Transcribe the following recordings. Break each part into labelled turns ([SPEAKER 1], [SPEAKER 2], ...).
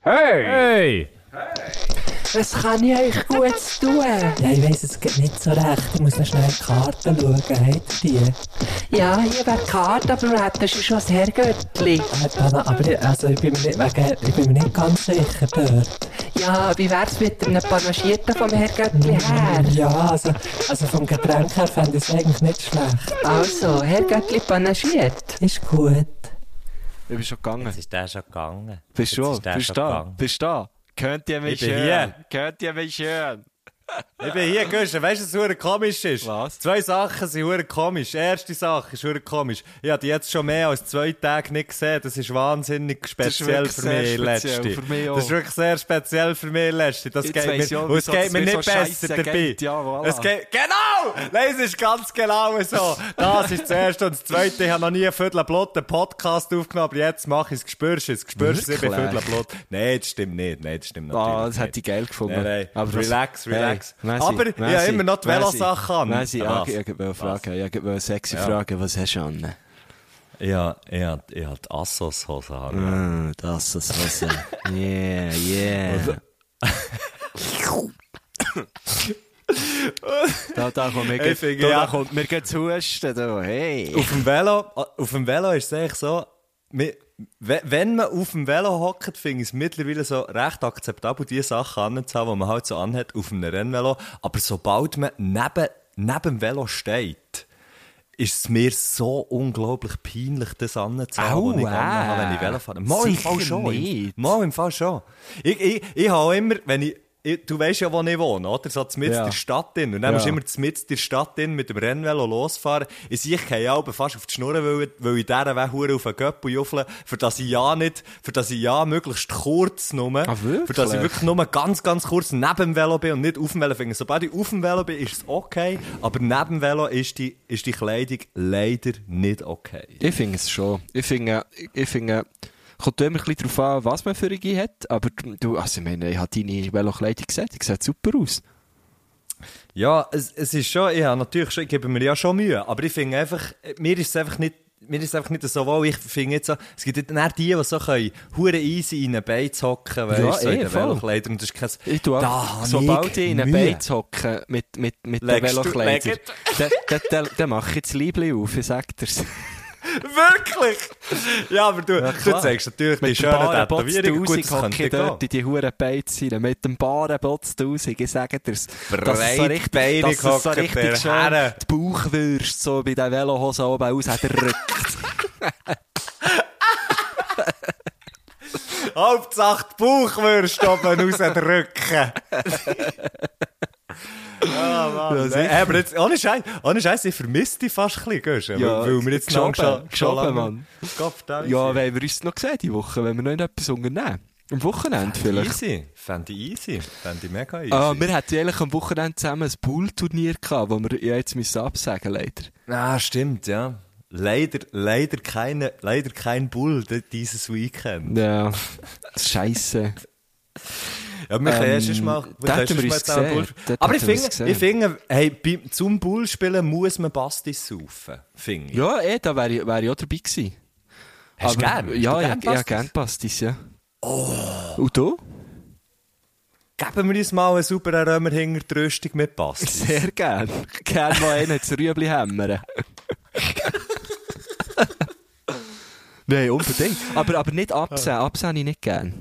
[SPEAKER 1] Hey!
[SPEAKER 2] Hey!
[SPEAKER 3] Das kann ich euch gut zu tun.
[SPEAKER 4] Ja, ich weiss es geht nicht so recht. Ich muss noch schnell die Karten schauen. Hat die?
[SPEAKER 3] Ja, hier wäre die Karte, aber äh, das ist schon das Herrgöttli.
[SPEAKER 4] Hat Anna, aber ich, also ich, bin mir nicht, wegen- ich bin mir nicht ganz sicher dort.
[SPEAKER 3] Ja, wie wär's mit einem Panagierten vom Herrgöttli her?
[SPEAKER 4] Ja, also, also vom Getränk her fände ich es eigentlich nicht schlecht.
[SPEAKER 3] Also, Herrgöttli panagiert.
[SPEAKER 4] Ist gut.
[SPEAKER 5] Ich bin schon gegangen.
[SPEAKER 6] Jetzt ist der schon gegangen.
[SPEAKER 5] Bist
[SPEAKER 6] Jetzt
[SPEAKER 5] schon,
[SPEAKER 6] ist der
[SPEAKER 5] bist
[SPEAKER 6] schon
[SPEAKER 5] da,
[SPEAKER 6] gegangen.
[SPEAKER 5] bist da. Könnt ihr mich
[SPEAKER 6] Ich bin
[SPEAKER 5] hören? Könnt ihr mich hören?
[SPEAKER 6] Ich bin hier, Güsten. Weißt du, was hure komisch ist?
[SPEAKER 5] Was?
[SPEAKER 6] Zwei Sachen sind hure komisch. Erste Sache ist hure komisch. Ich habe die jetzt schon mehr als zwei Tage nicht gesehen. Das ist wahnsinnig
[SPEAKER 5] ist
[SPEAKER 6] speziell
[SPEAKER 5] wirklich
[SPEAKER 6] für
[SPEAKER 5] sehr
[SPEAKER 6] mich,
[SPEAKER 5] speziell,
[SPEAKER 6] Letzte.
[SPEAKER 5] für mich auch.
[SPEAKER 6] das ist wirklich sehr speziell für mich, Letzte. Das
[SPEAKER 5] Jetzt
[SPEAKER 6] geht
[SPEAKER 5] weiss ich
[SPEAKER 6] mir,
[SPEAKER 5] auch,
[SPEAKER 6] und es
[SPEAKER 5] wieso
[SPEAKER 6] geht
[SPEAKER 5] das
[SPEAKER 6] mir
[SPEAKER 5] mir
[SPEAKER 6] nicht
[SPEAKER 5] so
[SPEAKER 6] besser
[SPEAKER 5] scheisse
[SPEAKER 6] dabei.
[SPEAKER 5] geht. Ja, voilà.
[SPEAKER 6] Es geht, genau! Nein, es ist ganz genau so. Das ist das Erste. Und das Zweite, ich habe noch nie einen Viertelblotten Podcast aufgenommen, aber jetzt mache ich es. Spürst du es? Spürst du es? Ich bin
[SPEAKER 5] Wirklich?
[SPEAKER 6] Viertelblott. Nein, das stimmt nicht. Nein, das stimmt natürlich
[SPEAKER 5] Ah, das
[SPEAKER 6] nicht.
[SPEAKER 5] hätte ich geil gefunden.
[SPEAKER 6] Nein, nein.
[SPEAKER 5] Aber was-
[SPEAKER 6] relax, relax.
[SPEAKER 5] Hey, merci,
[SPEAKER 6] Aber ich
[SPEAKER 5] merci,
[SPEAKER 6] habe immer noch die
[SPEAKER 5] merci.
[SPEAKER 6] Velosache an.
[SPEAKER 5] Merci,
[SPEAKER 6] Was?
[SPEAKER 5] ich ich wollte fragen, ich wollte sexy
[SPEAKER 6] Ja.
[SPEAKER 5] fragen, was hast du an?
[SPEAKER 6] Ja, er hat, er hat Assos-Hose an.
[SPEAKER 5] Mm, das ist was. yeah, yeah. da, da kommt, wir,
[SPEAKER 6] Ey,
[SPEAKER 5] gehen,
[SPEAKER 6] Finger,
[SPEAKER 5] da,
[SPEAKER 6] ja.
[SPEAKER 5] da kommt, wir gehen zu husten, da. hey.
[SPEAKER 6] Auf dem Velo, auf dem Velo ist es eigentlich so, mi- we- wenn man auf dem Velo hockt, finde ich es mittlerweile so recht akzeptabel, die Sachen anzuhaben, die man halt so anhat auf einem Rennvelo. Aber sobald man neben, neben dem Velo steht, ist es mir so unglaublich peinlich, das anzuhaben,
[SPEAKER 5] Au,
[SPEAKER 6] was ich
[SPEAKER 5] äh.
[SPEAKER 6] anhabe, wenn ich Velo fahre. Mal im
[SPEAKER 5] Sicher
[SPEAKER 6] Fall schon.
[SPEAKER 5] nicht.
[SPEAKER 6] Mal im Fall schon. Ich, ich, ich habe immer, wenn ich, ich du weißt ja, wo ich wohne, oder? So mit
[SPEAKER 5] Ja.
[SPEAKER 6] der Stadt drin. Und dann
[SPEAKER 5] Ja.
[SPEAKER 6] musst du immer mit der Stadt drin mit dem Rennvelo losfahren. Ich sehe, ich kann ja aber fast auf die Schnur, weil, weil ich dieser Weg hure auf den Köppel juffeln, für das ich ja nicht, für das ich ja möglichst kurz nur,
[SPEAKER 5] Ah, wirklich?
[SPEAKER 6] für das ich wirklich nur ganz, ganz kurz neben dem Velo bin und nicht auf dem Velo finde. Sobald ich auf dem Velo bin, ist es okay, aber neben dem Velo ist die, ist die Kleidung leider nicht okay.
[SPEAKER 5] Ich finde es schon. Ich finde, ich finde, kommt immer ein bisschen darauf an, was man für eine hat, aber du, also ich meine, ich habe deine Velokleidung gesehen, die sieht super aus.
[SPEAKER 6] Ja, es, es ist schon, ja, natürlich, schon, ich gebe mir ja schon Mühe, aber ich finde einfach, mir ist es einfach nicht, mir ist es einfach nicht so wohl, ich finde jetzt so, es gibt nicht mehr die, die so können, hure easy in einen Bein zocken, weißt
[SPEAKER 5] Ja,
[SPEAKER 6] so in
[SPEAKER 5] eh,
[SPEAKER 6] den
[SPEAKER 5] voll.
[SPEAKER 6] Velokleidern, das ist kein,
[SPEAKER 5] Ich tue
[SPEAKER 6] Da
[SPEAKER 5] auch,
[SPEAKER 6] hab
[SPEAKER 5] sobald ich in einen
[SPEAKER 6] Mühe.
[SPEAKER 5] Beiz hocke mit, mit, mit den
[SPEAKER 6] Legst du-
[SPEAKER 5] Velokleidern,
[SPEAKER 6] legst
[SPEAKER 5] dann da, da, da mache ich das Liebling auf, ich sag dir's.
[SPEAKER 6] Wirklich? Ja, aber du, du
[SPEAKER 5] klar.
[SPEAKER 6] zeigst natürlich die
[SPEAKER 5] Mit dem
[SPEAKER 6] schönen
[SPEAKER 5] Barenbotz
[SPEAKER 6] Tätowierungen, gut,
[SPEAKER 5] 1000
[SPEAKER 6] das
[SPEAKER 5] hocke
[SPEAKER 6] könnte
[SPEAKER 5] ich dort in
[SPEAKER 6] gehen.
[SPEAKER 5] die huren Beiz rein. Mit dem Barenbotz 1000, ich sag dir's. Dass es so richtig,
[SPEAKER 6] Breitbeinig
[SPEAKER 5] dass es so
[SPEAKER 6] hockt der
[SPEAKER 5] richtig schön
[SPEAKER 6] Herr.
[SPEAKER 5] die Bauchwürst so bei den Velohosen oben aus hat
[SPEAKER 6] Hauptsache die Bauchwürst oben rausdrücken. Ja, Mann.
[SPEAKER 5] sicher.
[SPEAKER 6] Hey, aber jetzt, ohne Scheiß, ohne Scheiß, ich vermisse dich fast ein bisschen, gehst, weil,
[SPEAKER 5] Ja,
[SPEAKER 6] weil wir jetzt
[SPEAKER 5] geschoben,
[SPEAKER 6] lang schon, schon
[SPEAKER 5] geschoben,
[SPEAKER 6] lange,
[SPEAKER 5] Mann.
[SPEAKER 6] Kopf da
[SPEAKER 5] Ja, wenn wir uns noch sehen die Woche, wenn wir noch etwas unternehmen. Am Wochenende vielleicht.
[SPEAKER 6] easy. Fände ich easy. Fände ich mega easy.
[SPEAKER 5] Ah, wir hatten eigentlich am Wochenende zusammen ein Poolturnier gehabt, wo wir ja jetzt müssen absagen leider.
[SPEAKER 6] ah, stimmt, ja. Leider, leider keine, leider kein Bull di- dieses Weekend.
[SPEAKER 5] Ja. Scheiße.
[SPEAKER 6] Ja, wir
[SPEAKER 5] Ähm,
[SPEAKER 6] können erst mal,
[SPEAKER 5] dort
[SPEAKER 6] wir können
[SPEAKER 5] haben wir
[SPEAKER 6] erst mal
[SPEAKER 5] uns
[SPEAKER 6] zusammen
[SPEAKER 5] gesehen.
[SPEAKER 6] Bull spielen.
[SPEAKER 5] Dort
[SPEAKER 6] Aber ich
[SPEAKER 5] haben wir uns
[SPEAKER 6] finde,
[SPEAKER 5] gesehen.
[SPEAKER 6] ich finde, hey, bei, zum Bull spielen muss man Bastis saufen. Finde ich.
[SPEAKER 5] Ja, eh, da wäre ich, wär ich auch dabei gewesen.
[SPEAKER 6] Hast du
[SPEAKER 5] Aber-
[SPEAKER 6] gern? Hast
[SPEAKER 5] Ja,
[SPEAKER 6] du gern
[SPEAKER 5] ja, ja, ja,
[SPEAKER 6] Pastis?
[SPEAKER 5] gern Pastis, ja. Oh. Und du?
[SPEAKER 6] Geben wir uns mal einen sauberen Römer hinter die Rüstung mit Pastis.
[SPEAKER 5] Sehr gern. Gern mal einen zu Rüebli hämmern. Nein, unbedingt. Aber, aber nicht absehen. Absehen habe ich nicht gern.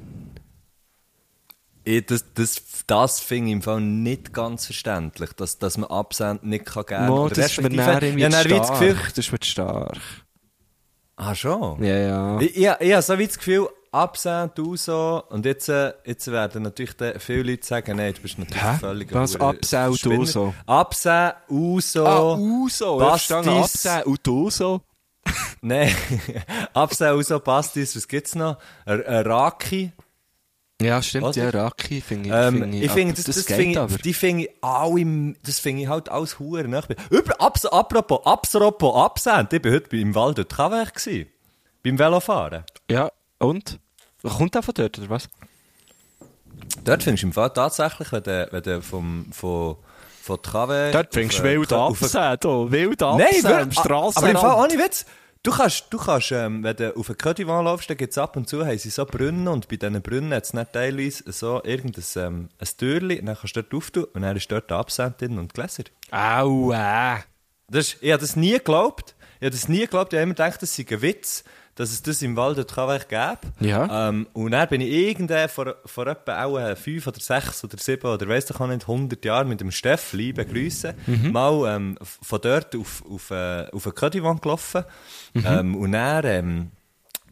[SPEAKER 6] Ich, das das, das finde ich im Fall nicht ganz verständlich, dass, dass man Absent nicht kann geben kann.
[SPEAKER 5] Mo, das ist mir näher irgendwie
[SPEAKER 6] ja,
[SPEAKER 5] zu
[SPEAKER 6] wie das Gefühl,
[SPEAKER 5] stark. Das ist mir zu stark.
[SPEAKER 6] ah schon.
[SPEAKER 5] Ja, ja.
[SPEAKER 6] Ich, ich, ich habe so wie das Gefühl, Absent, du so, und jetzt, äh, jetzt werden natürlich dann viele Leute sagen, nein, du bist natürlich
[SPEAKER 5] Hä?
[SPEAKER 6] völlig
[SPEAKER 5] Was? Absent, du so?
[SPEAKER 6] Absent, du so.
[SPEAKER 5] Ah, Uso.
[SPEAKER 6] Pastis.
[SPEAKER 5] Bastis. Absehen. Und du so?
[SPEAKER 6] Nein, Absent, Uso, Pastis, was gibt's noch? R Raki.
[SPEAKER 5] Ja, stimmt.
[SPEAKER 6] Oder?
[SPEAKER 5] Ja, Raki finde ich.
[SPEAKER 6] Ähm, ich
[SPEAKER 5] aber
[SPEAKER 6] finde, das, das, finde ich, die finde ich alle, das finde ich halt alles Huren nach. Über, abs, apropos, apropos, absent. Ich war heute im Wald dort Kawech gewesen. Beim Velofahren.
[SPEAKER 5] Ja, und? Kommt der von dort, oder was?
[SPEAKER 6] Dort findest du im Fall tatsächlich, wenn du, wenn du vom, von, von Kawech.
[SPEAKER 5] Dort fängst du
[SPEAKER 6] auf-
[SPEAKER 5] wild
[SPEAKER 6] Äh, auf-
[SPEAKER 5] absehen, du. Wild Ah, absehen
[SPEAKER 6] Nein,
[SPEAKER 5] am
[SPEAKER 6] wirklich, ah, aber im Fall
[SPEAKER 5] Strassenrand.
[SPEAKER 6] ohne Witz. Du kannst, du kannst ähm, wenn du auf den Ködivan läufst, dann gibt es ab und zu haben sie so Brunnen und bei diesen Brunnen hat es nicht teilweise so irgendein ähm, ein Türchen, dann kannst du dort rauf tun und dann ist dort der Absent drin und die Gläser.
[SPEAKER 5] äh. Aua.
[SPEAKER 6] Das ist, ich habe das nie geglaubt. Ich habe das nie geglaubt. Ich habe immer gedacht, das sei ein Witz, dass es das im Wald dort Kawech gäbe.
[SPEAKER 5] Ja.
[SPEAKER 6] Ähm, und dann bin ich irgendwann vor, vor etwa auch äh, fünf oder sechs oder sieben oder weiss doch auch nicht, 100 Jahren mit dem Steff, liebe Grüße, mal ähm, f- von dort auf, auf, äh, auf eine Ködiwand gelaufen. Ähm, und dann ähm,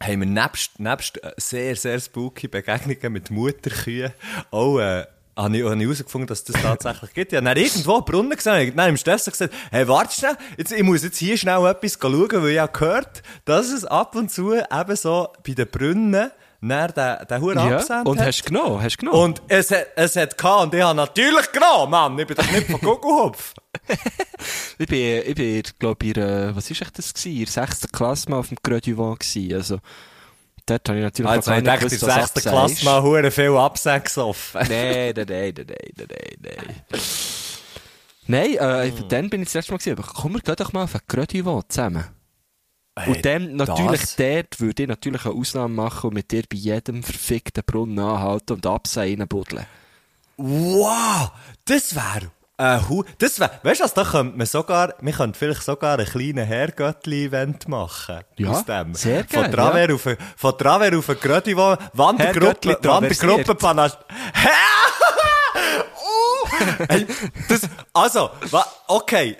[SPEAKER 6] haben wir nebst, nebst äh, sehr, sehr spooky Begegnungen mit Mutterkühen auch äh, habe ich habe ich herausgefunden, dass das tatsächlich gibt. Ich habe dann irgendwo einen Brunnen gesehen und dann im Stress gesagt, hey, warte schnell, jetzt, ich muss jetzt hier schnell etwas schauen, weil ich habe gehört, dass es ab und zu eben so bei den Brunnen dann den, den Huren
[SPEAKER 5] Ja.
[SPEAKER 6] absendet
[SPEAKER 5] Und
[SPEAKER 6] hat.
[SPEAKER 5] hast du genommen, hast du genommen.
[SPEAKER 6] und es, hat- es hat gehabt und ich habe natürlich genommen, Mann, ich bin doch nicht von Gugelhupf.
[SPEAKER 5] Ich bin, ich bin, glaub, in, der- was ist echt das gewesen? In der sechsten Klasse mal auf dem Grödivant gewesen. Also, dort habe ich natürlich
[SPEAKER 6] Also ich dachte, in der sechsten Klasse mal Huren viel Absex offen.
[SPEAKER 5] Nein, nein, nein, nein, nein, nein, nein. Nein, äh,
[SPEAKER 6] Hm.
[SPEAKER 5] dann bin ich das letzte Mal gewesen, aber komm, wir gehen doch mal auf ein Grödivant zusammen.
[SPEAKER 6] Hey,
[SPEAKER 5] und dann natürlich
[SPEAKER 6] das-
[SPEAKER 5] dort würde ich natürlich eine Ausnahme machen und mit dir bei jedem verfickten Brunnen anhalten und abseilen buddeln.
[SPEAKER 6] Wow, das wäre ein Hu das wär, weißt du was, da könnte man sogar, wir könnten vielleicht sogar einen kleinen Herrgöttli-Event machen.
[SPEAKER 5] Ja,
[SPEAKER 6] aus dem.
[SPEAKER 5] sehr
[SPEAKER 6] Von
[SPEAKER 5] gerne,
[SPEAKER 6] Travers auf, den- von Travers auf den Grödi, wo Wandergruppe,
[SPEAKER 5] Herrgöttli traversiert.
[SPEAKER 6] Wandergruppe Panas... uh, Ey, das, also, wa, okay,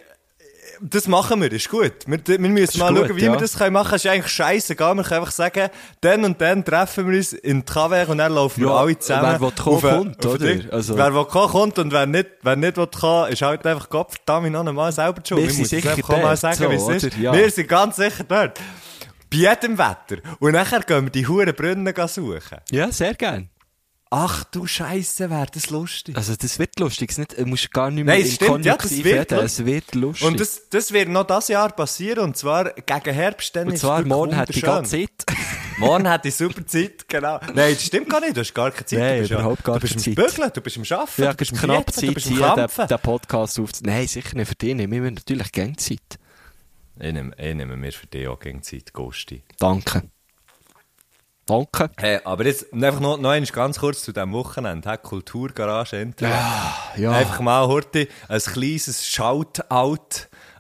[SPEAKER 6] das machen wir, ist gut. Wir, wir müssen mal
[SPEAKER 5] gut,
[SPEAKER 6] schauen, wie
[SPEAKER 5] ja.
[SPEAKER 6] wir das können machen können. Ist eigentlich scheißegal, wir können einfach sagen, dann und dann treffen wir uns in Travers und dann laufen wir
[SPEAKER 5] Ja,
[SPEAKER 6] alle zusammen.
[SPEAKER 5] wer will kommen,
[SPEAKER 6] auf eine-
[SPEAKER 5] kommt,
[SPEAKER 6] auf
[SPEAKER 5] oder?
[SPEAKER 6] Ding.
[SPEAKER 5] Also-
[SPEAKER 6] Wer will kommen, kommt und wer nicht, wer nicht will kommen, ist halt einfach Gott verdammt noch einmal selber schon.
[SPEAKER 5] Wir
[SPEAKER 6] Ich
[SPEAKER 5] sind
[SPEAKER 6] muss es
[SPEAKER 5] sicher
[SPEAKER 6] einfach auch mal
[SPEAKER 5] dort,
[SPEAKER 6] sagen,
[SPEAKER 5] so,
[SPEAKER 6] wie es ist.
[SPEAKER 5] oder? Ja.
[SPEAKER 6] Wir sind ganz sicher dort. Bei jedem Wetter. Und nachher gehen wir die huren Brunnen gehen suchen.
[SPEAKER 5] Ja, sehr gerne.
[SPEAKER 6] Ach du Scheiße, wäre das lustig.
[SPEAKER 5] Also das wird lustig, es nicht, du musst gar nicht mehr
[SPEAKER 6] Nein, es stimmt, ja, das wird
[SPEAKER 5] reden.
[SPEAKER 6] lustig.
[SPEAKER 5] Es wird lustig.
[SPEAKER 6] Äh, Und das, das wird noch dieses Jahr passieren, und zwar gegen Herbst. Dann
[SPEAKER 5] und
[SPEAKER 6] ist
[SPEAKER 5] zwar
[SPEAKER 6] es wirklich
[SPEAKER 5] morgen hat die
[SPEAKER 6] wunderschön.
[SPEAKER 5] ganze Zeit.
[SPEAKER 6] Morgen hätte ich super Zeit, genau. Nein, das stimmt gar nicht, du hast gar keine Zeit.
[SPEAKER 5] Nein,
[SPEAKER 6] du bist ja-
[SPEAKER 5] überhaupt gar
[SPEAKER 6] Du bist
[SPEAKER 5] keine
[SPEAKER 6] am
[SPEAKER 5] Zeit.
[SPEAKER 6] Bügeln, du bist am Arbeiten,
[SPEAKER 5] Ja,
[SPEAKER 6] du bist am
[SPEAKER 5] knapp
[SPEAKER 6] Fietzen, du
[SPEAKER 5] Zeit,
[SPEAKER 6] bist am
[SPEAKER 5] hier
[SPEAKER 6] Krampfen.
[SPEAKER 5] den, den Podcast aufzunehmen. Nein, sicher nicht für dich nicht. Wir haben natürlich gerne Zeit.
[SPEAKER 6] Ich nehme, ich nehme mir eh, für dich auch gegen Zeit, Gusti.
[SPEAKER 5] Danke. Danke.
[SPEAKER 6] Hey, aber jetzt einfach noch, noch einmal ganz kurz zu diesem Wochenende. Hey, Kulturgarage Interview.
[SPEAKER 5] ja.
[SPEAKER 6] Einfach mal heute ein kleines Shoutout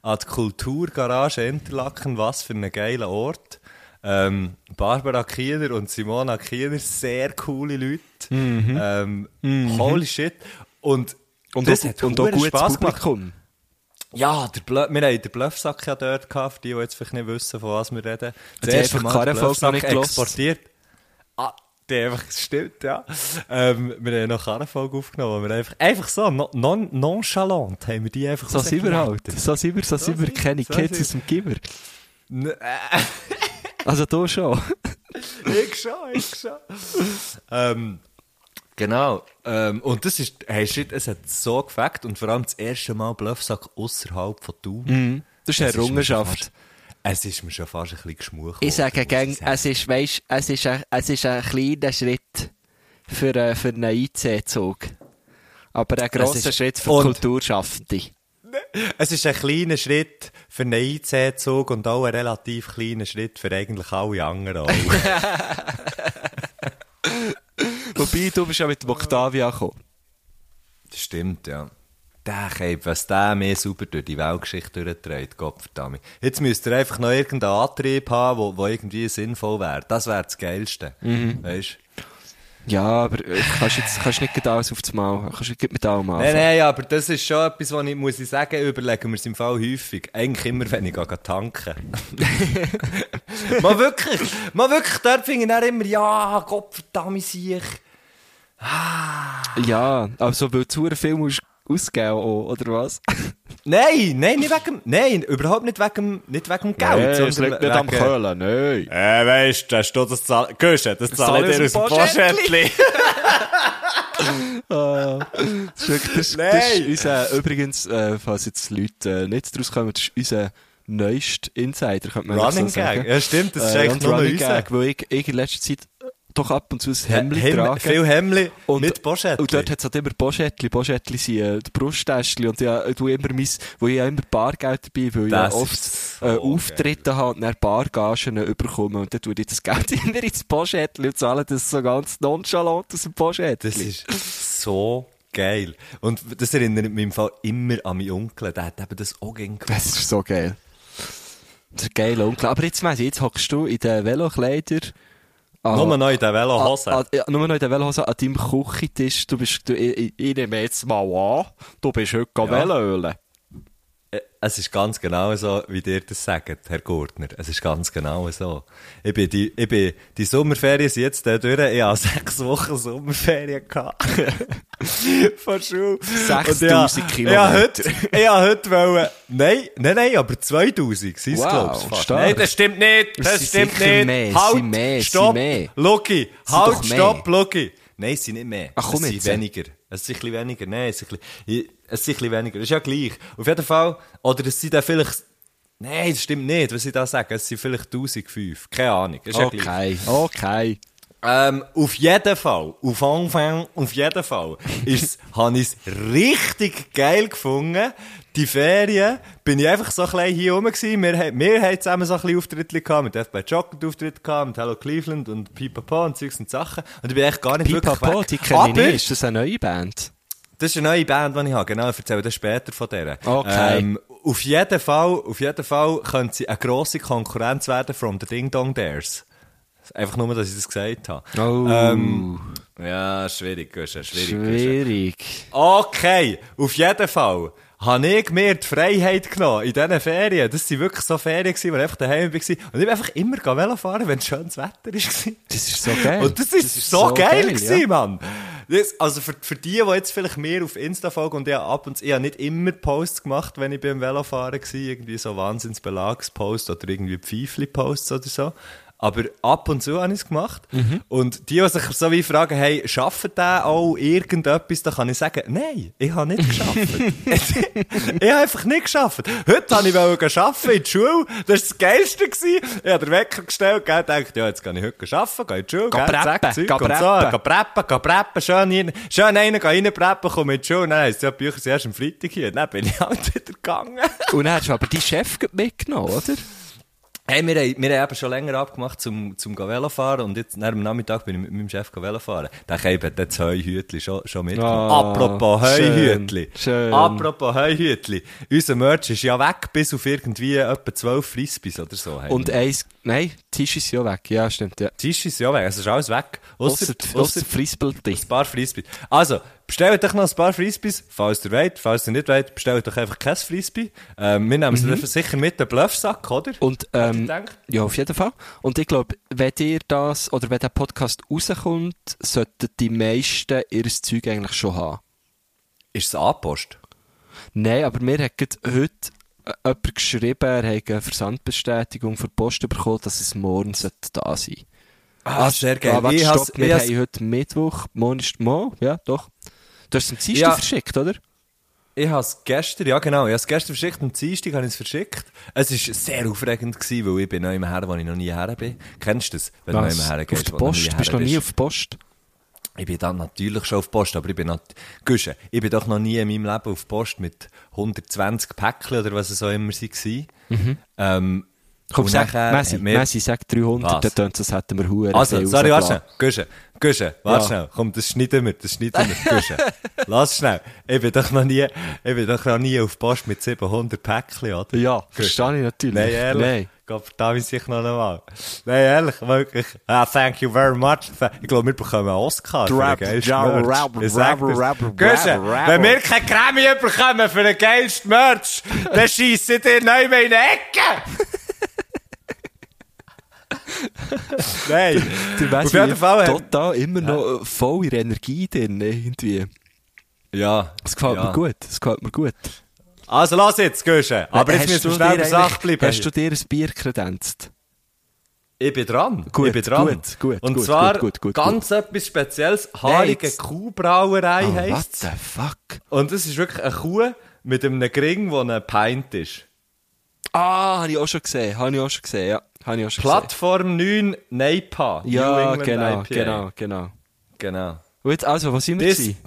[SPEAKER 6] an die Kulturgarage Interlaken. Was für ein geiler Ort. Ähm, Barbara Kiener und Simona Kiener, sehr coole Leute. Ähm, Holy shit. Und,
[SPEAKER 5] Mhm. Und,
[SPEAKER 6] das
[SPEAKER 5] auch,
[SPEAKER 6] hat
[SPEAKER 5] und auch
[SPEAKER 6] verdammt
[SPEAKER 5] gutes
[SPEAKER 6] Spass gemacht.
[SPEAKER 5] Publikum.
[SPEAKER 6] Ja, der Blö wir haben den Bluffsack ja dort gehabt, für die, die jetzt vielleicht nicht wissen, von was wir reden. Das
[SPEAKER 5] die
[SPEAKER 6] erste
[SPEAKER 5] einfach
[SPEAKER 6] Mal
[SPEAKER 5] keine
[SPEAKER 6] den
[SPEAKER 5] Folge noch
[SPEAKER 6] Bluffsack
[SPEAKER 5] nicht gehört.
[SPEAKER 6] exportiert. Ah, die haben einfach, stimmt, ja. Ähm, wir haben noch keine Folge aufgenommen, wo wir einfach, einfach so, no, non, nonchalant haben wir die einfach
[SPEAKER 5] So sind wir halt. So sind wir, so sind wir.
[SPEAKER 6] sind-
[SPEAKER 5] Keine
[SPEAKER 6] so
[SPEAKER 5] Kids
[SPEAKER 6] sind-
[SPEAKER 5] aus dem Gimmer. Also du schon. halt.
[SPEAKER 6] Ich schon, ich schon. ähm, genau. Ähm, und das ist, hey, shit, es hat so gefällt und vor allem das erste Mal Bluffsack außerhalb von Thun.
[SPEAKER 5] Das ist eine
[SPEAKER 6] Es mir schon
[SPEAKER 5] Mhm. Errungenschaft.
[SPEAKER 6] fast- Es ist mir schon fast ein bisschen geschmucht.
[SPEAKER 5] Ich sage
[SPEAKER 6] worden,
[SPEAKER 5] gern,
[SPEAKER 6] muss ich
[SPEAKER 5] es ist, weisst, es ist, ein, es ist ein kleiner Schritt für, äh, für einen IC-Zug. Aber ein grosser
[SPEAKER 6] ist-
[SPEAKER 5] Schritt für
[SPEAKER 6] und-
[SPEAKER 5] Kulturschaffende.
[SPEAKER 6] Es ist ein kleiner Schritt für einen IC-Zug und auch ein relativ kleiner Schritt für eigentlich alle anderen. auch.
[SPEAKER 5] Wobei, du bist ja mit dem Octavia gekommen.
[SPEAKER 6] das stimmt, ja. Der Keib, was der mir super durch die Weltgeschichte durchdreht, Gottverdammt. Jetzt müsst ihr einfach noch irgendeinen Antrieb haben, wo, wo irgendwie sinnvoll wäre. Das wäre das Geilste. Weißt du?
[SPEAKER 5] Ja, aber äh, kannst jetzt kannst nicht gerade alles auf das Mal, kannst nicht gerade mit allem anfangen.
[SPEAKER 6] Nein, nein, aber das ist schon etwas, was ich, muss ich sagen, überlegen wir es im Fall häufig. Eigentlich immer, wenn ich gehe tanken mal wirklich, mal wirklich, dort finde ich dann immer, ja, Gottverdammt, sieh ich.
[SPEAKER 5] Ja, also weil du zu viel musst ausgeben auch, oder was?
[SPEAKER 6] Nein, nein, nicht wegen, nein, überhaupt nicht wegen, nicht wegen dem
[SPEAKER 5] Oh,
[SPEAKER 6] Geld. sondern wegen,
[SPEAKER 5] Köhlen, nein.
[SPEAKER 6] Äh, weißt du, hast du das zahl, Küsse, das
[SPEAKER 5] zahle ich dir aus dem
[SPEAKER 6] Poschettli.
[SPEAKER 5] Oh. Das, ist- das,
[SPEAKER 6] Nein.
[SPEAKER 5] ist unser, übrigens, äh, falls jetzt Leute äh, nicht draus kommen, das ist unser neuest Insider, könnte man
[SPEAKER 6] Running
[SPEAKER 5] so sagen.
[SPEAKER 6] Gag. Ja, stimmt, das ist
[SPEAKER 5] Äh,
[SPEAKER 6] eigentlich
[SPEAKER 5] und
[SPEAKER 6] nur noch
[SPEAKER 5] Running
[SPEAKER 6] unser.
[SPEAKER 5] Gag, weil ich, ich in letzter Zeit doch ab und zu ein Hemd
[SPEAKER 6] Hem-
[SPEAKER 5] tragen.
[SPEAKER 6] Viel Hemmli
[SPEAKER 5] Und-
[SPEAKER 6] mit Poschettli.
[SPEAKER 5] Und dort hat es halt immer Boschettli, Boschettli sind äh, die Brusttäschchen und ja, du immer mein, wo ich ja immer Bargeld dabei, weil ich ja
[SPEAKER 6] Das
[SPEAKER 5] oft
[SPEAKER 6] ist so
[SPEAKER 5] äh, Auftritte habe und dann Bargagen äh, überkomme und dann tue ich das Geld immer ins Boschettli und zahle das so ganz nonchalant aus dem Boschettli.
[SPEAKER 6] Das ist so geil. Und das erinnert mich im Fall immer an meinen Onkel. Der hat eben das auch gern gemacht.
[SPEAKER 5] Das ist so geil. Das ist ein geiler Onkel. Aber jetzt weiss ich, jetzt hockst du in den Velokleider. an-
[SPEAKER 6] Nur noch in den
[SPEAKER 5] an-
[SPEAKER 6] Velohose.
[SPEAKER 5] an- ja, Nur noch in den Velohose an deinem Küchentisch. Du bist, du, ich, ich- ich nehme jetzt mal an, du bist heute ja.
[SPEAKER 6] Ja.
[SPEAKER 5] Veloölen.
[SPEAKER 6] Äh, Es ist ganz genau so, wie dir das sagt, Herr Gurtner. Es ist ganz genau so. Ich bin die, ich bin, die Sommerferien sind jetzt da durch. Ich habe sechs Wochen Sommerferien gehabt. Von Schule.
[SPEAKER 5] 6000
[SPEAKER 6] Und Ich
[SPEAKER 5] Kilometer.
[SPEAKER 6] habe heute, ich habe heute wollen, nein, nein, nein, aber 2000 sind es,
[SPEAKER 5] Wow,
[SPEAKER 6] glaub's fast.
[SPEAKER 5] stark.
[SPEAKER 6] Nein, das stimmt nicht.
[SPEAKER 5] Es
[SPEAKER 6] Das
[SPEAKER 5] sind
[SPEAKER 6] stimmt
[SPEAKER 5] sicher
[SPEAKER 6] nicht.
[SPEAKER 5] mehr, es
[SPEAKER 6] halt,
[SPEAKER 5] sind mehr, es sind
[SPEAKER 6] stopp,
[SPEAKER 5] mehr.
[SPEAKER 6] Lucky,
[SPEAKER 5] Es sind
[SPEAKER 6] halt,
[SPEAKER 5] doch mehr.
[SPEAKER 6] stopp, Lucky. Nein, es sind nicht mehr.
[SPEAKER 5] Ach, komm
[SPEAKER 6] es sind
[SPEAKER 5] jetzt.
[SPEAKER 6] weniger. Es sind ein bisschen weniger. Nein, es sind ein bisschen, es sind ein bisschen weniger. Ist ja gleich. Auf jeden Fall, oder es sind dann vielleicht, nein, das stimmt nicht, was ich da sage. Es sind vielleicht 1005. Keine Ahnung. Ist ja gleich.
[SPEAKER 5] Okay, okay.
[SPEAKER 6] Ähm, auf jeden Fall, auf Anfang, auf jeden Fall, ist, habe ich es richtig geil gefunden. Die Ferien bin ich einfach so ein bisschen hier rum gewesen. Wir, he- wir haben zusammen so ein bisschen Auftritte gehabt, mit FB Jockert Auftritt gehabt, mit Hello Cleveland und Pipapo und Zeugs und Sachen. Und ich bin echt gar nicht
[SPEAKER 5] Pipapo,
[SPEAKER 6] wirklich
[SPEAKER 5] die
[SPEAKER 6] weg.
[SPEAKER 5] kenne ich
[SPEAKER 6] Aber-
[SPEAKER 5] nicht. Ist das eine neue Band?
[SPEAKER 6] das ist eine neue Band, die ich habe. Genau, ich erzähle dann später von der. Ähm,
[SPEAKER 5] Okay.
[SPEAKER 6] auf jeden Fall, auf jeden Fall könnte sie eine grosse Konkurrenz werden von den Ding Dong Dares. Einfach nur, dass ich das gesagt habe.
[SPEAKER 5] Oh.
[SPEAKER 6] Ähm, ja, schwierig, Guschen, schwierig, Guschen.
[SPEAKER 5] Schwierig.
[SPEAKER 6] Okay, auf jeden Fall habe ich mir die Freiheit genommen in diesen Ferien. Das waren wirklich so Ferien, gewesen, wo ich einfach daheim war. Und ich bin einfach immer Velo fahren, wenn schönes Wetter war.
[SPEAKER 5] Das ist so geil.
[SPEAKER 6] Und das ist, so, geil, gewesen, Mann. Das, also für, für die, die jetzt vielleicht mehr auf Insta folgen und ich habe ab und zu, ich habe nicht immer Posts gemacht, wenn ich beim Velofahren war, irgendwie so Wahnsinnsbelagsposts oder irgendwie Pfeifli-Posts oder so. Aber ab und zu habe ich es gemacht. Und die, die sich so wie fragen, hey, schafft der auch irgendetwas, dann kann ich sagen, nein, ich habe nicht geschafft. ich habe einfach nicht geschafft. Heute wollte ich wollen arbeiten in die Schule. Das war das Geilste. gewesen. Ich habe den Wecker gestellt und gedacht, ja, jetzt kann ich heute arbeiten, gehe in die Schule,
[SPEAKER 5] Geh
[SPEAKER 6] gell, zack,
[SPEAKER 5] preppen,
[SPEAKER 6] Zeug
[SPEAKER 5] geh
[SPEAKER 6] und so.
[SPEAKER 5] preppen.
[SPEAKER 6] Geh preppen, geh preppen, schön, rein, schön einen geh rein preppen, komm in die Schule. Dann heisst es, ja, die Bücher sind erst am Freitag hier. Dann bin ich halt wieder gegangen.
[SPEAKER 5] Und dann hast du aber deinen Chef gerade mitgenommen, oder?
[SPEAKER 6] Hey, wir, haben- wir haben eben schon länger abgemacht zum, zum gehen Velofahren und jetzt, nach am Nachmittag bin ich mit meinem Chef gehen Velofahren. Der Keib hat dann das Heuhütli schon, schon mitgenommen.
[SPEAKER 5] Ah,
[SPEAKER 6] Apropos
[SPEAKER 5] schön,
[SPEAKER 6] Heuhütli.
[SPEAKER 5] schön.
[SPEAKER 6] Apropos Heuhütli. Unser Merch ist ja weg bis auf irgendwie etwa 12 Frisbees oder so. haben
[SPEAKER 5] Und
[SPEAKER 6] wir.
[SPEAKER 5] eins, nein, Tisch ist ja weg. Ja, stimmt, ja.
[SPEAKER 6] Tisch ist ja weg, es ist alles weg. Ausser,
[SPEAKER 5] Ausser, ausser Frisbelti.
[SPEAKER 6] ein paar Frisbees. Also, bestellt euch noch ein paar Frisbees, falls ihr wollt. Falls ihr nicht wollt, bestellt euch einfach kein Frisbee. Ähm, wir nehmen es dafür sicher mit, den Bluffsack, oder?
[SPEAKER 5] Mhm. Und, ähm,
[SPEAKER 6] gedacht?
[SPEAKER 5] ja, auf jeden Fall. Und ich glaube, wenn ihr das, oder wenn der Podcast rauskommt, sollten die meisten ihr Zeug eigentlich schon haben.
[SPEAKER 6] ist es Anpost?
[SPEAKER 5] Nein, aber mir hat gerade heute äh, jemand geschrieben, er hat eine Versandbestätigung von der Post bekommen, dass es morgen sollte da sein
[SPEAKER 6] Ah, sehr geil.
[SPEAKER 5] Ah, warte,
[SPEAKER 6] Ich
[SPEAKER 5] stopp,
[SPEAKER 6] has- ich
[SPEAKER 5] wir
[SPEAKER 6] has-
[SPEAKER 5] haben heute Mittwoch, morgen ist morgen, ja, doch. Du hast es am Dienstag
[SPEAKER 6] Ja.
[SPEAKER 5] verschickt, oder?
[SPEAKER 6] Ich habe es gestern, ja genau, ich habe es gestern verschickt, am Dienstag habe ich es verschickt. Es war sehr aufregend, gewesen, weil ich bin noch immer her, wo ich noch nie her bin. Kennst du das? Wenn du noch immer
[SPEAKER 5] auf
[SPEAKER 6] hergehst,
[SPEAKER 5] der
[SPEAKER 6] wo du noch nie
[SPEAKER 5] Post?
[SPEAKER 6] her
[SPEAKER 5] Bist du noch nie auf der Post?
[SPEAKER 6] Ich bin dann natürlich schon auf Post, aber ich bin, nat- Guschen, ich bin doch noch nie in meinem Leben auf Post mit 120 Päckchen oder was es auch immer waren. Ähm,
[SPEAKER 5] Komm,
[SPEAKER 6] und
[SPEAKER 5] Mhm. sag,
[SPEAKER 6] nachher
[SPEAKER 5] Messi,
[SPEAKER 6] hat mir-
[SPEAKER 5] Messi, sag 300,
[SPEAKER 6] Was?
[SPEAKER 5] dann tönt es, als hätten wir Huren.
[SPEAKER 6] Also,
[SPEAKER 5] viel
[SPEAKER 6] sorry, warte
[SPEAKER 5] rausgelassen.
[SPEAKER 6] schnell. Guschen, Guschen, warte
[SPEAKER 5] Ja.
[SPEAKER 6] schnell. Komm, das schneiden wir, das schneiden wir. Guschen, lass schnell. Ich bin doch noch nie, ich bin doch noch nie auf Post mit 700 Päckchen, oder?
[SPEAKER 5] Ja,
[SPEAKER 6] Guschen.
[SPEAKER 5] verstehe ich natürlich.
[SPEAKER 6] Nein, ehrlich.
[SPEAKER 5] Nein.
[SPEAKER 6] Gott, da bin ich noch einmal. Nein, ehrlich, wirklich. Ah, thank you very much. Th- Ich glaube, wir bekommen einen Oscar.
[SPEAKER 5] Drab,
[SPEAKER 6] für den geilsten
[SPEAKER 5] jab,
[SPEAKER 6] Merch.
[SPEAKER 5] rab,
[SPEAKER 6] Ich sag
[SPEAKER 5] rab,
[SPEAKER 6] das.
[SPEAKER 5] rab,
[SPEAKER 6] Guschen,
[SPEAKER 5] rab, rab.
[SPEAKER 6] wenn wir keine Grammy bekommen für den geilsten Merch, dann schiessen die neu mal in die Ecke. Nein.
[SPEAKER 5] Der
[SPEAKER 6] Auf
[SPEAKER 5] Messi
[SPEAKER 6] jeden
[SPEAKER 5] ist
[SPEAKER 6] Fall hat-
[SPEAKER 5] total immer noch äh, voll in Energie drin, irgendwie.
[SPEAKER 6] Ja. Ah,
[SPEAKER 5] Das gefällt mir gut, das gefällt mir gut.
[SPEAKER 6] Also, lass jetzt, Guschen. Aber
[SPEAKER 5] Hast
[SPEAKER 6] jetzt müssen wir
[SPEAKER 5] du
[SPEAKER 6] schnell
[SPEAKER 5] dir
[SPEAKER 6] bei Sache
[SPEAKER 5] eigentlich-
[SPEAKER 6] bleiben.
[SPEAKER 5] Hast du dir ein Bier kredenzt?
[SPEAKER 6] Ich bin dran.
[SPEAKER 5] Gut,
[SPEAKER 6] ich bin dran.
[SPEAKER 5] gut, gut,
[SPEAKER 6] Und
[SPEAKER 5] gut,
[SPEAKER 6] zwar
[SPEAKER 5] gut, gut, gut,
[SPEAKER 6] ganz etwas Spezielles. Haarige
[SPEAKER 5] jetzt-
[SPEAKER 6] Kuhbrauerei
[SPEAKER 5] Oh, what
[SPEAKER 6] heisst
[SPEAKER 5] the fuck?
[SPEAKER 6] Und es ist wirklich eine Kuh mit einem Gring, der ein Pint ist.
[SPEAKER 5] Ah, habe ich auch schon gesehen. Habe ich auch schon gesehen, ja. Habe ich auch schon
[SPEAKER 6] Plattform 9, Neipa.
[SPEAKER 5] gesehen. Ja,
[SPEAKER 6] New England
[SPEAKER 5] genau,
[SPEAKER 6] IPA.
[SPEAKER 5] genau, genau.
[SPEAKER 6] Genau.
[SPEAKER 5] Und jetzt, also, was sind wir
[SPEAKER 6] Das-
[SPEAKER 5] gewesen?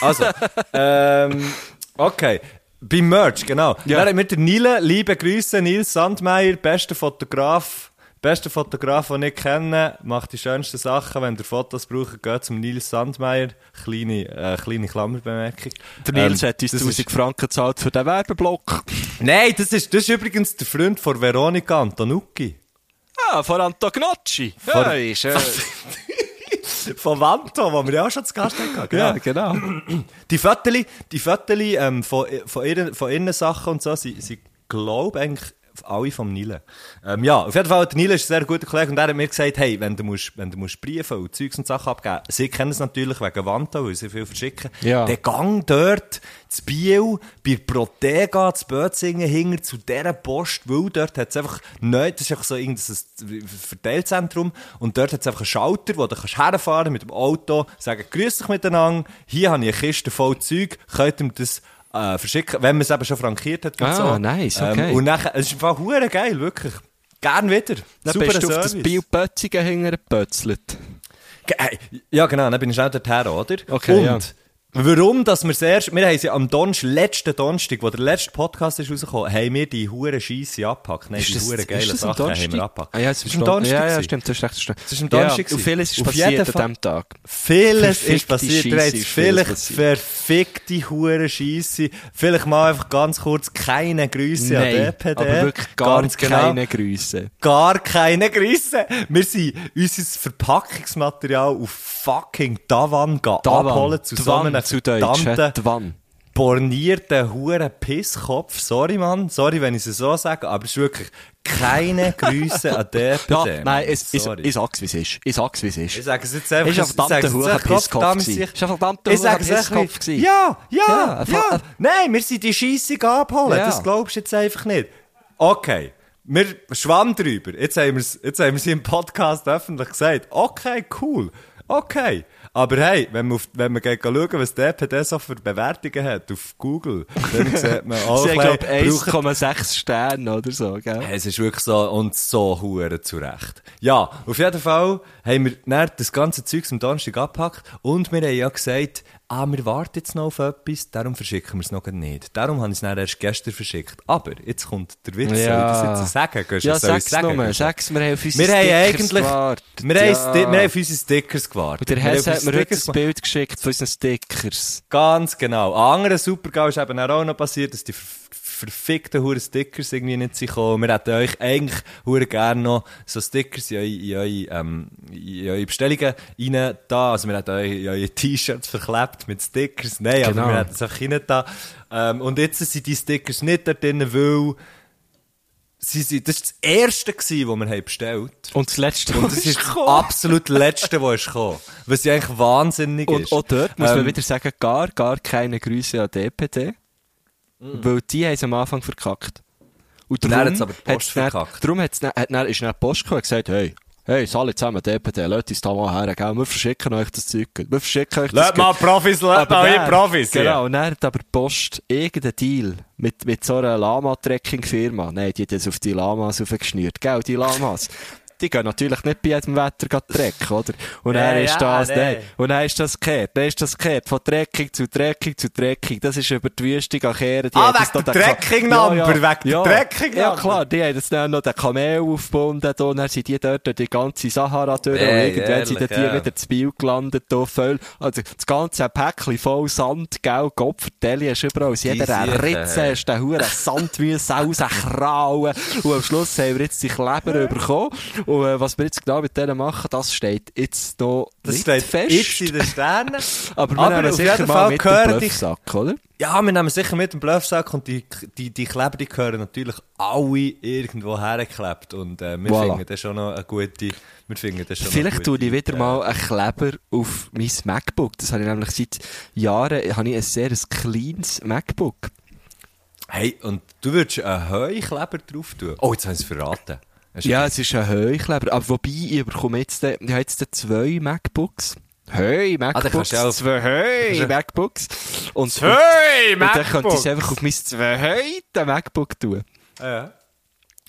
[SPEAKER 6] Also, ähm, okay. Beim Merch, genau.
[SPEAKER 5] Ja.
[SPEAKER 6] Dann haben wir den Nile, liebe Grüße, Nils Sandmeier, bester Fotograf, bester Fotograf, den ich kenne, macht die schönsten Sachen. Wenn ihr Fotos braucht, geht zum Nils Sandmeier. Kleine, äh, kleine Klammerbemerkung.
[SPEAKER 5] Der Nils
[SPEAKER 6] Ähm,
[SPEAKER 5] hat uns
[SPEAKER 6] das
[SPEAKER 5] 1000 Franken gezahlt für den Werbeblock.
[SPEAKER 6] Nein, das ist, das ist übrigens der Freund von Veronika Antonucci.
[SPEAKER 5] Ah, von Antognocci.
[SPEAKER 6] Vor-
[SPEAKER 5] Ja, ist, äh,
[SPEAKER 6] Von Vanto, wo wir ja auch schon zu Gast hatten. Genau.
[SPEAKER 5] ja, genau.
[SPEAKER 6] Die Fötterli, die Fötterli ähm, von, von, ihren, von ihren Sachen und so, sie, sie glauben eigentlich alle vom Nile. Ähm, ja, auf jeden Fall, der Nile ist ein sehr guter Kollege und er hat mir gesagt, hey, wenn du, musst, wenn du musst Briefe und Zeugs und Sachen abgeben, sie kennen es natürlich wegen Wanda, weil sie viel verschicken,
[SPEAKER 5] Ja.
[SPEAKER 6] dann gang dort zu Biel, bei der Protega, zu Bözingen, hinter zu dieser Post, weil dort hat es einfach neu, das ist einfach so irgendein Verteilzentrum und dort hat es einfach einen Schalter, wo du kannst herfahren mit dem Auto, sagen, grüß dich miteinander, hier habe ich eine Kiste voll Zeug, könnt ihr mir das äh, verschicken, wenn man es eben schon frankiert hat und
[SPEAKER 5] Ah,
[SPEAKER 6] so. Ähm,
[SPEAKER 5] nice, okay.
[SPEAKER 6] und nachher, es ist einfach hure geil, wirklich. Gern wieder.
[SPEAKER 5] Dann
[SPEAKER 6] Super
[SPEAKER 5] bist du auf das
[SPEAKER 6] Service.
[SPEAKER 5] Biopötzigen hingepötzelt.
[SPEAKER 6] Ge- hey, Ja, genau, dann bin ich schnell dorthin, oder?
[SPEAKER 5] Okay,
[SPEAKER 6] Und
[SPEAKER 5] ja.
[SPEAKER 6] warum, dass wir es erst, wir haben sie am Donnerstag, letzten Donnerstag, wo der letzte Podcast ist rausgekommen, haben wir die hure Scheisse abgepackt. Nein, die hure geile Sachen haben wir abgepackt.
[SPEAKER 5] Ah, ja, es ist am
[SPEAKER 6] am
[SPEAKER 5] Donnerstag. Ja, ja,
[SPEAKER 6] gewesen.
[SPEAKER 5] stimmt, das ist recht. Das stimmt.
[SPEAKER 6] Es ist am Donnerstag
[SPEAKER 5] Ja,
[SPEAKER 6] gewesen.
[SPEAKER 5] und vieles ist
[SPEAKER 6] Auf jeden
[SPEAKER 5] passiert an
[SPEAKER 6] Fall-
[SPEAKER 5] diesem Tag.
[SPEAKER 6] Vieles
[SPEAKER 5] Verfickte
[SPEAKER 6] ist passiert. Ihr habt
[SPEAKER 5] Scheisse ist vieles
[SPEAKER 6] vielleicht
[SPEAKER 5] passiert.
[SPEAKER 6] verfickte hure Scheisse. Vielleicht mal einfach ganz kurz keine Grüße an
[SPEAKER 5] Nein,
[SPEAKER 6] DPD.
[SPEAKER 5] aber wirklich gar
[SPEAKER 6] Ganz genau
[SPEAKER 5] keine Grüße.
[SPEAKER 6] gar keine Grüße. Wir sind unser Verpackungsmaterial auf fucking Davan gehen abholen zu so einem
[SPEAKER 5] zu Deutsch. hä?
[SPEAKER 6] verdammten,
[SPEAKER 5] Dwan.
[SPEAKER 6] bornierten, huren Pisskopf. Sorry, Mann. Sorry, wenn ich es so sage, aber es ist wirklich keine Grüße an den
[SPEAKER 5] Ja,
[SPEAKER 6] Mann.
[SPEAKER 5] nein, es, ich,
[SPEAKER 6] Sorry.
[SPEAKER 5] ich sag's, wie es ist. Ich sag's, wie es ist.
[SPEAKER 6] Ich sage es jetzt einfach.
[SPEAKER 5] Ist ein
[SPEAKER 6] ich sage es
[SPEAKER 5] verdammter
[SPEAKER 6] jetzt einfach,
[SPEAKER 5] Hurenpisskopf
[SPEAKER 6] Kopf, Damm,
[SPEAKER 5] gewesen.
[SPEAKER 6] sich-
[SPEAKER 5] Ist ein verdammter
[SPEAKER 6] Ich sage es
[SPEAKER 5] Hurenpisskopf
[SPEAKER 6] einfach.
[SPEAKER 5] gewesen.
[SPEAKER 6] Ja,
[SPEAKER 5] Ja,
[SPEAKER 6] ja, ja.
[SPEAKER 5] ein ver-
[SPEAKER 6] Nein, wir sind die Scheissung abholen.
[SPEAKER 5] Ja.
[SPEAKER 6] Das glaubst du jetzt einfach nicht. Okay. Wir schwamm drüber. Jetzt haben wir es, jetzt haben wir es im Podcast öffentlich gesagt. Okay, cool. Okay. Aber hey, wenn man, auf, wenn man geht schauen, was der PD so für Bewertungen hat auf Google, dann sieht man, oh,
[SPEAKER 5] Sie haben,
[SPEAKER 6] okay,
[SPEAKER 5] glaub 1,6 Sterne oder so, gell?
[SPEAKER 6] Hey, Es ist wirklich so, und so hure zurecht. Ja, auf jeden Fall haben wir dann das ganze Zeug am Donnerstag abgepackt und wir haben ja gesagt, ah, wir warten jetzt noch auf etwas, darum verschicken wir es noch nicht. Darum habe ich es dann erst gestern verschickt. Aber jetzt kommt der Witz, soll ich das jetzt sagen? Gehst du-
[SPEAKER 5] Ja,
[SPEAKER 6] soll ich
[SPEAKER 5] sag's nochmal.
[SPEAKER 6] Gehst du-
[SPEAKER 5] Sag's, wir haben auf unsere
[SPEAKER 6] Wir haben
[SPEAKER 5] Stickers
[SPEAKER 6] eigentlich,
[SPEAKER 5] gewartet.
[SPEAKER 6] wir haben,
[SPEAKER 5] Ja.
[SPEAKER 6] Sti- wir haben auf unsere Stickers gewartet.
[SPEAKER 5] Und der
[SPEAKER 6] Wir haben
[SPEAKER 5] Hess
[SPEAKER 6] auf
[SPEAKER 5] hat mir
[SPEAKER 6] unsere
[SPEAKER 5] heute
[SPEAKER 6] Stickers
[SPEAKER 5] ein Bild geschickt von unseren Stickers.
[SPEAKER 6] Ganz genau. Ein anderer Supergau ist eben auch noch passiert, dass die ver- verfickten hure Stickers irgendwie nicht sind gekommen. Wir hätten euch eigentlich hure gerne noch so Stickers in eure, in eure, ähm, in eure Bestellungen rein da. Also wir hätten euch in eure T-Shirts verklebt mit Stickers. Nein,
[SPEAKER 5] Genau.
[SPEAKER 6] aber wir hätten es einfach rein da. Ähm, und jetzt sind die Stickers nicht da drin, weil sie, sind- das war das erste, gewesen, was wir haben bestellt
[SPEAKER 5] Und das letzte
[SPEAKER 6] und das ist das absolut letzte, was ist gekommen. Was ja eigentlich wahnsinnig
[SPEAKER 5] Und
[SPEAKER 6] ist.
[SPEAKER 5] auch dort muss
[SPEAKER 6] Ähm,
[SPEAKER 5] man wieder sagen, gar, gar keine Grüße an DPD. Weil die haben es am Anfang verkackt. Und
[SPEAKER 6] Dann
[SPEAKER 5] darum
[SPEAKER 6] hat's aber die Post
[SPEAKER 5] hat's dann-
[SPEAKER 6] verkackt.
[SPEAKER 5] Darum hat's dann, hat dann, ist dann die Post gekommen und gesagt, hey, hey, alle zusammen E DPD, lasst uns da mal her, gell? wir verschicken euch das Zeug. Wir verschicken euch das
[SPEAKER 6] Lass mal
[SPEAKER 5] Zeug.
[SPEAKER 6] Profis, lass mal hier
[SPEAKER 5] dann-
[SPEAKER 6] Profis.
[SPEAKER 5] Genau,
[SPEAKER 6] Genau.
[SPEAKER 5] und dann hat aber die Post irgendeinen Deal mit, mit so einer Lama-Tracking-Firma. Nein, die hat das auf die Lamas aufgeschnürt. Gell, die Lamas. Die gehen natürlich nicht bei jedem Wetter grad trecken, oder? Und dann
[SPEAKER 6] Äh,
[SPEAKER 5] ist
[SPEAKER 6] ja,
[SPEAKER 5] das,
[SPEAKER 6] nee.
[SPEAKER 5] nein. Und dann ist das gekehrt. Dann ist das gekehrt. Von Trekking zu Trekking zu Trekking. Das ist über die Wüste gekehren. Die
[SPEAKER 6] Ah,
[SPEAKER 5] haben
[SPEAKER 6] wegen
[SPEAKER 5] das noch
[SPEAKER 6] der
[SPEAKER 5] den Ka-
[SPEAKER 6] Trekking-Number, wegen der
[SPEAKER 5] Ja,
[SPEAKER 6] Trekking-Number.
[SPEAKER 5] klar. Die haben jetzt dann noch den Kamel aufgebunden. da, Und dann sind die dort durch die ganze Sahara durch. und
[SPEAKER 6] Ey,
[SPEAKER 5] irgendwann sind dann
[SPEAKER 6] ehrlich,
[SPEAKER 5] die
[SPEAKER 6] ja.
[SPEAKER 5] wieder zu Biel gelandet. Da, voll, also, das ganze Päckchen voll Sand, gell, Kopfverteilchen hast du überall. Aus jeder
[SPEAKER 6] Sicher.
[SPEAKER 5] Ritze hast du den Huren Sand müssen rauskrauen. Und am Schluss haben wir jetzt die Kleber bekommen. Und äh, was wir jetzt genau mit denen machen, das steht jetzt noch
[SPEAKER 6] Das
[SPEAKER 5] nicht
[SPEAKER 6] steht
[SPEAKER 5] fest.
[SPEAKER 6] jetzt in den Sternen.
[SPEAKER 5] Aber wir
[SPEAKER 6] Aber
[SPEAKER 5] nehmen
[SPEAKER 6] auf
[SPEAKER 5] sicher
[SPEAKER 6] jeden
[SPEAKER 5] mal
[SPEAKER 6] Fall
[SPEAKER 5] mit
[SPEAKER 6] gehört
[SPEAKER 5] dem
[SPEAKER 6] ich-
[SPEAKER 5] Bluffsack, oder?
[SPEAKER 6] Ja, wir nehmen sicher mit dem Bluffsack und die, die, die Kleber, die gehören natürlich alle irgendwo hergeklebt. Und äh, wir
[SPEAKER 5] Voilà.
[SPEAKER 6] finden das schon noch eine gute... Wir finden das schon noch
[SPEAKER 5] Vielleicht
[SPEAKER 6] eine
[SPEAKER 5] tue
[SPEAKER 6] gute,
[SPEAKER 5] ich wieder
[SPEAKER 6] äh,
[SPEAKER 5] mal einen Kleber auf mein MacBook. Das habe ich nämlich seit Jahren, habe ich ein sehr ein cleanes MacBook.
[SPEAKER 6] Hey, und du würdest einen Heukleber drauf tun? Oh, jetzt haben sie es verraten. Das ist
[SPEAKER 5] Ja, es ist ein Höhekleber. Aber wobei, ich bekomme jetzt, den- ich habe jetzt den zwei MacBooks. Hey,
[SPEAKER 6] Ah, dann
[SPEAKER 5] MacBooks.
[SPEAKER 6] kannst du ja auch-
[SPEAKER 5] zwei
[SPEAKER 6] kannst du-
[SPEAKER 5] Hey, MacBooks. Und, und,
[SPEAKER 6] Hey,
[SPEAKER 5] und dann könnte ich es
[SPEAKER 6] MacBook!
[SPEAKER 5] einfach auf mein zweiten MacBook tun.
[SPEAKER 6] Ja.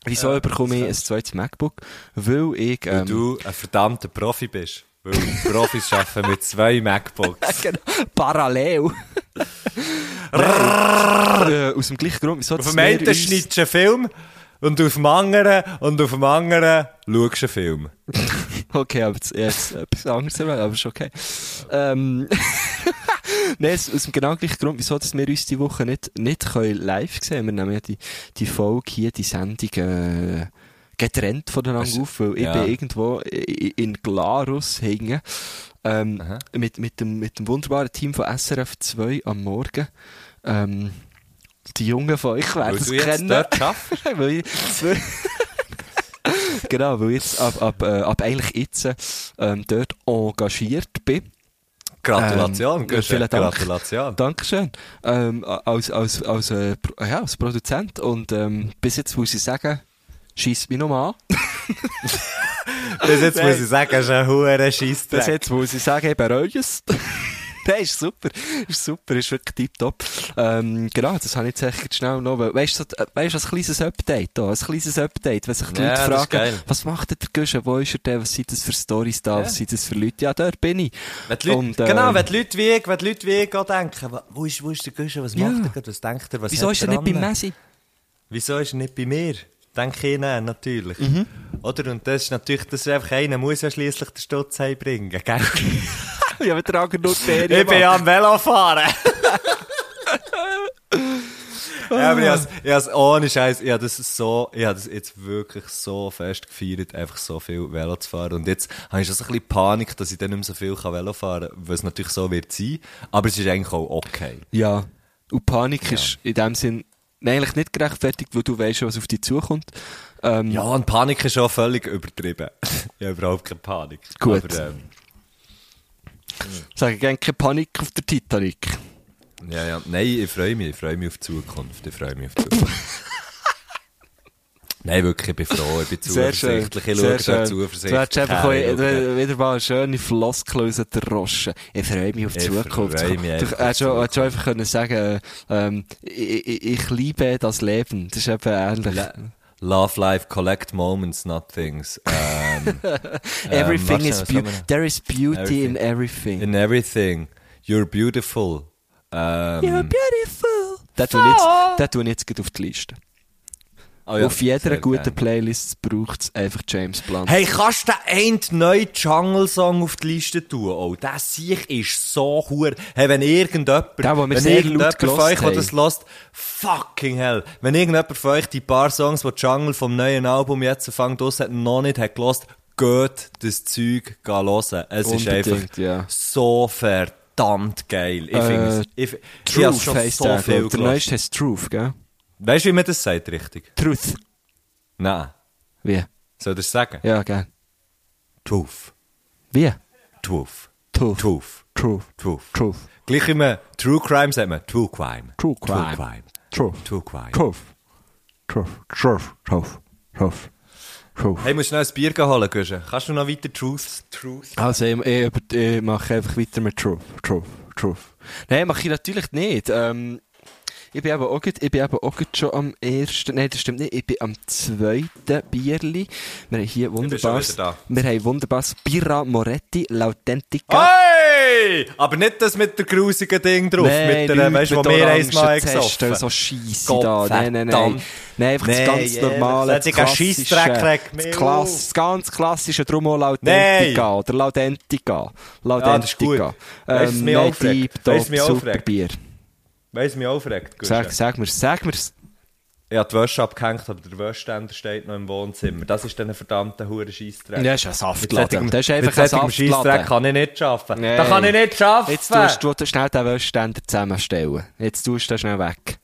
[SPEAKER 5] Wieso
[SPEAKER 6] Ah,
[SPEAKER 5] bekomme ich ein zweites MacBook? Weil ich... Ähm,
[SPEAKER 6] Du ein verdammter Profi bist. Weil Profis arbeiten mit zwei MacBooks.
[SPEAKER 5] Genau, parallel. Äh, aus dem gleichen Grund, wieso
[SPEAKER 6] Auf
[SPEAKER 5] das
[SPEAKER 6] dem
[SPEAKER 5] Meer
[SPEAKER 6] einen
[SPEAKER 5] uns-
[SPEAKER 6] schneidest du einen Film und auf dem anderen und auf dem anderen schaust du einen Film.
[SPEAKER 5] Okay, aber jetzt, jetzt äh, etwas anderes erwähnt, aber ist okay. Ähm, Nein, aus aus dem genau gleichen Grund, wieso dass wir uns die Woche nicht, nicht können live sehen können. Wir nehmen ja die, die Folge hier, die Sendung, äh, getrennt voneinander auf, weil ich
[SPEAKER 6] Also, ja.
[SPEAKER 5] bin irgendwo i- i- in Glarus hängen. Ähm,
[SPEAKER 6] Aha.
[SPEAKER 5] mit, mit, dem, mit dem wunderbaren Team von SRF 2 am Morgen. Ähm, die Jungen von euch
[SPEAKER 6] Weil
[SPEAKER 5] werden es
[SPEAKER 6] du jetzt
[SPEAKER 5] kennen.
[SPEAKER 6] dort arbeitest.
[SPEAKER 5] weil ich, weil- genau, weil ich jetzt ab, ab, äh, ab eigentlich jetzt ähm, dort engagiert bin.
[SPEAKER 6] Gratulation,
[SPEAKER 5] Ähm,
[SPEAKER 6] Guschen.
[SPEAKER 5] vielen Dank.
[SPEAKER 6] Gratulation.
[SPEAKER 5] Dankeschön. Ähm, als, als, als, äh, Pro- ja, als Produzent und ähm, bis jetzt muss ich sagen, schießt mich nochmal an.
[SPEAKER 6] Bis jetzt muss ich sagen, es ist ein hoher
[SPEAKER 5] Bis
[SPEAKER 6] Scheissdreck.
[SPEAKER 5] jetzt muss ich sagen, ich bereue es. Nein, ist super. Ist super, ist wirklich tipptopp. Ähm, genau, das habe ich jetzt echt schnell noch. weil- Weißt du, so- äh, weißt du, ein kleines Update da, ein kleines Update, wenn sich die
[SPEAKER 6] Ja,
[SPEAKER 5] Leute
[SPEAKER 6] das ist
[SPEAKER 5] fragen,
[SPEAKER 6] geil.
[SPEAKER 5] was macht denn der Guschen, wo ist er denn, was sind das für Storys da, was sind das für Leute? Ja, dort bin ich.
[SPEAKER 6] Wenn die Leute,
[SPEAKER 5] Und, äh,
[SPEAKER 6] genau, wenn die Leute wie ich, wenn die Leute wie ich auch denken, wa- wo ist, wo ist der Guschen, was
[SPEAKER 5] Ja.
[SPEAKER 6] macht er, gerade, was denkt er, was
[SPEAKER 5] Wieso
[SPEAKER 6] hat
[SPEAKER 5] ist er nicht
[SPEAKER 6] an?
[SPEAKER 5] beim Messi?
[SPEAKER 6] Wieso ist er nicht bei mir? Denke ich dann, natürlich.
[SPEAKER 5] Mhm.
[SPEAKER 6] Oder? Und das ist natürlich, das ist einfach einer, muss ja schliesslich den Stutz heimbringen, gell?
[SPEAKER 5] ja, wir tragen nur die Ferien.
[SPEAKER 6] Ich bin ja am Velo fahren. ja, aber ich has- ich has ohne Scheiß, ich hab das so, ich hab das jetzt wirklich so fest gefeiert, einfach so viel Velo zu fahren. Und jetzt habe ich schon so ein bisschen Panik, dass ich dann nicht mehr so viel kann Velo fahren kann, was natürlich so wird sein. Aber es ist eigentlich auch okay.
[SPEAKER 5] Ja. Und Panik ist in dem Sinn nein, eigentlich nicht gerechtfertigt, weil du weißt, schon, was auf dich zukommt. Ähm,
[SPEAKER 6] Ja, und Panik ist auch völlig übertrieben. ich habe überhaupt keine Panik.
[SPEAKER 5] Gut.
[SPEAKER 6] Aber, ähm,
[SPEAKER 5] Ich sage gerne keine Panik auf der Titanic.
[SPEAKER 6] ja, ja. Nein, ich freue mich, ich freue mich auf die Zukunft. Ich freue mich auf die Zukunft. Nein, wirklich, ich bin froh, ich bin zuversichtlich. Ich schaue schon
[SPEAKER 5] Du
[SPEAKER 6] zuversichtlich.
[SPEAKER 5] hättest einfach
[SPEAKER 6] her, ich schaue-
[SPEAKER 5] wieder, wieder mal eine schöne Floskel aus der Roschen. Ich freue mich auf die
[SPEAKER 6] Ich
[SPEAKER 5] Zukunft.
[SPEAKER 6] freue mich
[SPEAKER 5] Du
[SPEAKER 6] einfach auf
[SPEAKER 5] hättest
[SPEAKER 6] die
[SPEAKER 5] schon hättest schon einfach können sagen ähm, ich, ich, ich liebe das Leben. Das ist eben ähnlich.
[SPEAKER 6] La- Love Life, Collect Moments, Not Things. Ähm,
[SPEAKER 5] everything
[SPEAKER 6] warte,
[SPEAKER 5] is
[SPEAKER 6] Ähm, was haben wir noch?
[SPEAKER 5] beautiful. There is beauty in
[SPEAKER 6] Everything.
[SPEAKER 5] everything.
[SPEAKER 6] in everything. You're beautiful. Um, Ähm,
[SPEAKER 5] You're beautiful. Das tue ich jetzt, das tue ich jetzt gleich auf die Liste.
[SPEAKER 6] oh ja,
[SPEAKER 5] auf jeder
[SPEAKER 6] sehr
[SPEAKER 5] guten
[SPEAKER 6] gerne.
[SPEAKER 5] Playlist braucht es einfach James Blunt.
[SPEAKER 6] Hey, kannst du den einen neuen Jungle-Song auf die Liste tun? Oh, das Sieg ist so hure. Hey, wenn irgendjemand,
[SPEAKER 5] Der, wo wir
[SPEAKER 6] wenn
[SPEAKER 5] sehr laut
[SPEAKER 6] irgendjemand von
[SPEAKER 5] gehört
[SPEAKER 6] euch, der
[SPEAKER 5] haben.
[SPEAKER 6] das lässt, fucking hell. Wenn irgendjemand von euch die paar Songs, die Jungle vom neuen Album jetzt fängt aus hat, noch nicht hat gelost, geht das Zeug gehen hören. Es ist
[SPEAKER 5] Unbedingt,
[SPEAKER 6] einfach
[SPEAKER 5] ja.
[SPEAKER 6] so verdammt geil. Ich
[SPEAKER 5] Äh,
[SPEAKER 6] finde es, ich, ich hab's
[SPEAKER 5] Truth
[SPEAKER 6] schon
[SPEAKER 5] heisst
[SPEAKER 6] so
[SPEAKER 5] der.
[SPEAKER 6] viel
[SPEAKER 5] glaub. Der
[SPEAKER 6] gelost.
[SPEAKER 5] neueste heisst Truth, gell?
[SPEAKER 6] Weißt du, wie man das sagt, richtig?
[SPEAKER 5] Truth.
[SPEAKER 6] Nein.
[SPEAKER 5] Wie?
[SPEAKER 6] Soll ich das sagen?
[SPEAKER 5] Ja, gell.
[SPEAKER 6] Truth.
[SPEAKER 5] Wie?
[SPEAKER 6] Truth.
[SPEAKER 5] Truth.
[SPEAKER 6] Truth.
[SPEAKER 5] Truth.
[SPEAKER 6] Truth.
[SPEAKER 5] Truth.
[SPEAKER 6] Gleich immer True Crime sagt man True Crime.
[SPEAKER 5] True
[SPEAKER 6] True
[SPEAKER 5] Crime.
[SPEAKER 6] Crime.
[SPEAKER 5] Truth.
[SPEAKER 6] True Crime.
[SPEAKER 5] Truth. Truth. Truth. Truth. Truth. Truth.
[SPEAKER 6] Hey, musst du noch ein Bier gehen holen, Guschen? Kannst du noch weiter Truth? Truth.
[SPEAKER 5] Also, ich, ich, über- ich mache einfach weiter mit Truth. Truth. Truth. Nein, mache ich natürlich nicht. Ähm, ich bin eben auch, gut- ich bin eben auch gut schon am ersten, nein, das stimmt nicht, ich bin am zweiten Bierli. Wir haben hier wunderbares,
[SPEAKER 6] schon wieder
[SPEAKER 5] wir haben wunderbares Birra Moretti
[SPEAKER 6] Ah,
[SPEAKER 5] Lautentica.
[SPEAKER 6] Hey! Aber nicht das mit der grusigen Ding drauf, mit
[SPEAKER 5] eh,
[SPEAKER 6] der, äh, weißt du, wo wir eins mal gesoffen
[SPEAKER 5] so scheisse
[SPEAKER 6] Gott
[SPEAKER 5] da. Nein, nein, nein.
[SPEAKER 6] verdammt.
[SPEAKER 5] Nein, einfach das
[SPEAKER 6] Nein,
[SPEAKER 5] ganz
[SPEAKER 6] ehrlich,
[SPEAKER 5] normale,
[SPEAKER 6] das
[SPEAKER 5] das
[SPEAKER 6] hat sich ein
[SPEAKER 5] klassische,
[SPEAKER 6] Scheissdreck regt mich
[SPEAKER 5] das, Klass,
[SPEAKER 6] auf.
[SPEAKER 5] das ganz klassische, drum auch Laudentica,
[SPEAKER 6] Nein.
[SPEAKER 5] oder Laudentica.
[SPEAKER 6] Ja, das ist gut. Weisst
[SPEAKER 5] Laudentica.
[SPEAKER 6] du, was mich
[SPEAKER 5] nein,
[SPEAKER 6] aufregt? Weisst
[SPEAKER 5] Deep
[SPEAKER 6] du,
[SPEAKER 5] Eh, Top,
[SPEAKER 6] was mich
[SPEAKER 5] super
[SPEAKER 6] aufregt?
[SPEAKER 5] Bier.
[SPEAKER 6] Weißt du, mich aufregt, Guschen?
[SPEAKER 5] Sag, sag mir's, sag mir's.
[SPEAKER 6] Ich habe die Wäsche abgehängt, aber der Wäscheständer steht noch im Wohnzimmer. Das ist dann ein verdammter hure Scheissdreck.
[SPEAKER 5] Ja, ist ein Saftladen. Das ist
[SPEAKER 6] mit
[SPEAKER 5] einfach ein
[SPEAKER 6] solchem Scheissdreck
[SPEAKER 5] Saftladen.
[SPEAKER 6] kann ich nicht schaffen.
[SPEAKER 5] Nein.
[SPEAKER 6] Da kann ich nicht schaffen.
[SPEAKER 5] Jetzt tust du schnell den Wäschständer zusammenstellen. Jetzt tust du den schnell weg.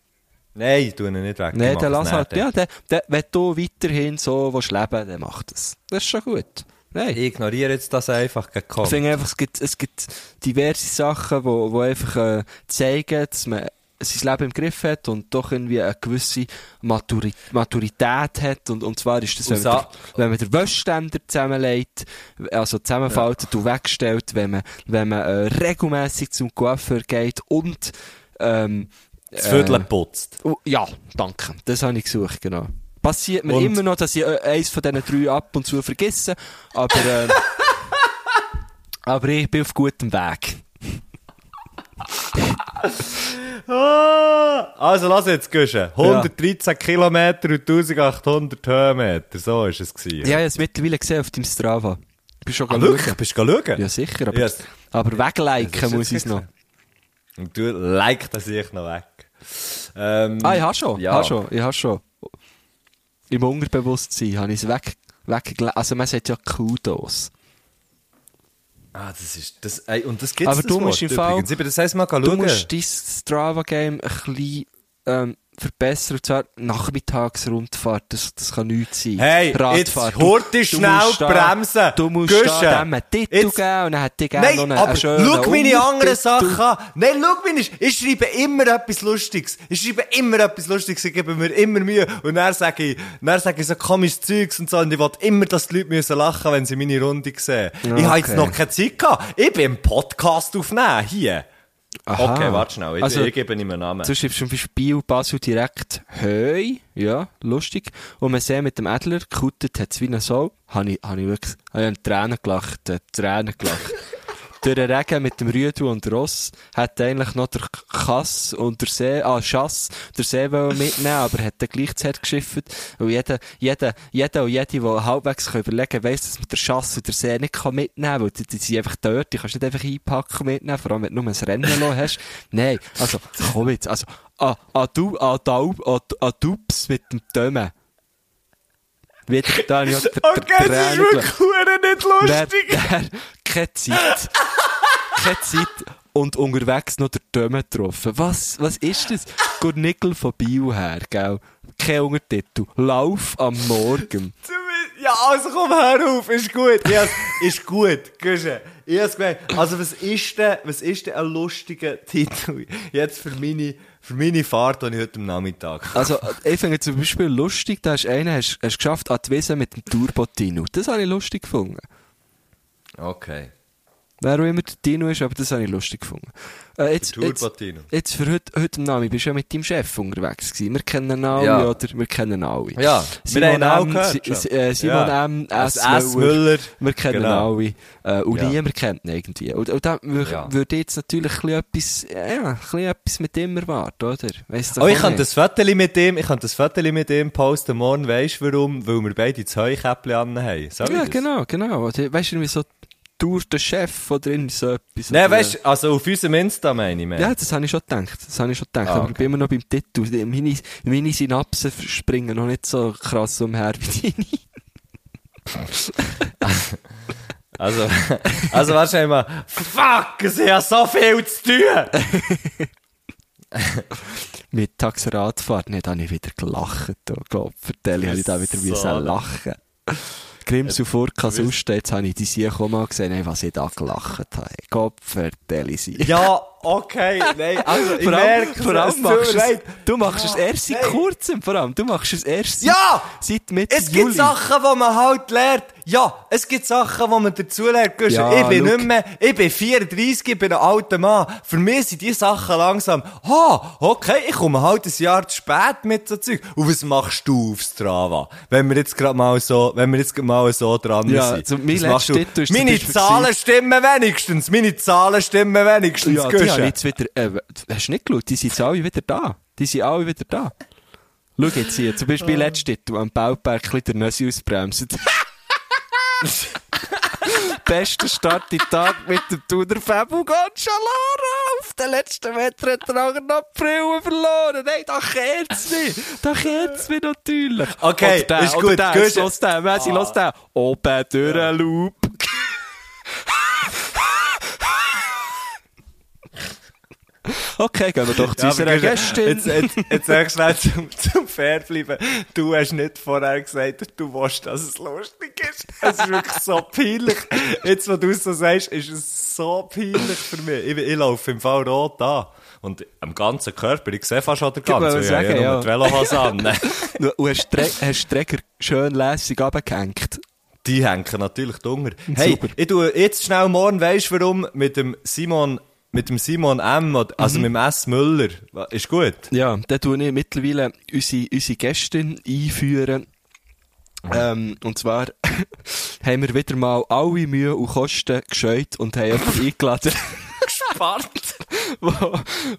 [SPEAKER 6] Nein, tu ihn nicht weg.
[SPEAKER 5] Nein,
[SPEAKER 6] Ich
[SPEAKER 5] dann
[SPEAKER 6] mach
[SPEAKER 5] lass
[SPEAKER 6] es
[SPEAKER 5] halt.
[SPEAKER 6] näher.
[SPEAKER 5] Ja, der, der, wenn du weiterhin so willst leben willst, dann mach das. Das ist schon gut. Nein.
[SPEAKER 6] Ich ignoriere jetzt das einfach
[SPEAKER 5] Ich
[SPEAKER 6] gekommen.
[SPEAKER 5] finde einfach, es gibt, es gibt diverse Sachen, die wo, wo einfach äh, zeigen, dass man sein Leben im Griff hat und doch irgendwie eine gewisse Maturi Maturität hat. Und, und zwar ist das, wenn
[SPEAKER 6] Und
[SPEAKER 5] man,
[SPEAKER 6] sa-
[SPEAKER 5] der, wenn man den Wäschständer zusammenlegt, also zusammenfaltet und wegstellt, wenn man, wenn man äh, regelmäßig zum Coiffeur geht und ähm, äh,
[SPEAKER 6] Das Viertel putzt.
[SPEAKER 5] oh, ja, danke. Das habe ich gesucht, genau. Passiert mir
[SPEAKER 6] Und-
[SPEAKER 5] immer noch, dass ich äh, eins von diesen drei ab und zu vergesse, aber, äh, aber ich bin auf gutem Weg.
[SPEAKER 6] Ah, also lass jetzt guschen. 113 Kilometer und 1800 Höhenmeter, so war es.
[SPEAKER 5] Ich habe es mittlerweile gesehen auf dem Strava. Ich bin schon
[SPEAKER 6] Ah,
[SPEAKER 5] gegangen
[SPEAKER 6] wirklich? Bist du schauen?
[SPEAKER 5] Ja, sicher, aber,
[SPEAKER 6] Yes.
[SPEAKER 5] aber
[SPEAKER 6] Das
[SPEAKER 5] wegliken
[SPEAKER 6] ist
[SPEAKER 5] muss ich es
[SPEAKER 6] jetzt
[SPEAKER 5] noch.
[SPEAKER 6] Und du like das ich noch weg. Ähm,
[SPEAKER 5] Ah, ich habe schon.
[SPEAKER 6] Ja.
[SPEAKER 5] Ja. Hab schon. Ich habe schon. Im Unterbewusstsein habe ich es weg, weggelegt. Also man sagt ja Kudos.
[SPEAKER 6] Ah, das ist, das, ey, und das gibt's
[SPEAKER 5] Aber
[SPEAKER 6] das
[SPEAKER 5] du musst
[SPEAKER 6] Wort
[SPEAKER 5] im Fall-
[SPEAKER 6] übrigens. Ich bin das heißt mal schauen.
[SPEAKER 5] Du musst dein Strava-Game ein bisschen ähm, verbessern. Und zwar Nachmittagsrundfahrt. Das, das kann nichts sein.
[SPEAKER 6] Hey,
[SPEAKER 5] Radfahrt.
[SPEAKER 6] jetzt hurtig
[SPEAKER 5] Du- du
[SPEAKER 6] schnell
[SPEAKER 5] musst da-
[SPEAKER 6] bremsen.
[SPEAKER 5] Du musst
[SPEAKER 6] Güsche.
[SPEAKER 5] da dem einen Titel
[SPEAKER 6] Jetzt-
[SPEAKER 5] geben und dann hätte ich gerne
[SPEAKER 6] Nein,
[SPEAKER 5] noch einen,
[SPEAKER 6] aber
[SPEAKER 5] einen schönen
[SPEAKER 6] schau meine anderen
[SPEAKER 5] Untertitel.
[SPEAKER 6] Sachen an. Nein, schau meine, ich schreibe immer etwas Lustiges. Ich schreibe immer etwas Lustiges, ich gebe mir immer Mühe. Und dann sage ich, dann sage ich so komisches Zeugs und so. Und ich will immer, dass die Leute müssen lachen wenn sie meine Runde sehen. Ich habe jetzt
[SPEAKER 5] okay.
[SPEAKER 6] noch keine Zeit gehabt. Ich bin im Podcast aufnehmen, hier.
[SPEAKER 5] Aha.
[SPEAKER 6] Okay, warte schnell. Ich,
[SPEAKER 5] Also-
[SPEAKER 6] ich gebe ihm einen Namen.
[SPEAKER 5] Du schreibst zum Beispiel Basel direkt «Heu», ja, lustig. Und man sieht mit dem Ädler, «Kutet hat es wie ein Soul», habe ich, hab ich wirklich hab ich an Tränen gelacht, äh, Tränen gelacht. Durch den Regen mit dem Rüdu und der Ross hat eigentlich noch der Kass und der See, ah, Schass, der See wollen mitnehmen, aber hat dann gleich zu hart geschifft. Weil jeder, jeder, jeder und jede, der halbwegs kann überlegen kann, weiss, dass man dus der Schass und der See nicht kann mitnehmen kann, weil die, die sind einfach dort, die kannst du nicht einfach einpacken und mitnehmen, vor allem wenn du nur ein Rennen lassen hast. Nein, also, komm jetzt, also, an, an du, an Daub, an, an Dubs mit dem Dömen. Wieder, da habe ich auch die- die
[SPEAKER 6] Okay, das ist
[SPEAKER 5] Tränen gelacht.
[SPEAKER 6] wirklich verdammt nicht lustig.
[SPEAKER 5] Nein, nein, keine Zeit. keine Zeit. Und unterwegs noch der Döme getroffen. Was, was ist das? Gurnickel von Bio her, gell? Kein Untertitel. Lauf am Morgen.
[SPEAKER 6] Ja, also komm, hör auf, ist gut. Ich has, ist gut, Güsche. Ich has gemeint. Also, was ist denn, was ist denn ein lustiger Titel jetzt für meine, für meine Fahrt, die ich heute am Nachmittag
[SPEAKER 5] Also, ich finde zum Beispiel lustig, da hast du einen, hast, hast geschafft, an die Wiese mit dem Turbo-Tino. Das habe ich lustig gefunden.
[SPEAKER 6] Okay.
[SPEAKER 5] Wer auch immer der Tino ist, aber das habe ich lustig gefunden. Äh, jetzt,
[SPEAKER 6] Der
[SPEAKER 5] jetzt,
[SPEAKER 6] Turbo-Tino.
[SPEAKER 5] jetzt für heute, heute Namen, bist du ja mit deinem Chef unterwegs gewesen. Wir kennen alle,
[SPEAKER 6] Ja.
[SPEAKER 5] oder? Wir kennen alle.
[SPEAKER 6] Ja, wir haben
[SPEAKER 5] Simon
[SPEAKER 6] auch
[SPEAKER 5] M,
[SPEAKER 6] gehört
[SPEAKER 5] Si-
[SPEAKER 6] schon.
[SPEAKER 5] Si- äh, Simon
[SPEAKER 6] Ja.
[SPEAKER 5] M,
[SPEAKER 6] S.
[SPEAKER 5] S.
[SPEAKER 6] S. Müller.
[SPEAKER 5] Müller. Wir kennen
[SPEAKER 6] Genau.
[SPEAKER 5] alle. Äh, und
[SPEAKER 6] Ja.
[SPEAKER 5] niemand kennt ihn irgendwie. Und, und da wür-
[SPEAKER 6] Ja.
[SPEAKER 5] würde ich jetzt natürlich ein bisschen etwas, ja, ein bisschen etwas mit ihm erwarten, oder? Weißt
[SPEAKER 6] Oh, ich kann das Viertel mit dem, ich kann das Viertel mit dem posten morgen, weisst du warum? Weil wir beide das Heukäppchen anhaben. Soll ich
[SPEAKER 5] Ja,
[SPEAKER 6] das?
[SPEAKER 5] genau, genau. Oder Weißt du, irgendwie so Tour der Chef oder irgendwie so etwas.
[SPEAKER 6] Nein,
[SPEAKER 5] Oder-
[SPEAKER 6] weisst du, also auf unserem Insta meine ich, mehr.
[SPEAKER 5] Ja, das habe ich schon gedacht. Das habe ich schon gedacht.
[SPEAKER 6] Ah,
[SPEAKER 5] Aber ich bin immer noch beim Titel. Die- Meine, meine Synapsen springen noch nicht so krass umher wie deine.
[SPEAKER 6] Also, also wahrscheinlich mal, fuck, es hat so viel zu tun!
[SPEAKER 5] Mittagsradfahrt. Nicht, habe ich wieder gelacht. Oh Gott, vertell, ich habe da wieder
[SPEAKER 6] So.
[SPEAKER 5] müssen lachen. Grimms und Furkas ausstehen, jetzt habe ich die Sieg auch mal gesehen, ey, was ich da gelacht habe. Gott, vertell ich sie.
[SPEAKER 6] Ja, okay, nein, also ich
[SPEAKER 5] vor allem,
[SPEAKER 6] merke,
[SPEAKER 5] vor
[SPEAKER 6] es
[SPEAKER 5] allem
[SPEAKER 6] tut
[SPEAKER 5] machst
[SPEAKER 6] mir
[SPEAKER 5] du es,
[SPEAKER 6] leid.
[SPEAKER 5] du machst es erst seit
[SPEAKER 6] nein.
[SPEAKER 5] kurzem, vor allem. Du machst es erst seit,
[SPEAKER 6] Ja!
[SPEAKER 5] seit Mitte
[SPEAKER 6] Es gibt
[SPEAKER 5] Juli.
[SPEAKER 6] Sachen, die man halt lernt. Ja, es gibt Sachen, die man dazu lernt. Gusch,
[SPEAKER 5] Ja,
[SPEAKER 6] ich bin
[SPEAKER 5] schau.
[SPEAKER 6] nicht mehr, ich bin 34, ich bin ein alter Mann. Für mich sind diese Sachen langsam, ha, okay, ich komme halt ein Jahr zu spät mit so Zeug. Und was machst du auf Strava? Wenn wir jetzt gerade mal so, wenn wir jetzt gerade mal so dran
[SPEAKER 5] Ja,
[SPEAKER 6] sind.
[SPEAKER 5] so mein
[SPEAKER 6] Was machst
[SPEAKER 5] letzter Titel ist zum
[SPEAKER 6] Meine
[SPEAKER 5] Beispiel
[SPEAKER 6] Zahlen stimmen wenigstens. Meine Zahlen stimmen wenigstens,
[SPEAKER 5] Ja, die
[SPEAKER 6] Gusch.
[SPEAKER 5] haben jetzt wieder. Äh, hast du nicht geschaut? Die sind jetzt alle wieder da. Die sind alle wieder da. Schau jetzt hier, zum Beispiel
[SPEAKER 6] Ah.
[SPEAKER 5] letztes Titel am Bauberg der Nössi ausbremsen. Bester Start in den Tag mit dem Tuner Fabio Gonchalara. Auf den letzten Meter hat er auch noch die Brille verloren. Nein, da kehrt's nicht. Da kehrt's nicht natürlich.
[SPEAKER 6] Okay,
[SPEAKER 5] Oder der,
[SPEAKER 6] ist
[SPEAKER 5] oder
[SPEAKER 6] gut,
[SPEAKER 5] Der,
[SPEAKER 6] gut. Ah.
[SPEAKER 5] Los den, Messi, los den. Oben durch den Loop. Okay, gehen wir doch zu
[SPEAKER 6] Ja, aber
[SPEAKER 5] unserer
[SPEAKER 6] Güsche,
[SPEAKER 5] Gästin.
[SPEAKER 6] Jetzt, äh, jetzt, jetzt sag schnell zum, zum Fair bleiben. Du hast nicht vorher gesagt, du willst, dass es lustig ist. Es ist wirklich so peinlich. Jetzt, wo du es so sagst, ist es so peinlich für mich. Ich, ich laufe im Fall rot an. Und am ganzen Körper, ich sehe fast schon den
[SPEAKER 5] wollte
[SPEAKER 6] ganzen. Ich habe ja
[SPEAKER 5] sagen,
[SPEAKER 6] nur
[SPEAKER 5] ja.
[SPEAKER 6] die Velohose an.
[SPEAKER 5] Du du hast Tre- hast Träger schön lässig runtergehängt.
[SPEAKER 6] Die hängen natürlich dunger. Hey,
[SPEAKER 5] Super.
[SPEAKER 6] ich tue jetzt schnell morgen, weißt du warum, mit dem Simon mit dem Simon M., oder- also
[SPEAKER 5] Mhm.
[SPEAKER 6] mit dem S. Müller, wa- ist gut.
[SPEAKER 5] Ja, da tue ich mittlerweile unsere, unsere Gästin einführen. Ähm, und zwar haben wir wieder mal alle Mühe und Kosten gescheut und haben jemanden eingeladen. Gespart! wo,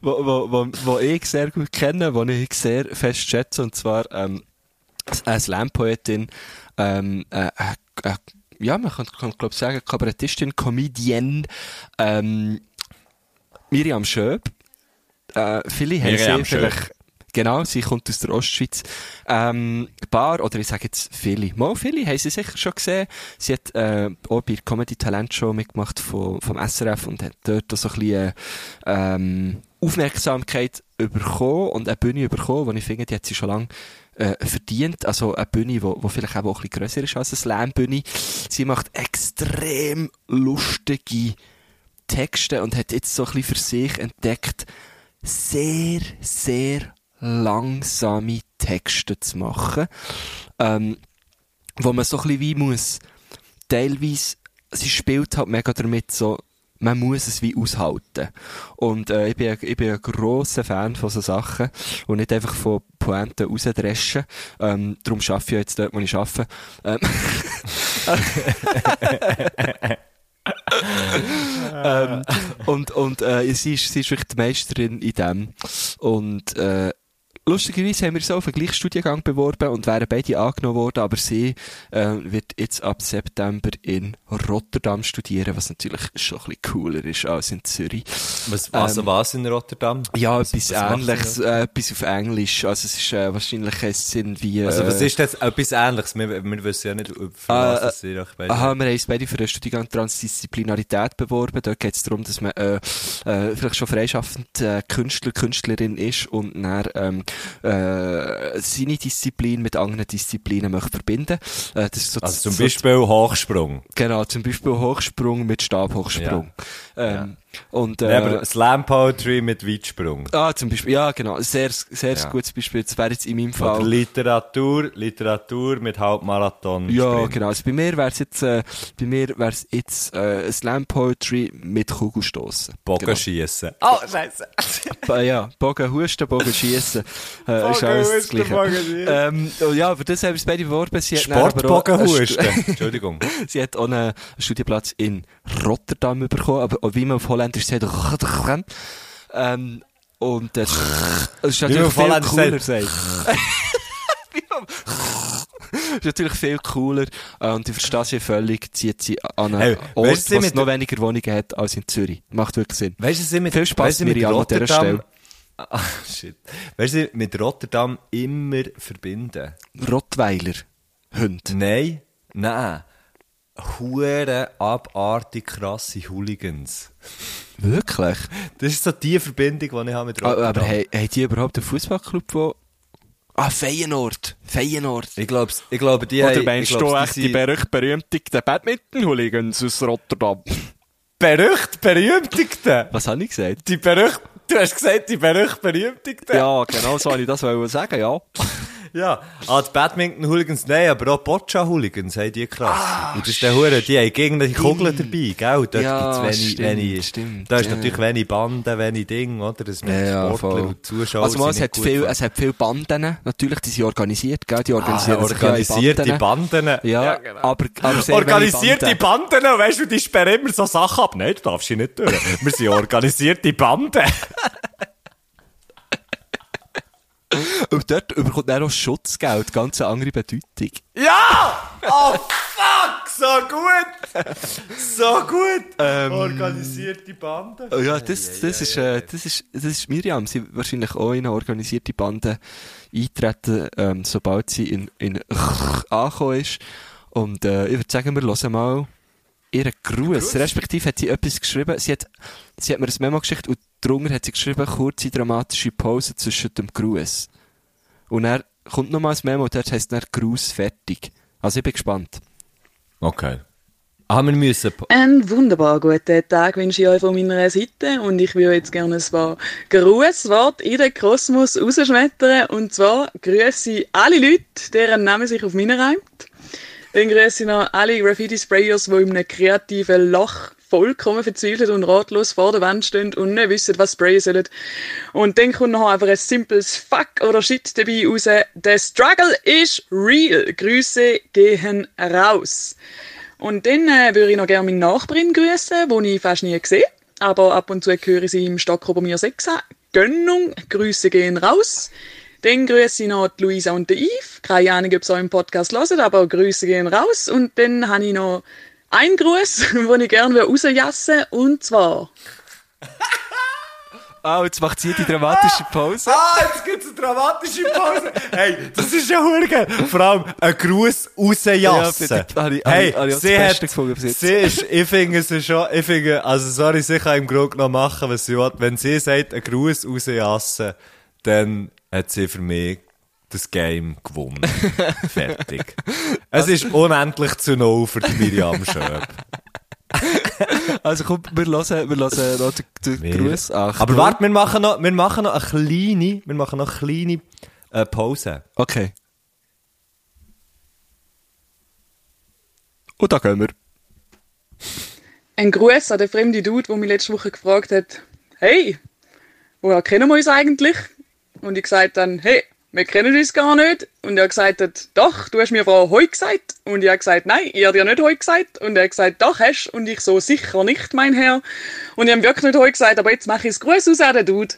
[SPEAKER 5] wo, wo, wo, wo ich sehr gut kenne, wo ich sehr fest schätze, und zwar ähm, eine Slam-Poetin, ähm, äh, äh, äh, ja, man kann, kann glaube ich sagen, Kabarettistin, Comedienne, ähm, Miriam Schöb. Äh, viele haben
[SPEAKER 6] Miriam
[SPEAKER 5] sie
[SPEAKER 6] Schöb.
[SPEAKER 5] vielleicht, genau, sie kommt aus der Ostschweiz. Ähm, ein paar, oder ich sage jetzt viele, mal viele haben sie sicher schon gesehen. Sie hat äh, auch bei der Comedy Talent Show mitgemacht vom, vom SRF und hat dort auch so ein bisschen äh, ähm, Aufmerksamkeit bekommen und eine Bühne bekommen, die ich finde, die hat sie schon lange äh, verdient. Also eine Bühne, wo, wo vielleicht eben auch ein bisschen grösser ist als eine Slam-Bühne. Sie macht extrem lustige Texte und hat jetzt so ein bisschen für sich entdeckt, sehr, sehr langsame Texte zu machen, ähm, wo man so ein bisschen wie muss, teilweise, sie spielt halt mega damit so, man muss es wie aushalten. Und äh, ich, bin, ich bin ein grosser Fan von so Sachen und nicht einfach von Pointen rausdreschen. Ähm, darum arbeite ich ja jetzt dort, wo ich arbeite. Ähm, ähm, und und äh, sie, ist, sie ist wirklich die Meisterin in dem. Und äh, lustigerweise haben wir uns auch auf den gleichen Studiengang beworben und wären beide angenommen worden, aber sie äh, wird jetzt ab September in Rotterdam studieren, was natürlich schon ein bisschen cooler ist als in Zürich.
[SPEAKER 6] Was, also
[SPEAKER 5] Ähm,
[SPEAKER 6] was in Rotterdam?
[SPEAKER 5] Ja,
[SPEAKER 6] was
[SPEAKER 5] etwas
[SPEAKER 6] macht sie
[SPEAKER 5] ähnliches, äh, etwas auf Englisch. Also es ist äh, wahrscheinlich ein Sinn wie... Äh,
[SPEAKER 6] Also was ist das? Etwas Ähnliches. Wir, wir wissen ja nicht, ob- für
[SPEAKER 5] Ah,
[SPEAKER 6] was
[SPEAKER 5] äh,
[SPEAKER 6] das ihr euch beide-
[SPEAKER 5] Aha, wir haben uns beide für den Studiengang Transdisziplinarität beworben. Dort geht es darum, dass man äh, äh, vielleicht schon freischaffend äh, Künstler, Künstlerin ist und dann ähm, äh, seine Disziplin mit anderen Disziplinen möchte verbinden äh, das ist so
[SPEAKER 6] Also zum
[SPEAKER 5] so-
[SPEAKER 6] Beispiel Hochsprung.
[SPEAKER 5] Genau, zum Beispiel Hochsprung mit Stabhochsprung. Ähm, Und,
[SPEAKER 6] Nein,
[SPEAKER 5] äh,
[SPEAKER 6] aber Slam Poetry mit Weitsprung.
[SPEAKER 5] ah, zum Beispiel, ja genau, sehr, sehr
[SPEAKER 6] Ja.
[SPEAKER 5] gutes Beispiel. Das wäre jetzt in meinem
[SPEAKER 6] Oder
[SPEAKER 5] Fall...
[SPEAKER 6] Literatur, Literatur mit Halbmarathon.
[SPEAKER 5] Ja,
[SPEAKER 6] Sprint.
[SPEAKER 5] genau. Also bei mir wär's jetzt, äh, bei mir wär's jetzt äh, Slam Poetry mit Kugelstoßen.
[SPEAKER 6] Bogenschiessen.
[SPEAKER 1] Oh, scheiße.
[SPEAKER 5] Genau. Äh, ja, Bogen husten, Bogen schießen. Äh, ist alles das
[SPEAKER 6] Bogenhusten,
[SPEAKER 5] Gleiche.
[SPEAKER 6] Bogenschiessen.
[SPEAKER 5] Ähm, oh ja, für das haben wir uns beide beworben. Sie hat dann aber auch-
[SPEAKER 6] Sportbogenhusten. Entschuldigung.
[SPEAKER 5] Sie hat auch einen Studienplatz in Rotterdam bekommen, aber auch wie man auf Holländisch sagt, Rotterdam. ähm, und äh, es ist
[SPEAKER 6] Wie
[SPEAKER 5] natürlich
[SPEAKER 6] man auf
[SPEAKER 5] viel
[SPEAKER 6] Holländisch
[SPEAKER 5] cooler.
[SPEAKER 6] sagt.
[SPEAKER 5] ist natürlich viel cooler äh, und ich verstehe sie völlig, zieht sie an einen
[SPEAKER 6] Hey,
[SPEAKER 5] Ort,
[SPEAKER 6] weißt du,
[SPEAKER 5] wo es
[SPEAKER 6] mit-
[SPEAKER 5] noch weniger Wohnungen hat als in Zürich. Macht wirklich Sinn.
[SPEAKER 6] Weißt du, sie mit,
[SPEAKER 5] Viel Spaß,
[SPEAKER 6] weißt du, mit
[SPEAKER 5] Miriam, an dieser
[SPEAKER 6] Rotterdam.
[SPEAKER 5] Stelle.
[SPEAKER 6] Ah, shit. Weißt du, mit Rotterdam immer verbinden?
[SPEAKER 5] Rottweiler, Hund.
[SPEAKER 6] Nein, nein. Hure abartig krasse Hooligans.
[SPEAKER 5] Wirklich?
[SPEAKER 6] Das ist so die Verbindung, die ich habe mit
[SPEAKER 5] Ah,
[SPEAKER 6] Rotterdam.
[SPEAKER 5] aber haben haben die überhaupt einen Fußballclub, wo... Ah, Feyenoord. Feyenoord.
[SPEAKER 6] ich glaube, ich glaube, die
[SPEAKER 5] Oder
[SPEAKER 6] haben-
[SPEAKER 5] meinst
[SPEAKER 6] ich
[SPEAKER 5] Oh, du
[SPEAKER 6] glaub,
[SPEAKER 5] echt
[SPEAKER 6] die sind-
[SPEAKER 5] die berücht berühmtigten Badminton-Hooligans aus Rotterdam?
[SPEAKER 6] berücht berühmtigten?
[SPEAKER 5] Was habe ich gesagt?
[SPEAKER 6] Die berücht, du hast gesagt, die berücht berühmtigten?
[SPEAKER 5] Ja, genau so wollte ich das wollen sagen, ja.
[SPEAKER 6] Ja, ah, die Badminton-Hooligans, nein, aber auch Boccia-Hooligans haben die krass. und das ist der Hure, die haben gegen die Kugeln dabei, gell? Dort
[SPEAKER 5] Ah, Ja,
[SPEAKER 6] gibt's wenig,
[SPEAKER 5] stimmt,
[SPEAKER 6] wenig,
[SPEAKER 5] stimmt,
[SPEAKER 6] da ist
[SPEAKER 5] ja.
[SPEAKER 6] natürlich wenig Banden, wenig Ding, oder? Das mit Sportler und Zuschauer
[SPEAKER 5] also, man,
[SPEAKER 6] sind
[SPEAKER 5] es
[SPEAKER 6] nicht
[SPEAKER 5] hat,
[SPEAKER 6] gut
[SPEAKER 5] viel,
[SPEAKER 6] ver-
[SPEAKER 5] es hat viele Banden, natürlich, die sind organisiert, gell? Die
[SPEAKER 6] Ah,
[SPEAKER 5] organisieren sich ja in
[SPEAKER 6] organisierte Banden.
[SPEAKER 5] Ja, genau. aber, aber sehr
[SPEAKER 6] Organisierte
[SPEAKER 5] wenig Banden.
[SPEAKER 6] Banden, oh, weißt du, die sperren immer so Sachen ab. Nein, du darfst sie nicht durch. Wir sind organisierte Banden.
[SPEAKER 5] Und dort bekommt dann auch Schutzgeld, ganz eine andere Bedeutung.
[SPEAKER 6] Ja! Oh fuck! So gut! So gut!
[SPEAKER 5] Ähm,
[SPEAKER 6] Organisierte Banden.
[SPEAKER 5] Oh ja, das, das, ist, äh, das, ist, das ist Miriam. Sie wird wahrscheinlich auch in eine organisierte Bande eintreten, ähm, sobald sie in, in angekommen ist. Und äh, ich würde sagen, wir hören mal ihren Gruß. Respektive hat sie etwas geschrieben. Sie hat, sie hat mir ein Memo geschickt und darunter hat sie geschrieben, kurze dramatische Pause zwischen dem Gruß. Und er kommt nochmal ein Memo und dort heisst dann Gruß fertig. Also ich bin gespannt.
[SPEAKER 6] Okay. Ah, wir müssen.
[SPEAKER 2] Einen wunderbar guten Tag wünsche ich euch von meiner Seite und ich würde jetzt gerne ein paar Grußworte in den Kosmos rausschmettern und zwar grüße ich alle Leute, deren Name sich auf meinen reimt. Dann grüße ich noch alle Graffiti-Sprayers, die in einem kreativen Lach vollkommen verzweifelt und ratlos vor der Wand stehen und nicht wissen, was sprayen sollen. Und dann kommt noch einfach ein simples Fuck oder Shit dabei raus. Der Struggle is real. Grüße gehen raus. Und dann äh, würde ich noch gerne meine Nachbarin grüßen, die ich fast nie sehe. Aber ab und zu höre ich sie im Stock ober mir 6 an. Gönnung, Grüße gehen raus. Dann grüße ich noch die Luisa und den Yves. Keine Ahnung, ob sie auch im Podcast hören, aber Grüße gehen raus. Und dann habe ich noch einen Gruß, den ich gerne rausjassen will. Und zwar
[SPEAKER 5] Ah, jetzt macht sie die dramatische Pause.
[SPEAKER 6] Ah, jetzt gibt's eine dramatische Pause. Hey, das ist ja hurge. Vor allem ein Gruß rausjassen.
[SPEAKER 5] Ja, bitte. Habe ich- habe
[SPEAKER 6] hey,
[SPEAKER 5] ich- habe ich auch
[SPEAKER 6] sie
[SPEAKER 5] das
[SPEAKER 6] hat,
[SPEAKER 5] Beste gefunden bis jetzt.
[SPEAKER 6] sie ist, ich finde sie schon, ich finde, also sorry, sie kann im Grunde noch machen, was sie will. Wenn sie sagt, ein Gruß rausjassen, dann hat sie für mich das Game gewonnen. Fertig. Es ist unendlich zu null für die Miriam Schöp.
[SPEAKER 5] Also komm, wir hören, wir hören noch den, den Gruß. Ah, Achtung.
[SPEAKER 6] Aber warte, wir machen noch, wir machen noch eine kleine, wir machen noch eine kleine äh, Pause.
[SPEAKER 5] Okay. Und da gehen wir.
[SPEAKER 2] ein Gruß an den fremden Dude, der mich letzte Woche gefragt hat, hey, woher kennen wir uns eigentlich? Und ich gesagt dann, hey, wir kennen uns gar nicht. Und er gesagt hat, doch, du hast mir vorher «Hoi» gesagt. Und ich habe gesagt, nein, ich habe dir nicht «Hoi» gesagt. Und er hat gesagt, doch, hast du. Und ich so, sicher nicht, mein Herr. Und ich habe wirklich nicht «Hoi» gesagt, aber jetzt mache ich das Gruß aus an den Dude.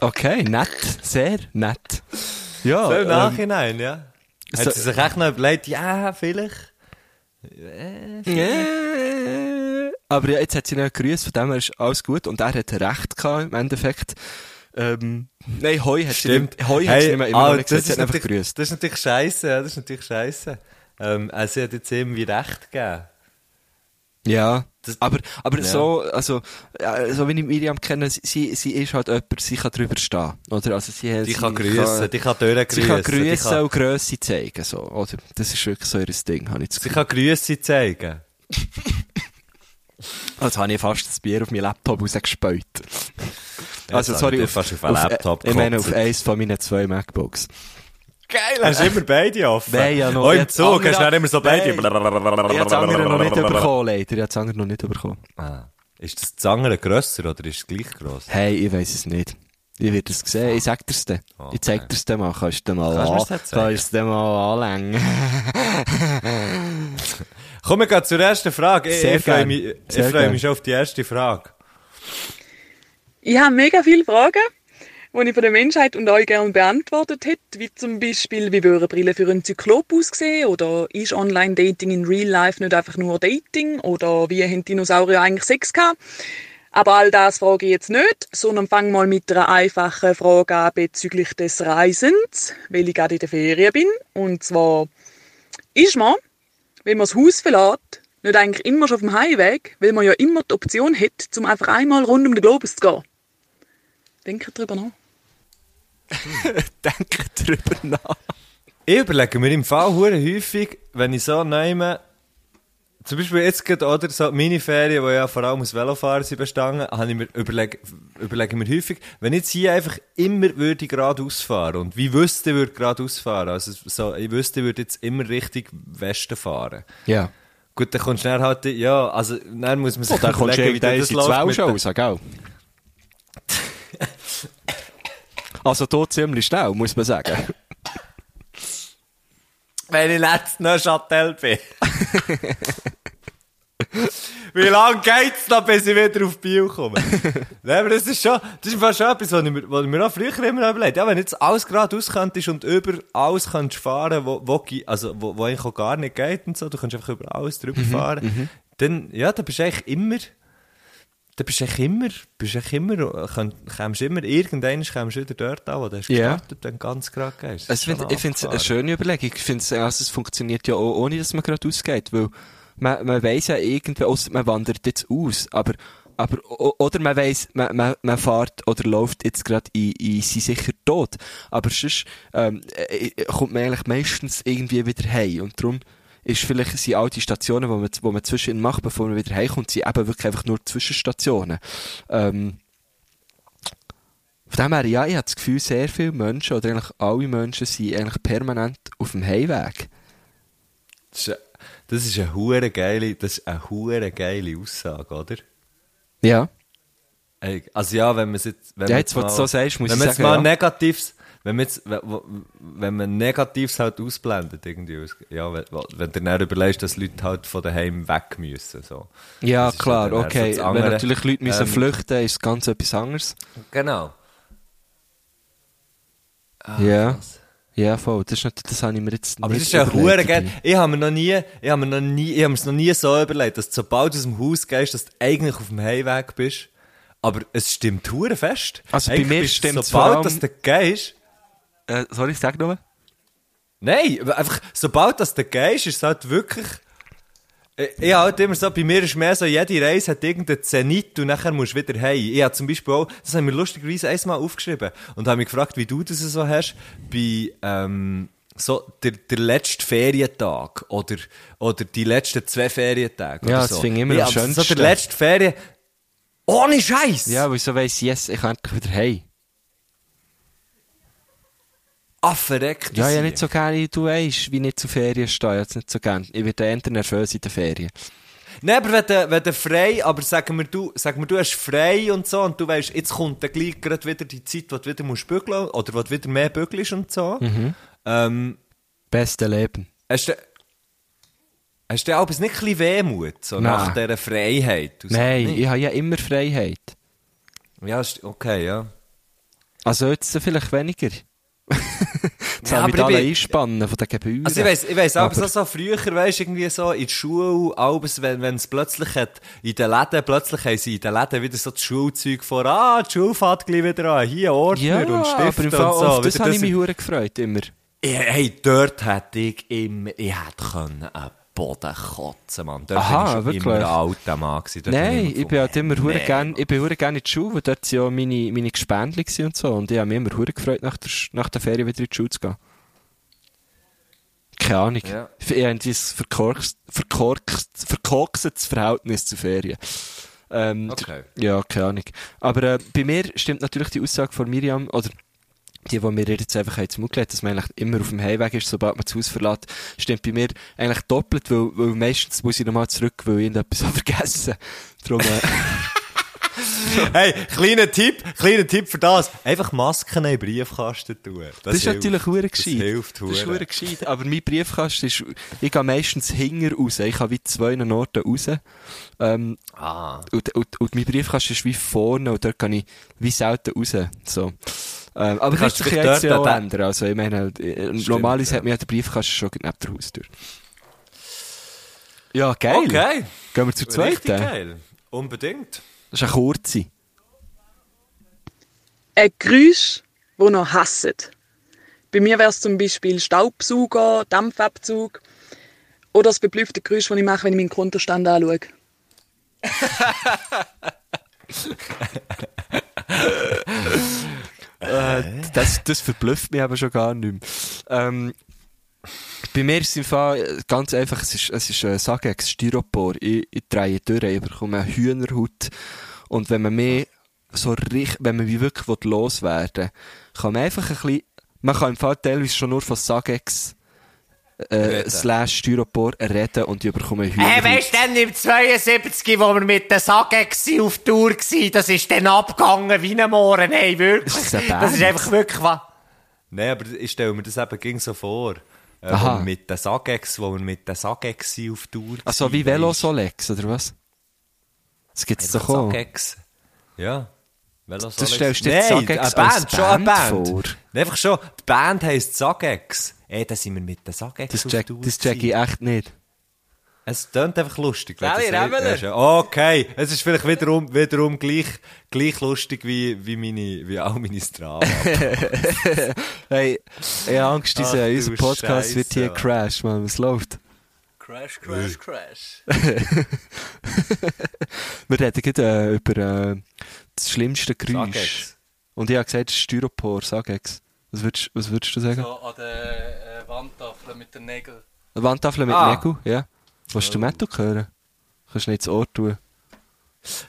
[SPEAKER 5] Okay, nett. Sehr nett. Ja,
[SPEAKER 6] So im
[SPEAKER 5] ähm,
[SPEAKER 6] Nachhinein, ja.
[SPEAKER 5] so-
[SPEAKER 6] Hat sie sich echt noch überlegt, ja, vielleicht.
[SPEAKER 5] Äh, aber ja, jetzt hat sie noch gegrüßt, von dem her ist alles gut und er hat recht gehabt im Endeffekt. Ähm, nein, Hoi hat sie nicht, Hoi hat sie nicht mehr, immer
[SPEAKER 6] ah,
[SPEAKER 5] noch nicht gesagt,
[SPEAKER 6] das
[SPEAKER 5] sie
[SPEAKER 6] ist
[SPEAKER 5] hat einfach
[SPEAKER 6] natürlich-
[SPEAKER 5] gegrüßt.
[SPEAKER 6] Das ist natürlich scheiße, ja, das ist natürlich scheiße. Ähm, also sie hat jetzt irgendwie recht gegeben.
[SPEAKER 5] Ja,
[SPEAKER 6] Das-
[SPEAKER 5] aber, aber
[SPEAKER 6] Ja.
[SPEAKER 5] so, also, ja, so wie ich Miriam kenne, sie, sie ist halt jemand, sie kann drüber stehen, oder? Also sie,
[SPEAKER 6] Die
[SPEAKER 5] sie
[SPEAKER 6] kann grüssen, die kann Türen grüssen.
[SPEAKER 5] Sie
[SPEAKER 6] die
[SPEAKER 5] kann grüssen
[SPEAKER 6] kann-
[SPEAKER 5] und Grösse zeigen, so, oder? Das ist wirklich so ihr Ding, habe ich das
[SPEAKER 6] Sie
[SPEAKER 5] Gefühl.
[SPEAKER 6] kann Grüße zeigen.
[SPEAKER 5] Also habe ich fast das Bier auf meinen Laptop rausgespäut. also,
[SPEAKER 6] habe
[SPEAKER 5] sorry,
[SPEAKER 6] ich dir fast auf den Laptop
[SPEAKER 5] äh, Ich meine, auf
[SPEAKER 6] gekotzt.
[SPEAKER 5] eins von meinen zwei MacBooks.
[SPEAKER 6] Geil, hast du immer beide offen?
[SPEAKER 5] Nein, ja, noch-
[SPEAKER 6] Oh, im
[SPEAKER 5] jetzt
[SPEAKER 6] Zug
[SPEAKER 5] andere-
[SPEAKER 6] hast du dann immer so beide.
[SPEAKER 5] Nein. Ich habe das andere noch nicht bekommen, leider. Ich habe das andere noch nicht bekommen.
[SPEAKER 6] Ah. Ist das Zangere grösser oder ist es gleich gross?
[SPEAKER 5] Hey, ich weiß es nicht. Ich werde es sehen. Ich sag dir's dir
[SPEAKER 6] Okay.
[SPEAKER 5] Ich zeig dir's dir mal. Kannst du dir mal,
[SPEAKER 6] Oh, Kannst du mir's
[SPEAKER 5] an,
[SPEAKER 6] nicht zeigen?
[SPEAKER 5] kannst du dir mal anlängen.
[SPEAKER 6] Kommen wir gleich zur ersten Frage. Ich,
[SPEAKER 5] Sehr
[SPEAKER 6] ich freue
[SPEAKER 5] gern.
[SPEAKER 6] mich, ich
[SPEAKER 5] Sehr
[SPEAKER 6] freue
[SPEAKER 5] gern.
[SPEAKER 6] mich schon auf die erste Frage.
[SPEAKER 2] Ich habe mega viele Fragen, die ich von der Menschheit und euch gerne beantwortet hätte, wie zum Beispiel, wie würde eine Brille für einen Zyklop aussehen oder ist Online-Dating in Real Life nicht einfach nur Dating oder wie haben Dinosaurier eigentlich Sex gehabt? Aber all das frage ich jetzt nicht, sondern fange mal mit einer einfachen Frage an bezüglich des Reisens, weil ich gerade in der Ferien bin. Und zwar, ist man, wenn man das Haus verlässt, nicht eigentlich immer schon auf dem Heimweg, weil man ja immer die Option hat, um einfach einmal rund um den Globus zu gehen? Denkt drüber nach.
[SPEAKER 5] Denk drüber nach.
[SPEAKER 6] Ich überlege mir im Fall hure häufig, wenn ich so nehme, zum Beispiel jetzt gerade, oder so meine Ferien, die ja vor allem aus Velofahren sind bestanden, habe ich mir überlege, überlege mir häufig, wenn ich jetzt hier einfach immer würde geradeaus fahren und wie wüsste ich würde geradeaus fahren, also so, ich wüsste ich würde jetzt immer richtig Westen fahren.
[SPEAKER 5] Ja.
[SPEAKER 6] Gut, dann kommst du dann halt, ja, also dann muss man sich
[SPEAKER 5] Und dann kommst du
[SPEAKER 6] überlegen, wie
[SPEAKER 5] irgendwie in
[SPEAKER 6] das
[SPEAKER 5] die
[SPEAKER 6] läuft mit
[SPEAKER 5] Welt
[SPEAKER 6] der-
[SPEAKER 5] raus, gell? Also, tot ziemlich schnell, muss man sagen.
[SPEAKER 6] Wenn ich letztes Neuchâtel bin. Wie lange geht's noch, bis ich wieder auf Biel komme? Nein, aber das ist schon, das ist fast schon etwas, was ich mir, was ich mir auch früher immer überlegt Ja, wenn jetzt alles geradeaus könntest und über alles könntest fahren, wo, wo, gi- also, wo, wo eigentlich auch gar nicht geht und so, du kannst einfach über alles drüber
[SPEAKER 5] Mhm,
[SPEAKER 6] fahren, dann, ja, dann bist du eigentlich immer, dann bist du eigentlich immer, bist du eigentlich immer, könnt, kommst immer, irgendwann kommst du wieder dort an, wo du hast
[SPEAKER 5] Ja.
[SPEAKER 6] gestartet, wenn du ganz gerade gehst.
[SPEAKER 5] Also ich find- ich finde es eine schöne Überlegung. Ich finde, also es funktioniert ja auch ohne, dass man gerade ausgeht. Weil man, man weiss ja irgendwie, ausser man wandert jetzt aus. Aber, aber, o- oder man weiss, man, man, man fährt oder läuft jetzt gerade in, in sie sicher tot. Aber sonst ähm, äh, äh, kommt man eigentlich meistens irgendwie wieder heim. Und darum ist vielleicht sind all die Stationen, die man, wo man zwischen macht, bevor man wieder heimkommt, sind eben wirklich einfach nur Zwischenstationen. Ähm, Von dem her, ja, ich habe das Gefühl, sehr viele Menschen, oder eigentlich alle Menschen, sind eigentlich permanent auf dem Heimweg.
[SPEAKER 6] Das ist eine- Das ist eine hure geile, das ist eine hure geile Aussage, oder?
[SPEAKER 5] Ja.
[SPEAKER 6] Ey, Also ja, wenn man es jetzt, wenn
[SPEAKER 5] Ja,
[SPEAKER 6] man
[SPEAKER 5] jetzt, wo du so sagst, muss
[SPEAKER 6] wenn
[SPEAKER 5] ich
[SPEAKER 6] man jetzt
[SPEAKER 5] sagen,
[SPEAKER 6] mal
[SPEAKER 5] ja.
[SPEAKER 6] Negatives, wenn man jetzt, wenn- wo- wenn man Negatives halt ausblendet irgendwie, ja, wenn, wenn du dann überlegst, dass Leute halt von daheim weg müssen, so.
[SPEAKER 5] Ja,
[SPEAKER 6] Das ist
[SPEAKER 5] klar,
[SPEAKER 6] dann eher so
[SPEAKER 5] okay.
[SPEAKER 6] das
[SPEAKER 5] Wenn
[SPEAKER 6] andere.
[SPEAKER 5] natürlich Leute müssen
[SPEAKER 6] Ähm,
[SPEAKER 5] flüchten, ist ganz etwas anderes.
[SPEAKER 6] Genau.
[SPEAKER 5] ja. Ja, voll. Das, ist nicht, das habe ich mir jetzt
[SPEAKER 6] Ah, Aber
[SPEAKER 5] nicht
[SPEAKER 6] das ist ja
[SPEAKER 5] überlegt
[SPEAKER 6] hure geil.
[SPEAKER 5] dabei.
[SPEAKER 6] Ich habe mir noch nie, ich habe mir noch nie, ich habe mir's noch nie so überlegt, dass sobald du aus dem Haus gehst, dass du eigentlich auf dem Heimweg bist. Aber es stimmt hure fest.
[SPEAKER 5] Also bei
[SPEAKER 6] Eigentlich
[SPEAKER 5] mir
[SPEAKER 6] bist du,
[SPEAKER 5] stimmt's vor allem-
[SPEAKER 6] Sobald dass du gehst,
[SPEAKER 5] Äh, sorry, sag nochmal.
[SPEAKER 6] Nein, aber einfach, sobald das der Geist ist, es halt wirklich. Ich, ich habe halt immer so, bei mir ist mehr so, jede Reise hat irgendeinen Zenit und nachher musst du wieder heim. Ich habe zum Beispiel auch, das haben wir lustigerweise einmal aufgeschrieben und habe mich gefragt, wie du das so hast, bei, ähm, so, der, der letzte Ferientag oder, oder die letzten zwei Ferientage.
[SPEAKER 5] Ja,
[SPEAKER 6] oder
[SPEAKER 5] das
[SPEAKER 6] so.
[SPEAKER 5] finde ich immer
[SPEAKER 6] Ja,
[SPEAKER 5] am
[SPEAKER 6] aber So
[SPEAKER 5] schönsten.
[SPEAKER 6] der letzte Ferien, ohne Scheiß!
[SPEAKER 5] Ja, weil ich so weiss, yes, ich kann endlich wieder heim.
[SPEAKER 6] Ah, verreckt.
[SPEAKER 5] Ja, ja, nicht so gerne, du weißt, wie nicht zu Ferien stehe. Jetzt nicht so gerne. Ich werde eher nervös in den Ferien.
[SPEAKER 6] Nein, aber wenn du, wenn du frei, aber sag mir, du, sag mir, du hast frei und so und du weißt, jetzt kommt dann gleich gerade wieder die Zeit, wo du wieder musst bügeln oder wo du wieder mehr bügelst und so.
[SPEAKER 5] Mhm.
[SPEAKER 6] Ähm,
[SPEAKER 5] Beste Leben.
[SPEAKER 6] hast du, hast du auch nicht ein bisschen Wehmut, so
[SPEAKER 5] Nein.
[SPEAKER 6] nach dieser Freiheit? und so?
[SPEAKER 5] Nein,
[SPEAKER 6] Nicht?
[SPEAKER 5] ich habe ja immer Freiheit.
[SPEAKER 6] Ja, ist- okay, ja.
[SPEAKER 5] Also jetzt vielleicht weniger. Jetzt
[SPEAKER 6] Ja,
[SPEAKER 5] haben wir
[SPEAKER 6] aber ich
[SPEAKER 5] alle
[SPEAKER 6] bin-
[SPEAKER 5] einspannen von den Gebühren.
[SPEAKER 6] Also ich weiss, ich weiss auch,
[SPEAKER 5] Aber-
[SPEAKER 6] so, so früher, weisst irgendwie so in der Schule, abends, wenn, wenn es plötzlich hat, in den Läden, plötzlich haben sie in den Läden wieder so das Schulzeug vor, ah, die Schule fährt gleich wieder an, hier
[SPEAKER 5] ja,
[SPEAKER 6] Ordner und Stifte
[SPEAKER 5] aber im
[SPEAKER 6] und
[SPEAKER 5] Fall,
[SPEAKER 6] so.
[SPEAKER 5] auf das
[SPEAKER 6] Wieder
[SPEAKER 5] habe ich mich hure gefreut, immer.
[SPEAKER 6] Ja, Eh, Hey, dort hätte ich immer, ich hätte können einen Boden kotzen, Mann. Dort
[SPEAKER 5] Aha,
[SPEAKER 6] bin ich
[SPEAKER 5] wirklich?
[SPEAKER 6] schon immer ein alter Mann gewesen. Dort habe
[SPEAKER 5] Nein,
[SPEAKER 6] immer
[SPEAKER 5] ich bin halt
[SPEAKER 6] gefunden,
[SPEAKER 5] immer hure
[SPEAKER 6] nee,
[SPEAKER 5] gern, ich bin hure gern in die Schule, weil dort sind ja meine, meine Gespendli gsi und so. Und ich habe mich immer hure gefreut, nach der, Sch- nach der Ferien wieder in die Schule zu gehen. Keine Ahnung.
[SPEAKER 6] Ja.
[SPEAKER 5] Ich ich habe dieses verkorkst, verkorkst, verkorksetes Verhältnis zu Ferien. Ähm,
[SPEAKER 6] Okay.
[SPEAKER 5] d- Ja, keine Ahnung. Aber äh, bei mir stimmt natürlich die Aussage von Miriam, oder die, die mir jetzt einfach jetzt gelegt dass man eigentlich immer auf dem Heimweg ist, sobald man das Haus verlässt, stimmt bei mir eigentlich doppelt, weil, weil meistens muss ich nochmal zurück, weil ich irgendetwas habe vergessen Drum, äh,
[SPEAKER 6] Hey, kleiner Tipp, kleiner Tipp für das. Einfach Masken in den Briefkasten tun. Das,
[SPEAKER 5] das ist
[SPEAKER 6] hilft.
[SPEAKER 5] natürlich hure
[SPEAKER 6] Das
[SPEAKER 5] gescheit.
[SPEAKER 6] hilft
[SPEAKER 5] Das ist
[SPEAKER 6] hure.
[SPEAKER 5] hure gescheit, aber mein Briefkasten ist, ich gehe meistens hinger raus, ich kann wie zwei Orten raus, ähm,
[SPEAKER 6] Ah.
[SPEAKER 5] und, und, und mein Briefkasten ist wie vorne, und dort kann ich wie selten raus, so. Ähm, aber das
[SPEAKER 6] Kannst
[SPEAKER 5] kann sich
[SPEAKER 6] dich
[SPEAKER 5] jetzt ja
[SPEAKER 6] dort
[SPEAKER 5] auch
[SPEAKER 6] an-
[SPEAKER 5] ändern, also ich meine, äh, normalerweise hat mir ja der Briefkasten schon gerade neben der Haustür. Ja, geil.
[SPEAKER 6] Okay.
[SPEAKER 5] Gehen wir zur
[SPEAKER 6] Richtig
[SPEAKER 5] zweiten.
[SPEAKER 6] geil. Unbedingt.
[SPEAKER 5] Das ist eine kurze.
[SPEAKER 2] ein Geräusch, das noch hasset. Bei mir wäre es zum Beispiel Staubsauger, Dampfabzug oder das verblüffte Geräusch, das ich mache, wenn ich meinen Kontostand anschaue.
[SPEAKER 5] Äh, Das, das verblüfft mich aber schon gar nicht mehr. Ähm, bei mir ist es im Fall äh, ganz einfach, es ist, es ist ein Sagex Styropor. Ich, ich drehe durch, ich bekomme eine Hühnerhaut. Und wenn man mich so richtig, wenn man mich wirklich will loswerden will, kann man einfach ein bisschen, man kann im Fall teilweise schon nur von Sagex äh,
[SPEAKER 6] Reden. Äh,
[SPEAKER 5] slash Styropor reden und ich bekomme eine
[SPEAKER 1] Hey,
[SPEAKER 5] Hühnerhaut.
[SPEAKER 1] weißt du, dann im 72, wo wir mit den Sagexi auf Tour waren, das ist dann abgegangen wie ein Mohren. Hey, wirklich.
[SPEAKER 5] Ist das eine Band?
[SPEAKER 1] Das ist einfach wirklich was.
[SPEAKER 6] Nein, aber ich stelle mir das eben ging so vor. Äh,
[SPEAKER 5] Aha.
[SPEAKER 6] wo wir Mit den Sagex, wo wir mit den Sagex auf Tour
[SPEAKER 5] also wie
[SPEAKER 6] waren,
[SPEAKER 5] Velosolex, oder was? Das gibt es
[SPEAKER 6] Einfach
[SPEAKER 5] doch auch.
[SPEAKER 6] Sagex. Ja. Velosolex.
[SPEAKER 5] Das stellst du dir Sagex als Band vor?
[SPEAKER 6] Nee, einfach schon. Die Band heisst Sagex. Ey, da sind wir mit den Sagex
[SPEAKER 5] Das
[SPEAKER 6] auf
[SPEAKER 5] check,
[SPEAKER 6] Tour
[SPEAKER 5] das check ich
[SPEAKER 6] gewesen.
[SPEAKER 5] echt nicht.
[SPEAKER 6] Es tönt einfach lustig. wenn
[SPEAKER 5] Sally
[SPEAKER 6] du das
[SPEAKER 5] Rebeler.
[SPEAKER 6] hörst. Ja, Okay, es ist vielleicht wiederum, wiederum gleich, gleich lustig wie, wie, meine, wie auch meine Strava.
[SPEAKER 5] Hey, ich habe Angst, dieser,
[SPEAKER 6] Ach, du
[SPEAKER 5] unser Podcast wird hier
[SPEAKER 6] Scheisse.
[SPEAKER 5] crash, Mann. Es läuft.
[SPEAKER 6] crash, crash, crash.
[SPEAKER 5] Wir reden gerade äh, über äh, das schlimmste Geräusch.
[SPEAKER 6] Sagex.
[SPEAKER 5] Und ich habe gesagt, das ist Styropor, Sagex. Was würdest, was würdest du sagen?
[SPEAKER 7] So an der äh, Wandtafel mit den Nägeln.
[SPEAKER 5] Eine Wandtafel mit
[SPEAKER 6] Ah.
[SPEAKER 5] Nägel, ja. Willst du den Metal hören? Kannst du nicht ins Ohr tun.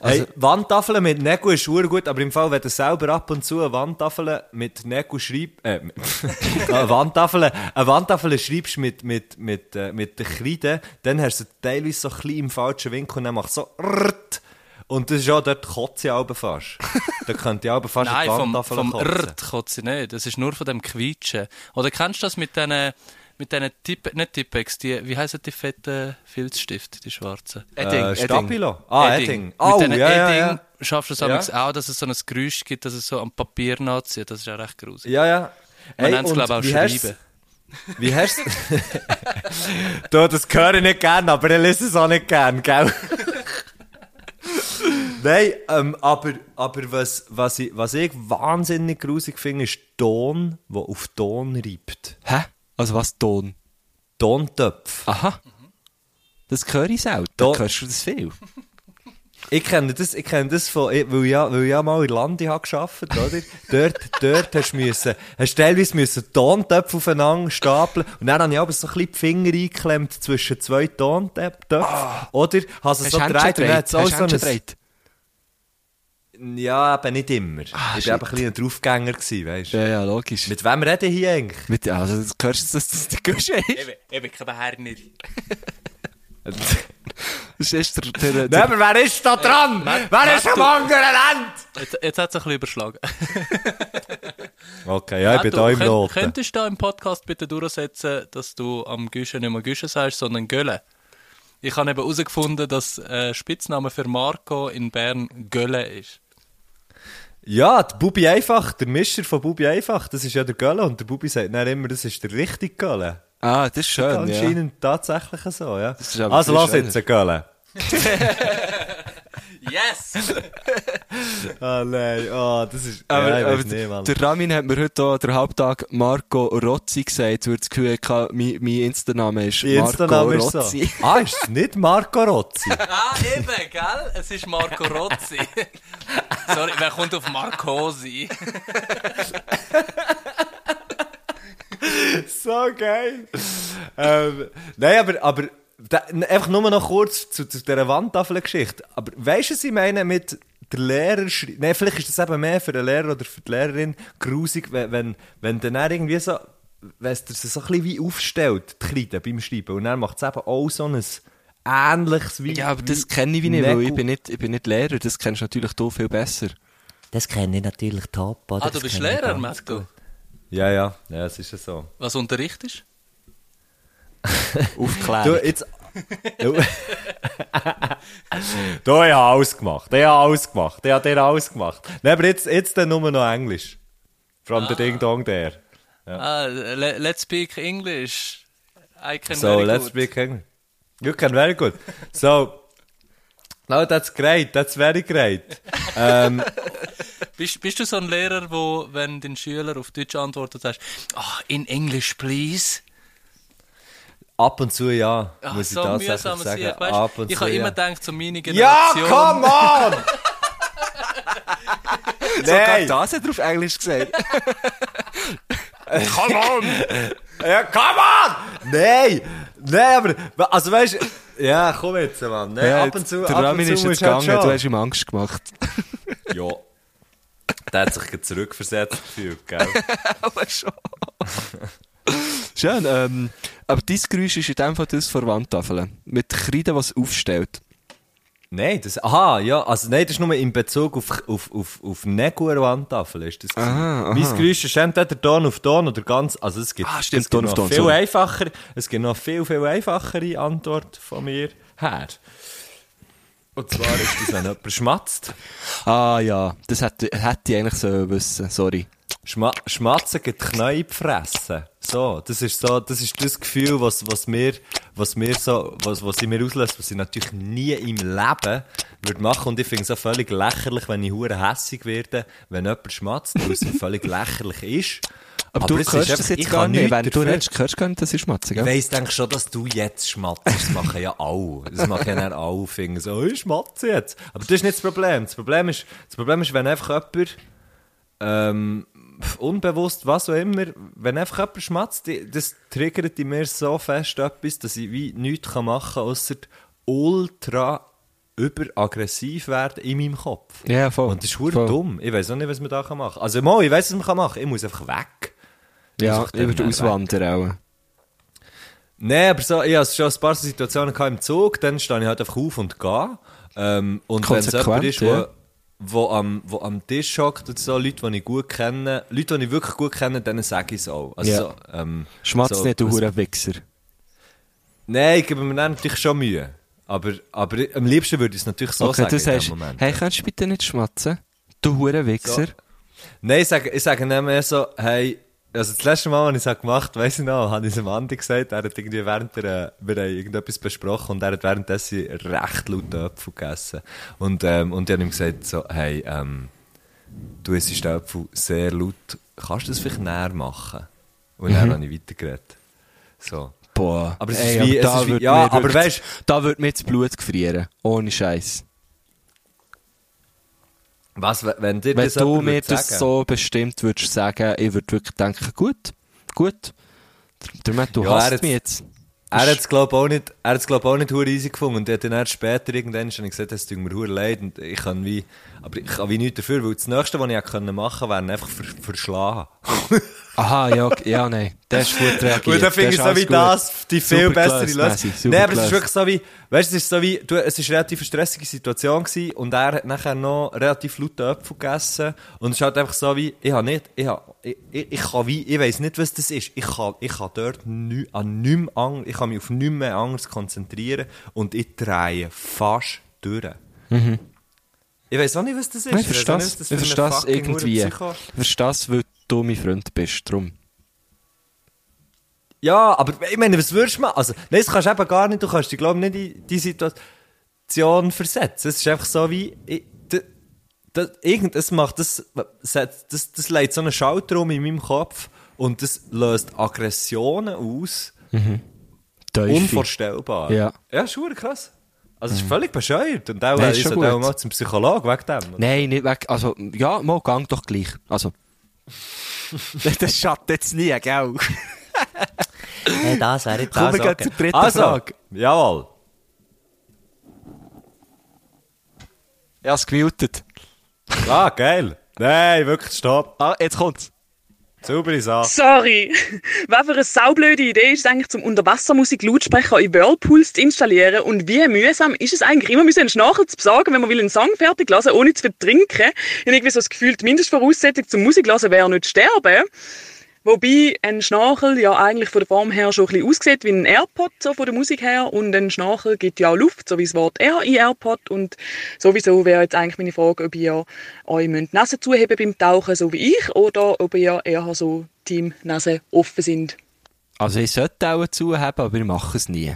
[SPEAKER 6] Also,
[SPEAKER 5] Also-
[SPEAKER 6] hey, Wandtafeln mit Nägeln ist sehr gut, aber im Fall, wenn du selber ab und zu eine Wandtafel mit Nägeln schreibst, äh, mit- eine Wandtafel, eine Wandtafel schreibst mit, mit, mit, äh, mit den Kreiden, dann hast du sie teilweise so klein im falschen Winkel und dann machst du so rrrt. Und das ist ja dort kotze ich auch fast. Da könnte ich auch fast
[SPEAKER 7] Nein,
[SPEAKER 6] an die
[SPEAKER 7] vom,
[SPEAKER 6] Wandtafel
[SPEAKER 7] vom
[SPEAKER 6] kotzen.
[SPEAKER 7] Rrt kotze ich nicht. Das ist nur von dem Quietschen. Oder kennst du das mit diesen, mit diesen Tipp, nicht Tippex, die, wie heißen die fetten Filzstifte, die schwarzen?
[SPEAKER 6] Äh, Stabilo. Ah, Edding.
[SPEAKER 7] Oh,
[SPEAKER 6] Oh,
[SPEAKER 7] mit diesen
[SPEAKER 6] ja, ja,
[SPEAKER 7] Edding
[SPEAKER 6] ja.
[SPEAKER 7] schaffst du es
[SPEAKER 6] Ja.
[SPEAKER 7] übrigens auch, dass es so ein Geräusch gibt, dass es so am Papier nachzieht. Das ist ja recht gruselig.
[SPEAKER 6] Ja, ja.
[SPEAKER 7] Man nennt es,
[SPEAKER 6] und
[SPEAKER 7] glaube ich,
[SPEAKER 6] wie
[SPEAKER 7] auch
[SPEAKER 6] hast
[SPEAKER 7] Schreiben.
[SPEAKER 6] du's- Wie hast du... du, das höre ich nicht gern, aber ich lese es auch nicht gern, gell? Nein, ähm, aber, aber was, was, ich, was ich wahnsinnig grusig finde, ist Ton, der auf Ton reibt.
[SPEAKER 5] Hä? Also was? Ton?
[SPEAKER 6] Tontöpfe.
[SPEAKER 5] Aha. Das höre ich selten.
[SPEAKER 6] Da-
[SPEAKER 5] Da hörst du das viel.
[SPEAKER 6] Ich kenne das, ich kenne das von, ich, weil, ich ja, weil ich ja mal in Landi habe gearbeitet, oder? dort, dort hast du müssen, hast du teilweise müssen Tontöpfe aufeinander stapeln und dann habe ich aber so ein bisschen die Finger eingeklemmt zwischen zwei Tontöpfen, oder? Hast du so
[SPEAKER 5] Händchen
[SPEAKER 6] gedreht und dann hat's
[SPEAKER 5] gedreht? Hast
[SPEAKER 6] auch
[SPEAKER 5] du
[SPEAKER 6] so
[SPEAKER 5] Händchen
[SPEAKER 6] ein,
[SPEAKER 5] gedreht?
[SPEAKER 6] ja, eben nicht immer. ich
[SPEAKER 1] Ah,
[SPEAKER 5] shit.
[SPEAKER 6] war eben ein bisschen ein Draufgänger gewesen, weißt du?
[SPEAKER 5] Ja, ja, logisch.
[SPEAKER 6] Mit wem rede ich hier eigentlich?
[SPEAKER 5] Mit, also, das hörst du, dass das der Guschen ist.
[SPEAKER 7] Ich bin kein Herrnil.
[SPEAKER 5] Das ist der, der,
[SPEAKER 1] Nein,
[SPEAKER 5] der,
[SPEAKER 1] aber wer ist da
[SPEAKER 6] Äh,
[SPEAKER 1] dran? wer ist am anderen Land?
[SPEAKER 7] Jetzt, jetzt hat es ein bisschen überschlagen.
[SPEAKER 6] Okay, ja, ich bin da im
[SPEAKER 7] Könnt-
[SPEAKER 6] Noten.
[SPEAKER 7] Könntest du da im Podcast bitte durchsetzen, dass du am Güschen nicht mehr Güschen sagst, sondern Gölle? Ich habe eben herausgefunden, dass äh, Spitzname für Marco in Bern Gölle ist.
[SPEAKER 6] Ja, der Bubi einfach, der Mischer von Bubi einfach, das ist ja der Gölle und der Bubi sagt dann immer, das ist der richtige Gölle.
[SPEAKER 5] Ah, das ist schön, ja.
[SPEAKER 6] Anscheinend tatsächlich so, ja.
[SPEAKER 5] ist aber
[SPEAKER 6] Also
[SPEAKER 5] viel
[SPEAKER 6] lass
[SPEAKER 5] schöner.
[SPEAKER 6] jetzt, Göhle.
[SPEAKER 7] Yes!
[SPEAKER 6] Ah nein, ah, das ist...
[SPEAKER 5] Aber,
[SPEAKER 6] ja, ich
[SPEAKER 5] aber
[SPEAKER 6] weiß nicht, Mann.
[SPEAKER 5] der Ramin hat mir heute auch den Halbtag Marco Rozzi gesagt, weil das Gefühl hatte, mein, mein Insta-Name ist
[SPEAKER 6] Die
[SPEAKER 5] Marco
[SPEAKER 6] Insta-Name ist so.
[SPEAKER 5] Rozzi.
[SPEAKER 6] Ah, ist es nicht Marco Rozzi?
[SPEAKER 7] ah, eben, gell? Es ist Marco Rozzi. Sorry, wer kommt auf Marcosi?
[SPEAKER 6] so geil. ähm, nein, aber, aber da, n- einfach nur noch kurz zu, zu dieser Wandtafel-Geschichte. Aber weißt du, was ich meine mit der Lehrer schrei- Nein, vielleicht ist das eben mehr für den Lehrer oder für die Lehrerin grusig, wenn, wenn, wenn dann er irgendwie so, wenn es dir so ein bisschen wie aufstellt, die Kreide beim Schreiben, und dann macht es eben auch so ein ähnliches wie...
[SPEAKER 5] Ja, aber das kenne ich wie nicht, weil ich
[SPEAKER 6] Nägel.
[SPEAKER 5] bin nicht, ich bin nicht Lehrer, das kennst natürlich du viel besser.
[SPEAKER 8] Das kenne ich natürlich top. Oder?
[SPEAKER 7] Ah, du bist Lehrer, Marco.
[SPEAKER 6] Ja, ja, ja, es ist ja so.
[SPEAKER 7] Was unterrichtest
[SPEAKER 6] Du,
[SPEAKER 8] Aufklären.
[SPEAKER 6] jetzt. du, du ich habe alles gemacht. Ich habe alles gemacht. Ich habe dir alles gemacht. Nein, aber jetzt, jetzt dann nur noch Englisch. Vor allem
[SPEAKER 7] Ah.
[SPEAKER 6] der Ding Dong der.
[SPEAKER 7] du? Ah, le let's speak English. I can
[SPEAKER 6] So,
[SPEAKER 7] very
[SPEAKER 6] let's
[SPEAKER 7] good.
[SPEAKER 6] speak English. You can very good. So, no, that's great. That's very great.
[SPEAKER 7] Bist, bist du so ein Lehrer, wo, wenn dein Schüler auf Deutsch antwortet, sagst, ah, in English, please?
[SPEAKER 6] Ab und zu ja,
[SPEAKER 7] Ah,
[SPEAKER 6] muss
[SPEAKER 7] so
[SPEAKER 6] ich tatsächlich
[SPEAKER 7] mühsam
[SPEAKER 6] sagen.
[SPEAKER 7] Sieg, weißt,
[SPEAKER 6] Ab und
[SPEAKER 7] Ich
[SPEAKER 6] zu
[SPEAKER 7] habe immer
[SPEAKER 6] ja.
[SPEAKER 7] gedacht, so meine
[SPEAKER 6] Ja,
[SPEAKER 7] Generation...
[SPEAKER 6] come on! Nein!
[SPEAKER 5] das hat er auf Englisch gesagt.
[SPEAKER 6] Ja, come on! Nein! Nein, aber, also weißt du, ja, komm jetzt, Mann. Nein, ab und zu,
[SPEAKER 5] der
[SPEAKER 6] ab und
[SPEAKER 5] Ramin
[SPEAKER 6] zu
[SPEAKER 5] ist jetzt
[SPEAKER 6] musst du halt
[SPEAKER 5] gegangen, du hast
[SPEAKER 6] schon.
[SPEAKER 5] ihm Angst gemacht.
[SPEAKER 6] Ja. Der hat sich gerade zurückversetzt gefühlt, gell?
[SPEAKER 5] Aber schon. Schön, ähm, aber dein Geräusch ist in dem Fall das von Wandtafeln. Mit Kreide, was aufstellt.
[SPEAKER 6] nein, das, aha, ja, also nein, das ist nur in Bezug auf, auf, auf, auf Negur-Wandtafel, ist das gewesen.
[SPEAKER 5] Aha, aha.
[SPEAKER 6] Mein Geräusch ist entweder Ton auf Ton oder ganz, also es gibt,
[SPEAKER 5] Ah, stimmt,
[SPEAKER 6] es gibt
[SPEAKER 5] Ton
[SPEAKER 6] noch
[SPEAKER 5] auf Ton,
[SPEAKER 6] viel
[SPEAKER 5] sorry.
[SPEAKER 6] einfacher, es gibt noch viel, viel einfachere Antwort von mir her. Und zwar ist das, wenn jemand schmatzt.
[SPEAKER 5] Ah ja, das hätte, hätte ich eigentlich so wissen, sorry.
[SPEAKER 6] Schma Schmatzen geht Knäuel fressen. So, das ist so, das ist das Gefühl, was, was mir, was mir so, was, was in mir auslöst, was ich natürlich nie im Leben würde machen. Und ich finde es auch völlig lächerlich, wenn ich hure hässig werde, wenn jemand schmatzt, weil es völlig lächerlich ist.
[SPEAKER 5] Aber, du
[SPEAKER 6] es ist
[SPEAKER 5] hörst
[SPEAKER 6] einfach-
[SPEAKER 5] das
[SPEAKER 6] ich
[SPEAKER 5] jetzt
[SPEAKER 6] kann
[SPEAKER 5] gar nicht.
[SPEAKER 6] nichts
[SPEAKER 5] Wenn du
[SPEAKER 6] dafür.
[SPEAKER 5] redest, hörst du gar nicht, dass ich schmatze,
[SPEAKER 6] Ich
[SPEAKER 5] gell?
[SPEAKER 6] weiss, denkst schon, dass du jetzt schmatzt. Das machen ja alle. Das machen ja dann alle Finger so, ich schmatze jetzt. Aber das ist nicht das Problem. Das Problem ist, das Problem ist wenn einfach jemand, ähm, pf, unbewusst, was auch immer, wenn einfach jemand schmatzt, die- das triggert in mir so fest etwas, dass ich wie nichts kann machen kann, ausser ultra überaggressiv werden in meinem Kopf.
[SPEAKER 5] Ja, voll.
[SPEAKER 6] Und das ist
[SPEAKER 5] Voll.
[SPEAKER 6] verdammt dumm. Ich weiß auch nicht, was man da machen kann. Also, mal, ich weiß, was man machen kann. Ich muss einfach weg.
[SPEAKER 5] Ja,
[SPEAKER 6] Einfach dann
[SPEAKER 5] über die
[SPEAKER 6] weg.
[SPEAKER 5] Auswanderer auch.
[SPEAKER 6] Nein, aber so, ich hatte schon ein paar so Situationen gehabt im Zug, dann stehe ich halt einfach auf und gehe. Ähm, und wenn es
[SPEAKER 5] Konsequent,
[SPEAKER 6] jemand ist,
[SPEAKER 5] ja.
[SPEAKER 6] wo, wo, am, wo am Tisch hockt und so, Leute, die ich gut kenne, Leute, die ich wirklich gut kenne, denen sage ich es auch. Also,
[SPEAKER 5] Ja.
[SPEAKER 6] so, ähm,
[SPEAKER 5] Schmatz
[SPEAKER 6] so-
[SPEAKER 5] nicht, du
[SPEAKER 6] was-
[SPEAKER 5] Hurenwichser.
[SPEAKER 6] Nein, ich gebe mir dann natürlich schon Mühe. Aber, aber ich- am liebsten würde ich es natürlich so
[SPEAKER 5] Okay,
[SPEAKER 6] sagen
[SPEAKER 5] das
[SPEAKER 6] in dem
[SPEAKER 5] heißt,
[SPEAKER 6] Moment.
[SPEAKER 5] hey, kannst du bitte nicht schmatzen? Du Hurenwichser.
[SPEAKER 6] So. Nein, ich sage, ich sage dann mehr so, hey, also das letzte Mal, als ich es gemacht habe, weiss ich noch, habe ich es dem Andi gesagt, er hat irgendwie während der, wir haben irgendetwas besprochen und er hat währenddessen recht laut einen Apfel gegessen. Und, ähm, und ich habe ihm gesagt so, hey, ähm, du isst den Apfel sehr laut, kannst du das vielleicht näher machen? Und
[SPEAKER 5] Mhm.
[SPEAKER 6] dann habe ich weitergeredet. So.
[SPEAKER 5] Boah.
[SPEAKER 6] Aber es ist wie- es ist wie-
[SPEAKER 5] würd
[SPEAKER 6] ja,
[SPEAKER 5] mir
[SPEAKER 6] aber
[SPEAKER 5] wirklich-
[SPEAKER 6] weisst-
[SPEAKER 5] Da würde mir das Blut gefrieren. Ohne Scheiß.
[SPEAKER 6] Was, wenn- wenn dir
[SPEAKER 5] Wenn
[SPEAKER 6] das
[SPEAKER 5] du
[SPEAKER 6] jemand
[SPEAKER 5] mir
[SPEAKER 6] würde
[SPEAKER 5] das
[SPEAKER 6] sagen?
[SPEAKER 5] so bestimmt würdest sagen, ich würde wirklich denken, gut, gut. Der- Der Matt, du
[SPEAKER 6] Ja, er
[SPEAKER 5] hasst
[SPEAKER 6] hat-
[SPEAKER 5] mich jetzt.
[SPEAKER 6] Er hat es, glaube ich, auch nicht, er hat's, glaub, auch nicht hure easy gefunden. Und er hat dann erst später irgendwann schon gesagt, es tut mir hure leid. Und ich kann wie, aber ich kann wie nichts dafür, weil das Nächste, was ich hätte können machen konnte, wäre einfach ver verschlagen.
[SPEAKER 5] Aha, ja, okay, ja, nein. Das ist gut reagiert.
[SPEAKER 6] Und dann finde
[SPEAKER 5] Das
[SPEAKER 6] ich
[SPEAKER 5] ist
[SPEAKER 6] so
[SPEAKER 5] alles
[SPEAKER 6] wie
[SPEAKER 5] gut.
[SPEAKER 6] das die viel
[SPEAKER 5] Super
[SPEAKER 6] bessere
[SPEAKER 5] gelöst, Messi,
[SPEAKER 6] Lösung.
[SPEAKER 5] super
[SPEAKER 6] Nein, aber es ist
[SPEAKER 5] gelöst.
[SPEAKER 6] wirklich so wie, weißt du, es ist so wie, du, es ist eine relativ stressige Situation gewesen und er hat nachher noch relativ laut Apfel gegessen und es ist halt einfach so wie, ich habe nicht, ich, habe, ich, ich, ich kann wie, ich weiß nicht, was das ist. Ich kann, ich kann dort nü, an nichts anderes, ich kann mich auf nichts mehr anderes konzentrieren und ich drehe fast durch. Ich weiß auch nicht, was das ist.
[SPEAKER 5] Mhm. Nein, ich
[SPEAKER 6] weiss auch
[SPEAKER 5] verstehe
[SPEAKER 6] nicht,
[SPEAKER 5] es.
[SPEAKER 6] was das
[SPEAKER 5] Ich
[SPEAKER 6] für ein
[SPEAKER 5] verstehe es
[SPEAKER 6] fucking
[SPEAKER 5] irgendwie. Ich
[SPEAKER 6] Hurenpsycho-
[SPEAKER 5] verstehe es, weil du mein Freund bist. Drum.
[SPEAKER 6] Ja, aber ich meine, was würdest du machen? Also, nein, das kannst du eben gar nicht, du kannst dich, glaube ich, nicht in die Situation versetzen. Es ist einfach so wie, ich, d- d- irgend, es macht, das, setzt- das, das legt so einen Schalter um in meinem Kopf und das löst Aggressionen aus.
[SPEAKER 5] Teufel.
[SPEAKER 6] Unvorstellbar.
[SPEAKER 5] Ja. Mhm.
[SPEAKER 6] Ja, ist verdammt krass. Also, es ist völlig bescheuert. Und auch, äh,
[SPEAKER 5] Nein, ist
[SPEAKER 6] ich
[SPEAKER 5] schon
[SPEAKER 6] sollte auch
[SPEAKER 5] gut.
[SPEAKER 6] mal zum Psychologen wegen dem.
[SPEAKER 5] Nein, nicht weg. Also, ja, mal gang doch gleich. Also. das schadet jetzt nie, gell?
[SPEAKER 8] Hey, das wäre jetzt
[SPEAKER 5] Kommen wir
[SPEAKER 8] das.
[SPEAKER 5] gleich
[SPEAKER 8] Okay.
[SPEAKER 5] zur dritten
[SPEAKER 6] Also,
[SPEAKER 5] Frage.
[SPEAKER 6] jawohl.
[SPEAKER 5] Ich hab's gemutet.
[SPEAKER 6] Ah, geil. Nein, wirklich, stopp.
[SPEAKER 5] Ah, jetzt kommt's.
[SPEAKER 6] Saubere Sache.
[SPEAKER 2] Sorry. Was für eine saublöde Idee ist es eigentlich, zum Unterwassermusik Lautsprecher in Whirlpools zu installieren und wie mühsam ist es eigentlich, immer müssen einen Schnarchen zu besorgen, wenn man will einen Song fertig lassen, ohne zu vertrinken. Ich habe irgendwie so das Gefühl, die Mindestvoraussetzung zum Musik lassen wäre nicht sterben. Wobei ein Schnarchel ja eigentlich von der Form her schon ein bisschen aussieht wie ein AirPod, so von der Musik her. Und ein Schnarchel gibt ja auch Luft, so wie das Wort R in AirPod. Und sowieso wäre jetzt eigentlich meine Frage, ob ihr euch die Nase zuheben beim Tauchen, so wie ich, oder ob ihr eher so Team Nase offen sind.
[SPEAKER 5] Also, ich sollte auch zuhaben, aber ich mache es nie.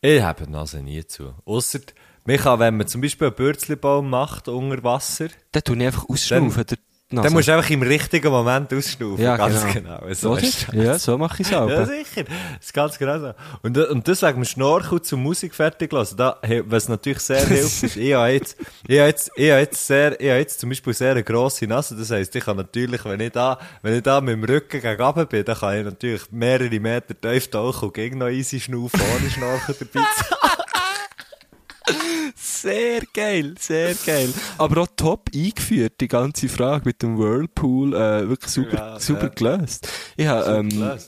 [SPEAKER 6] Ich habe die Nase nie zu. Ausser, man kann, wenn man zum Beispiel einen Bürzlibaum macht unter Wasser,
[SPEAKER 5] Dann tue ich einfach ausschnaufen. Dann,
[SPEAKER 6] dann musst du einfach im richtigen Moment ausschnaufen.
[SPEAKER 5] Also- ja,
[SPEAKER 6] ganz
[SPEAKER 5] genau.
[SPEAKER 6] genau. So
[SPEAKER 5] Oder?
[SPEAKER 6] ist das.
[SPEAKER 5] ja, so mache ich es auch.
[SPEAKER 6] Ja, sicher. Das ist ganz genau so. Und, und das wegen dem Schnorchel zur Musik fertig lassen. Da, he- was natürlich sehr hilft, ist, ich habe jetzt, ich habe jetzt, ich habe jetzt sehr, ich habe jetzt zum Beispiel sehr eine grosse Nase. Das heisst, ich kann natürlich, wenn ich da, wenn ich da mit dem Rücken gegen runter bin, dann kann ich natürlich mehrere Meter tief tauchen und gegen noch easy schnaufen, ohne Schnorchel dabei zu
[SPEAKER 5] Sehr geil, sehr geil. Aber auch top eingeführt, die ganze Frage mit dem Whirlpool. Äh, wirklich super,
[SPEAKER 6] Ja, ja.
[SPEAKER 5] super gelöst. Ich habe ähm,
[SPEAKER 6] haben.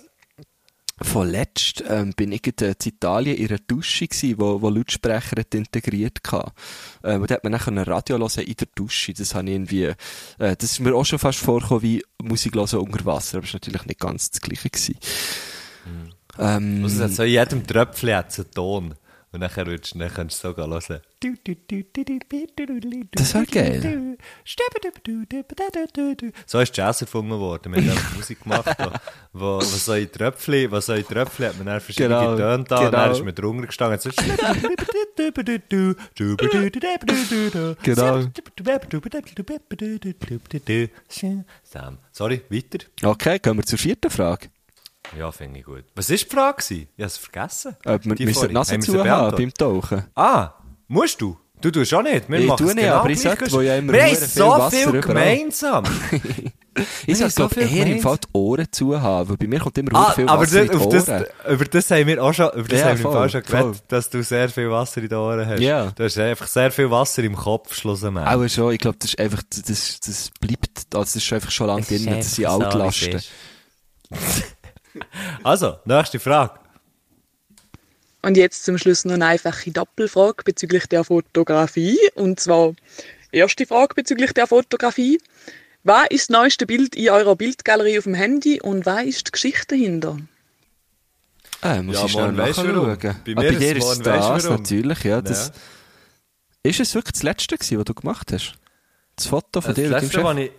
[SPEAKER 5] vorletzt ähm, bin ich gerade, äh, in Italien in einer Dusche gsi, wo, wo Lautsprecher hat integriert hatte. Ähm, und da hat man nachher ein Radio hören in der Dusche. Das habe ich irgendwie, äh, das ist mir auch schon fast vorgekommen wie Musik hören unter Wasser. Aber es war natürlich nicht ganz das Gleiche gewesen. Ähm,
[SPEAKER 6] Also, es hat so in jedem Tröpfchen hat es einen Ton. Und nachher würdest du, dann kannst du es sogar hören.
[SPEAKER 5] das wäre geil.
[SPEAKER 6] So ist Jazz erfunden worden. Wir haben einfach Musik gemacht, wo, wo, wo so in Tröpfchen, wo so in Tröpfchen hat man dann verschiedene
[SPEAKER 5] Genau,
[SPEAKER 6] Töne da. Und
[SPEAKER 5] genau.
[SPEAKER 6] dann ist man drunter gestanden. und So genau. Sam. Sorry, weiter.
[SPEAKER 5] Okay, gehen wir zur vierten Frage.
[SPEAKER 6] Ja, finde ich gut. Was war die Frage? gewesen? Ich habe es vergessen.
[SPEAKER 5] Ob wir,
[SPEAKER 6] Die
[SPEAKER 5] wir müssen die
[SPEAKER 6] vorhin.
[SPEAKER 5] Nase
[SPEAKER 6] Haben wir sie
[SPEAKER 5] zu haben
[SPEAKER 6] beantwortet?
[SPEAKER 5] beim Tauchen.
[SPEAKER 6] Ah, musst du? Du tust auch nicht. Wir
[SPEAKER 5] Ich
[SPEAKER 6] machen
[SPEAKER 5] tue
[SPEAKER 6] es
[SPEAKER 5] nicht,
[SPEAKER 6] genau
[SPEAKER 5] aber ich
[SPEAKER 6] gleich.
[SPEAKER 5] sollte, wo ja immer
[SPEAKER 6] Wir haben
[SPEAKER 5] verdammt viel
[SPEAKER 6] so
[SPEAKER 5] Wasser
[SPEAKER 6] viel
[SPEAKER 5] überall.
[SPEAKER 6] gemeinsam.
[SPEAKER 5] Ich
[SPEAKER 4] Nein,
[SPEAKER 5] sage,
[SPEAKER 4] so
[SPEAKER 5] glaub,
[SPEAKER 4] viel
[SPEAKER 5] eher im
[SPEAKER 4] gemeint.
[SPEAKER 5] Fall die Ohren zu haben, weil bei mir kommt immer
[SPEAKER 6] Ah,
[SPEAKER 5] ah, viel
[SPEAKER 6] aber
[SPEAKER 5] Wasser
[SPEAKER 6] das,
[SPEAKER 5] in die
[SPEAKER 6] auf das,
[SPEAKER 5] Ohren.
[SPEAKER 6] über das haben wir auch schon, über das
[SPEAKER 5] Ja,
[SPEAKER 6] haben wir im
[SPEAKER 5] voll,
[SPEAKER 6] Fall schon geredet,
[SPEAKER 5] voll.
[SPEAKER 6] dass du sehr viel Wasser in den Ohren hast.
[SPEAKER 5] Ja.
[SPEAKER 6] Du hast einfach sehr viel Wasser im Kopf, schlussendlich.
[SPEAKER 5] Auch schon, ich glaube, das ist einfach, das, das bleibt, also das ist schon einfach schon lange
[SPEAKER 8] Es ist
[SPEAKER 5] drin, das sind
[SPEAKER 8] einfach so, wie es
[SPEAKER 5] Altlasten.
[SPEAKER 8] ist.
[SPEAKER 6] Also, nächste Frage.
[SPEAKER 2] Und jetzt zum Schluss noch eine einfache Doppelfrage bezüglich der Fotografie. Und zwar, erste Frage bezüglich der Fotografie. Was ist das neueste Bild in eurer Bildgalerie auf dem Handy und was ist die Geschichte dahinter?
[SPEAKER 5] Ah, muss
[SPEAKER 6] Ja,
[SPEAKER 5] ich schnell
[SPEAKER 6] Mann, weisst du
[SPEAKER 5] nachschauen.
[SPEAKER 6] warum?
[SPEAKER 5] Bei,
[SPEAKER 6] Bei
[SPEAKER 5] ah, bei
[SPEAKER 6] mir
[SPEAKER 5] dir
[SPEAKER 6] ist
[SPEAKER 5] ist
[SPEAKER 6] Mann,
[SPEAKER 5] es
[SPEAKER 6] weisst du
[SPEAKER 5] das,
[SPEAKER 6] warum?
[SPEAKER 5] natürlich, ja. Das,
[SPEAKER 6] Ja.
[SPEAKER 5] Ist es wirklich das Letzte gewesen, was du gemacht hast? Das Foto von
[SPEAKER 6] Das
[SPEAKER 5] dir und deinem
[SPEAKER 6] letzte,
[SPEAKER 5] Chef?
[SPEAKER 6] was ich,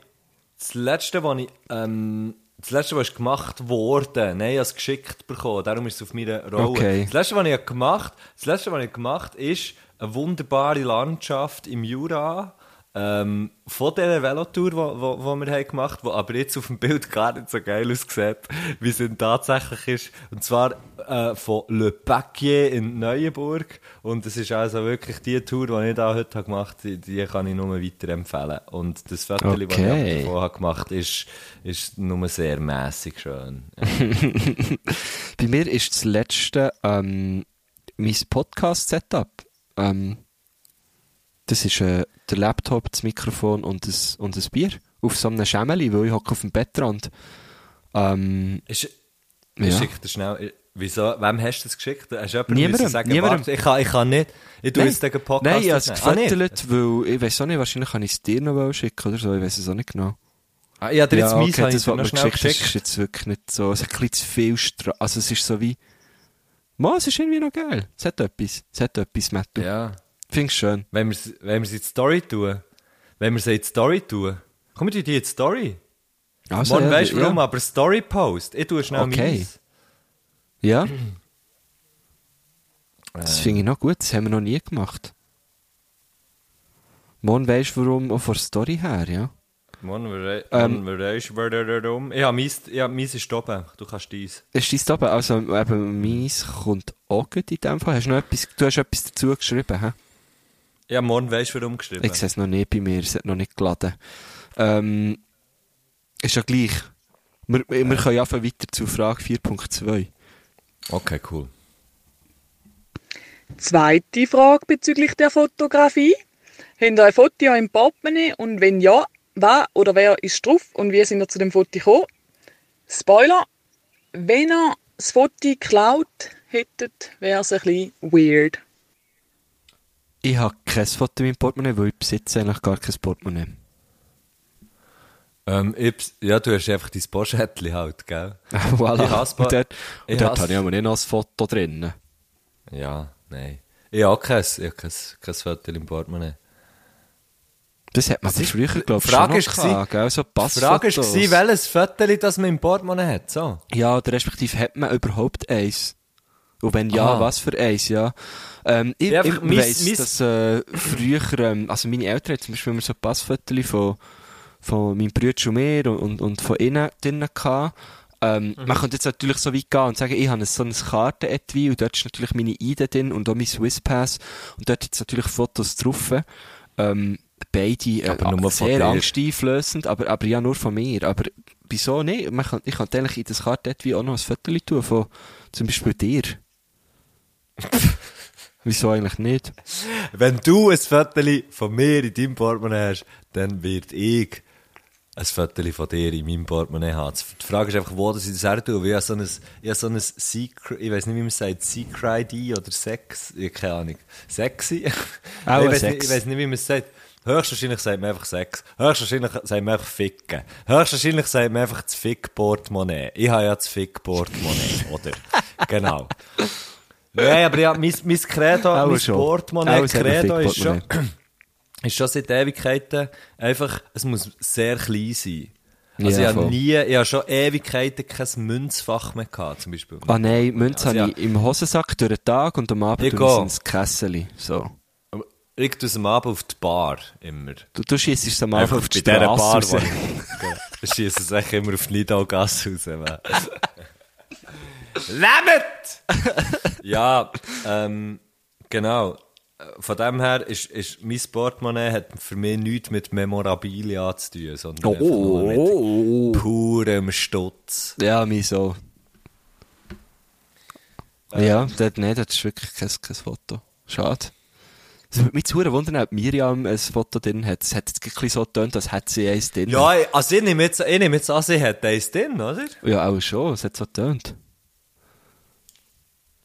[SPEAKER 6] das letzte, was ich, ähm, das letzte, was ist gemacht worden, nein, ich habe es geschickt bekommen, darum ist es auf meiner Rolle.
[SPEAKER 5] Okay.
[SPEAKER 6] Das letzte, was ich gemacht, das letzte, was ich gemacht, ist eine wunderbare Landschaft im Jura. Ähm, von dieser Velotour, die wo, wo wir haben gemacht haben, die aber jetzt auf dem Bild gar nicht so geil aussieht, wie es denn tatsächlich ist. Und zwar äh, von Le Paquier in Neuenburg. Und es ist also wirklich die Tour, die ich da heute habe gemacht habe, die, die kann ich nur weiterempfehlen. Und das Foto, das ich
[SPEAKER 5] Okay.
[SPEAKER 6] davon habe gemacht habe, ist, ist nur sehr mässig schön.
[SPEAKER 5] Bei mir ist das letzte ähm, mein Podcast-Setup. Ähm, das ist äh, der Laptop, das Mikrofon und das, und das Bier. Auf so einem Schämeli, weil ich hocke auf dem Bettrand. Ähm,
[SPEAKER 6] Ist,
[SPEAKER 5] Ja.
[SPEAKER 6] Ich schicke dir schnell. äh, Wieso? Wem hast du das geschickt? Hast du jemandem
[SPEAKER 5] Niemandem,
[SPEAKER 6] müssen sagen,
[SPEAKER 5] niemandem.
[SPEAKER 6] warte, ich kann, ich kann nicht. Ich tue
[SPEAKER 5] Nein.
[SPEAKER 6] jetzt den Podcast
[SPEAKER 5] Nein, ich habe
[SPEAKER 6] nicht nehmen.
[SPEAKER 5] es
[SPEAKER 6] Ah, nicht?
[SPEAKER 5] gefettelt, weil ich weiß auch nicht, wahrscheinlich kann ich es dir noch schicken oder so, ich weiß es auch nicht genau.
[SPEAKER 6] Ah, ich habe dir jetzt meins habe ich
[SPEAKER 5] das,
[SPEAKER 6] dir noch
[SPEAKER 5] was mir
[SPEAKER 6] schnell
[SPEAKER 5] geschickt ist,
[SPEAKER 6] geschickt.
[SPEAKER 5] ist jetzt wirklich nicht so, es ist ein bisschen zu viel Stra also es ist so wie, Mann, es ist irgendwie noch geil, es hat etwas, es hat etwas, Matt, du
[SPEAKER 6] Ja.
[SPEAKER 5] findest schön.
[SPEAKER 6] Wenn wir es wenn wir's in die Story tun. Wenn wir es in die Story tun. Komm, wir tun die in die Story.
[SPEAKER 5] Also,
[SPEAKER 6] Morgen
[SPEAKER 5] ja,
[SPEAKER 6] weißt du
[SPEAKER 5] ja.
[SPEAKER 6] warum, aber Story Post. Ich tue schnell
[SPEAKER 5] Okay.
[SPEAKER 6] meins.
[SPEAKER 5] Ja. Das finde ich noch gut, das haben wir noch nie gemacht. Mann, weißt du warum, auch von der Story her, ja?
[SPEAKER 6] Mann, wer
[SPEAKER 5] Ähm.
[SPEAKER 6] wer weisst du, wer darum? Ich habe meins, ich habe meins ist oben. Du kannst dies.
[SPEAKER 5] Ist dein Tablet, also eben, meins kommt auch gut in dem Fall. Hast du noch etwas, du hast etwas dazu geschrieben, hä?
[SPEAKER 6] Ich habe morgen weißt du warum geschrieben.
[SPEAKER 5] Ich sehe es noch nicht bei mir, es hat noch nicht geladen. Ähm, ist ja gleich. Wir, wir wir können einfach weiter zu Frage 4.2.
[SPEAKER 6] Okay, cool.
[SPEAKER 2] Zweite Frage bezüglich der Fotografie. Habt ihr ein Foto im Portemonnaie und wenn ja, wer oder wer ist drauf und wie sind ihr zu dem Foto gekommen? Spoiler, wenn ihr das Foto geklaut hättet, wäre es ein bisschen weird.
[SPEAKER 5] Ich habe kein Foto in meinem Portemonnaie, weil ich besitze eigentlich gar kein Portemonnaie.
[SPEAKER 6] Ähm, ich, bes- ja, du hast einfach dein Boschettli halt, gell? Ich
[SPEAKER 5] voilà.
[SPEAKER 6] hasse Por-
[SPEAKER 5] Und dort,
[SPEAKER 6] ich
[SPEAKER 5] und dort
[SPEAKER 6] hasse-
[SPEAKER 5] habe ich aber nicht noch ein Foto drin.
[SPEAKER 6] Ja, nein. Ich habe kein, ich hab kein, kein Foto im Portemonnaie.
[SPEAKER 5] Das hat man
[SPEAKER 6] Das ist-
[SPEAKER 5] früher, glaube ich,
[SPEAKER 6] Frage
[SPEAKER 5] schon
[SPEAKER 6] ist
[SPEAKER 5] noch
[SPEAKER 6] gewesen-
[SPEAKER 5] gehabt, gell? So
[SPEAKER 6] Die Frage
[SPEAKER 5] Passfotos.
[SPEAKER 6] war, welches Foto das man im Portemonnaie hat. So.
[SPEAKER 5] Ja, oder respektive hat man überhaupt eins? Und wenn ja,
[SPEAKER 6] Aha.
[SPEAKER 5] was für eins, ja. Ähm, ich
[SPEAKER 6] Ah. Ja,
[SPEAKER 5] ich
[SPEAKER 6] einfach mein-
[SPEAKER 5] weiss,
[SPEAKER 6] mein-
[SPEAKER 5] dass äh, früher, ähm, also meine Eltern hatten zum Beispiel immer so Passfotos von, von meinem Bruder und mir und, und, und von innen drinnen gehabt. Ähm,
[SPEAKER 6] Mhm.
[SPEAKER 5] Man könnte jetzt natürlich so weit gehen und sagen, ich habe ein- so ein Kartenetui und dort ist natürlich meine ID drin und auch mein Swisspass und dort jetzt natürlich Fotos drauf. Ähm, beide äh,
[SPEAKER 6] Aber nur von
[SPEAKER 5] sehr
[SPEAKER 6] dir.
[SPEAKER 5] angsteinflößend, aber, aber ja nur von mir. Aber wieso nicht? Man kann, ich kann eigentlich in das Kartenetui auch noch ein Foto tun von zum Beispiel dir. wieso eigentlich nicht?
[SPEAKER 6] Wenn du ein Foto von mir in deinem Portemonnaie hast, dann wird ich ein Foto von dir in meinem Portemonnaie haben. Die Frage ist einfach, wo dass ich das her tue. weil Ich habe so ein, ich habe so ein Secret, ich weiß nicht, wie man es sagt, Secret ID oder Sex, ich habe keine Ahnung. Sexy?
[SPEAKER 5] Auch
[SPEAKER 6] ich
[SPEAKER 5] ein
[SPEAKER 6] weiß
[SPEAKER 5] Sex.
[SPEAKER 6] nicht, ich weiß nicht, wie man es sagt. Höchstwahrscheinlich sagt man einfach Sex. Höchstwahrscheinlich sagt man einfach Ficken. Höchstwahrscheinlich sagt man einfach das Fick-Portemonnaie. Ich habe ja das Fick-Portemonnaie, oder? Genau. Nein, aber ja, mein, mein Credo,
[SPEAKER 5] Auch
[SPEAKER 6] mein
[SPEAKER 5] schon.
[SPEAKER 6] Portemonnaie,
[SPEAKER 5] Auch sehr
[SPEAKER 6] Credo
[SPEAKER 5] viel
[SPEAKER 6] ist schon, ist schon seit Ewigkeiten einfach, es muss sehr klein sein. Also
[SPEAKER 5] Ja,
[SPEAKER 6] ich habe
[SPEAKER 5] voll.
[SPEAKER 6] nie, ich habe schon Ewigkeiten kein Münzfach mehr gehabt, zum Beispiel.
[SPEAKER 5] Ah nein, Münze
[SPEAKER 6] Also
[SPEAKER 5] habe ich im Hosensack durch den Tag und am Abend
[SPEAKER 6] Ich
[SPEAKER 5] tue ich sie
[SPEAKER 6] gehe.
[SPEAKER 5] ins Kessel. So.
[SPEAKER 6] Aber Ich tue es am Abend auf die Bar, immer.
[SPEAKER 5] Du, du schießt es am Abend auf die Straße raus.
[SPEAKER 6] wo ich Ich schiesse es eigentlich immer auf die Nidau-Gasse raus. man.
[SPEAKER 1] Lebt!
[SPEAKER 6] Ja, ähm, genau. Von dem her ist, ist mein Portemonnaie hat für mich nichts mit Memorabilia zu tun, sondern einfach nur mit purem Stutz.
[SPEAKER 5] Ja, mich so.
[SPEAKER 6] Äh.
[SPEAKER 5] Ja, dort, nee, dort ist wirklich kein, kein Foto. Schade. Es würde mich zu wundern, ob Miriam ein Foto drin hat. Es hat jetzt ein bisschen so getönt, als hätte sie eins drin.
[SPEAKER 6] Ja, ich- also ich nehme jetzt, ich nehme jetzt an, sie hat eins drin, oder?
[SPEAKER 5] Ja, auch schon, es hat so getönt.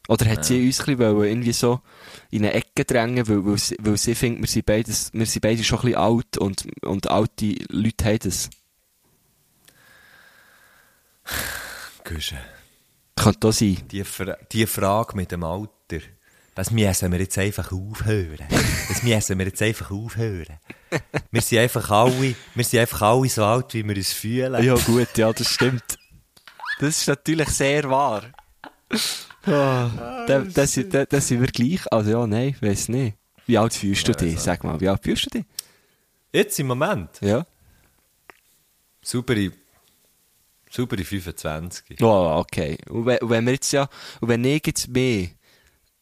[SPEAKER 5] Oder hat sie uns ein bisschen wollen, irgendwie so in eine Ecke drängen, weil, weil, sie, weil sie findet, wir sind, beides, wir sind beide schon ein bisschen alt und, und alte Leute haben das.
[SPEAKER 6] Güsche.
[SPEAKER 5] Könnte auch sein.
[SPEAKER 6] Die, Fra die Frage mit dem Alter, das müssen wir jetzt einfach aufhören. Das müssen wir jetzt einfach aufhören. Wir sind einfach alle, wir sind einfach alle so alt, wie wir uns fühlen.
[SPEAKER 5] Ja, gut, ja, das stimmt. Das ist natürlich sehr wahr. Ah, da, da, sind- da, da sind wir gleich. Also ja, nein, weiß nicht. Wie alt fühlst du dich? Sag mal, wie alt fühlst du dich?
[SPEAKER 6] Jetzt im Moment.
[SPEAKER 5] Ja.
[SPEAKER 6] Saubere, saubere 25.
[SPEAKER 5] Oh, okay. Und wenn, und wenn wir jetzt ja, und wenn ich jetzt mehr,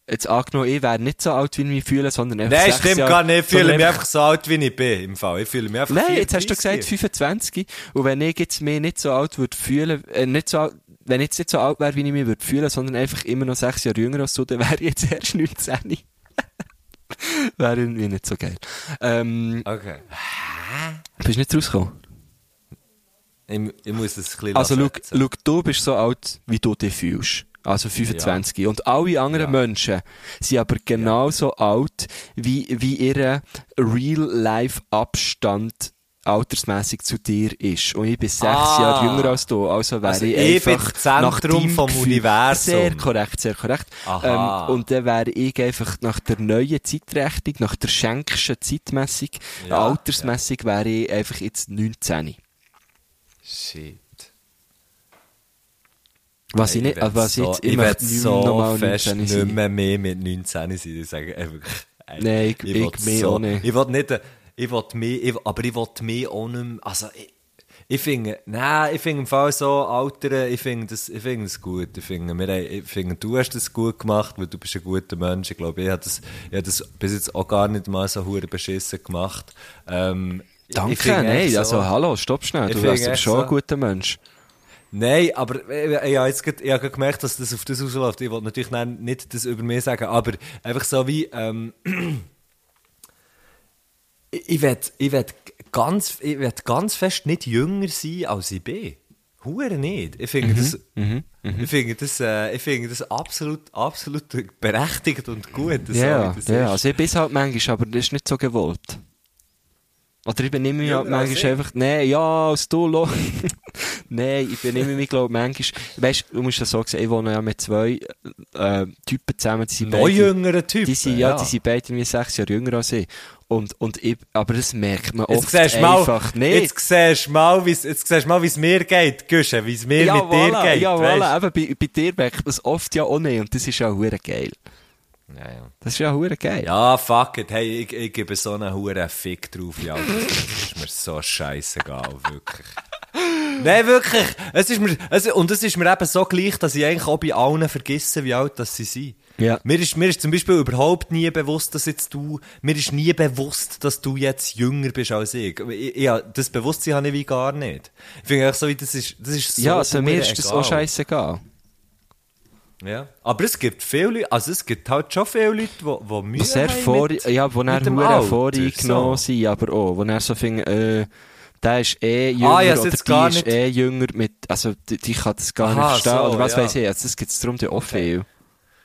[SPEAKER 5] jetzt angenommen, ich wäre nicht so alt, wie ich mich fühle, sondern einfach
[SPEAKER 6] Nein,
[SPEAKER 5] sechs
[SPEAKER 6] stimmt
[SPEAKER 5] Jahre-
[SPEAKER 6] gar nicht. Ich fühle
[SPEAKER 5] sondern
[SPEAKER 6] mich einfach so alt, wie ich bin. Im Fall. Ich fühle mich einfach
[SPEAKER 5] Nein, jetzt hast du
[SPEAKER 6] 34.
[SPEAKER 5] gesagt 25. Und wenn ich jetzt mich nicht so alt würde fühlen, äh, nicht so alt, wenn ich jetzt nicht so alt wäre, wie ich mich würde fühlen, sondern einfach immer noch sechs Jahre jünger als du, dann wäre ich jetzt erst 19. wäre irgendwie nicht so geil. Ähm,
[SPEAKER 6] Okay.
[SPEAKER 5] bist du nicht rausgekommen?
[SPEAKER 6] Ich, ich muss es ein bisschen
[SPEAKER 5] Also,
[SPEAKER 6] lassen.
[SPEAKER 5] look, look, du bist so alt, wie du dich fühlst. Also 25. Und alle anderen Menschen sind aber genauso alt, wie, wie ihr Real-Life-Abstand altersmäßig zu dir ist. Und ich bin sechs
[SPEAKER 6] Ah.
[SPEAKER 5] Jahre jünger als du, also wäre
[SPEAKER 6] Also
[SPEAKER 5] ich
[SPEAKER 6] ich bin
[SPEAKER 5] einfach
[SPEAKER 6] das Zentrum
[SPEAKER 5] nach deinem
[SPEAKER 6] vom
[SPEAKER 5] Gefühl-
[SPEAKER 6] Universum.
[SPEAKER 5] Sehr korrekt, sehr korrekt.
[SPEAKER 6] Aha.
[SPEAKER 5] Ähm, und dann wäre ich einfach nach der neuen Zeitrechnung, nach der schenkischen Zeitmessung, altersmäßig wäre ich einfach jetzt 19.
[SPEAKER 6] Shit.
[SPEAKER 5] Was ich nicht,
[SPEAKER 6] werd
[SPEAKER 5] also was ich
[SPEAKER 6] so,
[SPEAKER 5] jetzt
[SPEAKER 6] ich
[SPEAKER 5] immer
[SPEAKER 6] werd so
[SPEAKER 5] nochmal
[SPEAKER 6] fest
[SPEAKER 5] 19
[SPEAKER 6] nicht
[SPEAKER 5] sein.
[SPEAKER 6] mehr, mehr mit 19 sein. Ich sage einfach, ey,
[SPEAKER 5] Nein, ich-
[SPEAKER 6] will
[SPEAKER 5] ich mehr auch nicht.
[SPEAKER 6] Ich will nicht, äh, ich will mehr, ich, aber ich will mehr auch nicht mehr, also ich, ich finde, nein, ich finde im Fall so Alter, ich finde das, ich finde das gut. Ich finde, wir, haben- ich finde, du hast das gut gemacht, weil du bist ein guter Mensch. Ich glaube, ich habe das, ich habe das bis jetzt auch gar nicht mal so hure beschissen gemacht. Ähm, ich- ich
[SPEAKER 5] Danke,
[SPEAKER 6] finde echt
[SPEAKER 5] nein,
[SPEAKER 6] so-
[SPEAKER 5] also hallo, stopp schnell,
[SPEAKER 6] Ich
[SPEAKER 5] du
[SPEAKER 6] finde
[SPEAKER 5] wärst aber
[SPEAKER 6] echt
[SPEAKER 5] schon
[SPEAKER 6] so.
[SPEAKER 5] ein guter Mensch.
[SPEAKER 6] Nein, aber ich, ich, ich, habe jetzt grad, ich habe grad gemerkt, dass das auf das rausläuft. Ich wollte natürlich nein, nicht das über mich sagen, aber einfach so wie... Ähm, ich ich will, ich will ganz, ich will ganz fest nicht jünger sein, als ich bin. Hure nicht. Ich finde das,
[SPEAKER 5] Mhm,
[SPEAKER 6] ich finde das, äh, ich finde das absolut, absolut berechtigt und gut. so
[SPEAKER 5] Ja,
[SPEAKER 6] wie das
[SPEAKER 5] ja,
[SPEAKER 6] ist.
[SPEAKER 5] also ich bin halt manchmal, aber das ist nicht so gewollt. Oder ich benehme mich
[SPEAKER 6] Ja,
[SPEAKER 5] halt
[SPEAKER 6] aber als
[SPEAKER 5] manchmal
[SPEAKER 6] ich.
[SPEAKER 5] einfach, nein, ja, als du, lo- Nein, ich benehme mich, glaube ich, manchmal, weißt du, du musst das so sehen, ich wohne ja mit zwei äh, Typen zusammen, die sind
[SPEAKER 6] Noch
[SPEAKER 5] beide-
[SPEAKER 6] jüngere Typen.
[SPEAKER 5] Die sind, ja, die sind beide irgendwie sechs Jahre jünger als ich. Und, und ich, aber das merkt man
[SPEAKER 6] Jetzt
[SPEAKER 5] oft
[SPEAKER 6] siehst du mal,
[SPEAKER 5] einfach nicht.
[SPEAKER 6] jetzt siehst du mal, wie's- jetzt siehst du mal, wie es mir geht, Güsche, wie es mir mit dir
[SPEAKER 5] voilà,
[SPEAKER 6] geht.
[SPEAKER 5] Ja,
[SPEAKER 6] weisst du?
[SPEAKER 5] voilà, eben, bei, bei dir merkt man es oft ja auch nicht und das ist ja hure geil.
[SPEAKER 6] Ja, ja.
[SPEAKER 5] Das ist ja hure geil.
[SPEAKER 6] Ja, fuck it. Hey, ich, ich gebe so einen huren Fick drauf, ja. Das ist mir so scheißegal, wirklich. Nein, wirklich. Es ist mir, es, und es ist mir eben so gleich, dass ich eigentlich auch bei allen vergesse, wie alt das sie sind.
[SPEAKER 5] Ja.
[SPEAKER 6] Mir ist, mir ist zum Beispiel überhaupt nie bewusst, dass jetzt du, mir ist nie bewusst, dass du jetzt jünger bist als ich. ich, ich das Bewusstsein habe ich wie gar nicht. Ich finde eigentlich so, wie das ist, das ist so.
[SPEAKER 5] Ja, also mir ist das
[SPEAKER 6] egal.
[SPEAKER 5] auch scheißegal.
[SPEAKER 6] Ja. Aber es gibt viele Leute, also es gibt halt schon viele Leute, die, die Mühe
[SPEAKER 5] Sehr
[SPEAKER 6] haben
[SPEAKER 5] vor,
[SPEAKER 6] mit-
[SPEAKER 5] ja, wo er
[SPEAKER 6] mit dem
[SPEAKER 5] hure
[SPEAKER 6] Alter,
[SPEAKER 5] voreingenommen
[SPEAKER 6] so.
[SPEAKER 5] sind, aber auch, wo er so fing, äh, der ist eh jünger
[SPEAKER 6] Ah, ich hab's
[SPEAKER 5] oder
[SPEAKER 6] jetzt
[SPEAKER 5] die
[SPEAKER 6] gar
[SPEAKER 5] ist
[SPEAKER 6] nicht-
[SPEAKER 5] eh jünger mit, also die, die kann das gar
[SPEAKER 6] Aha,
[SPEAKER 5] nicht verstehen
[SPEAKER 6] so,
[SPEAKER 5] oder was
[SPEAKER 6] ja.
[SPEAKER 5] weiß ich, also das gibt es darum ja auch viel.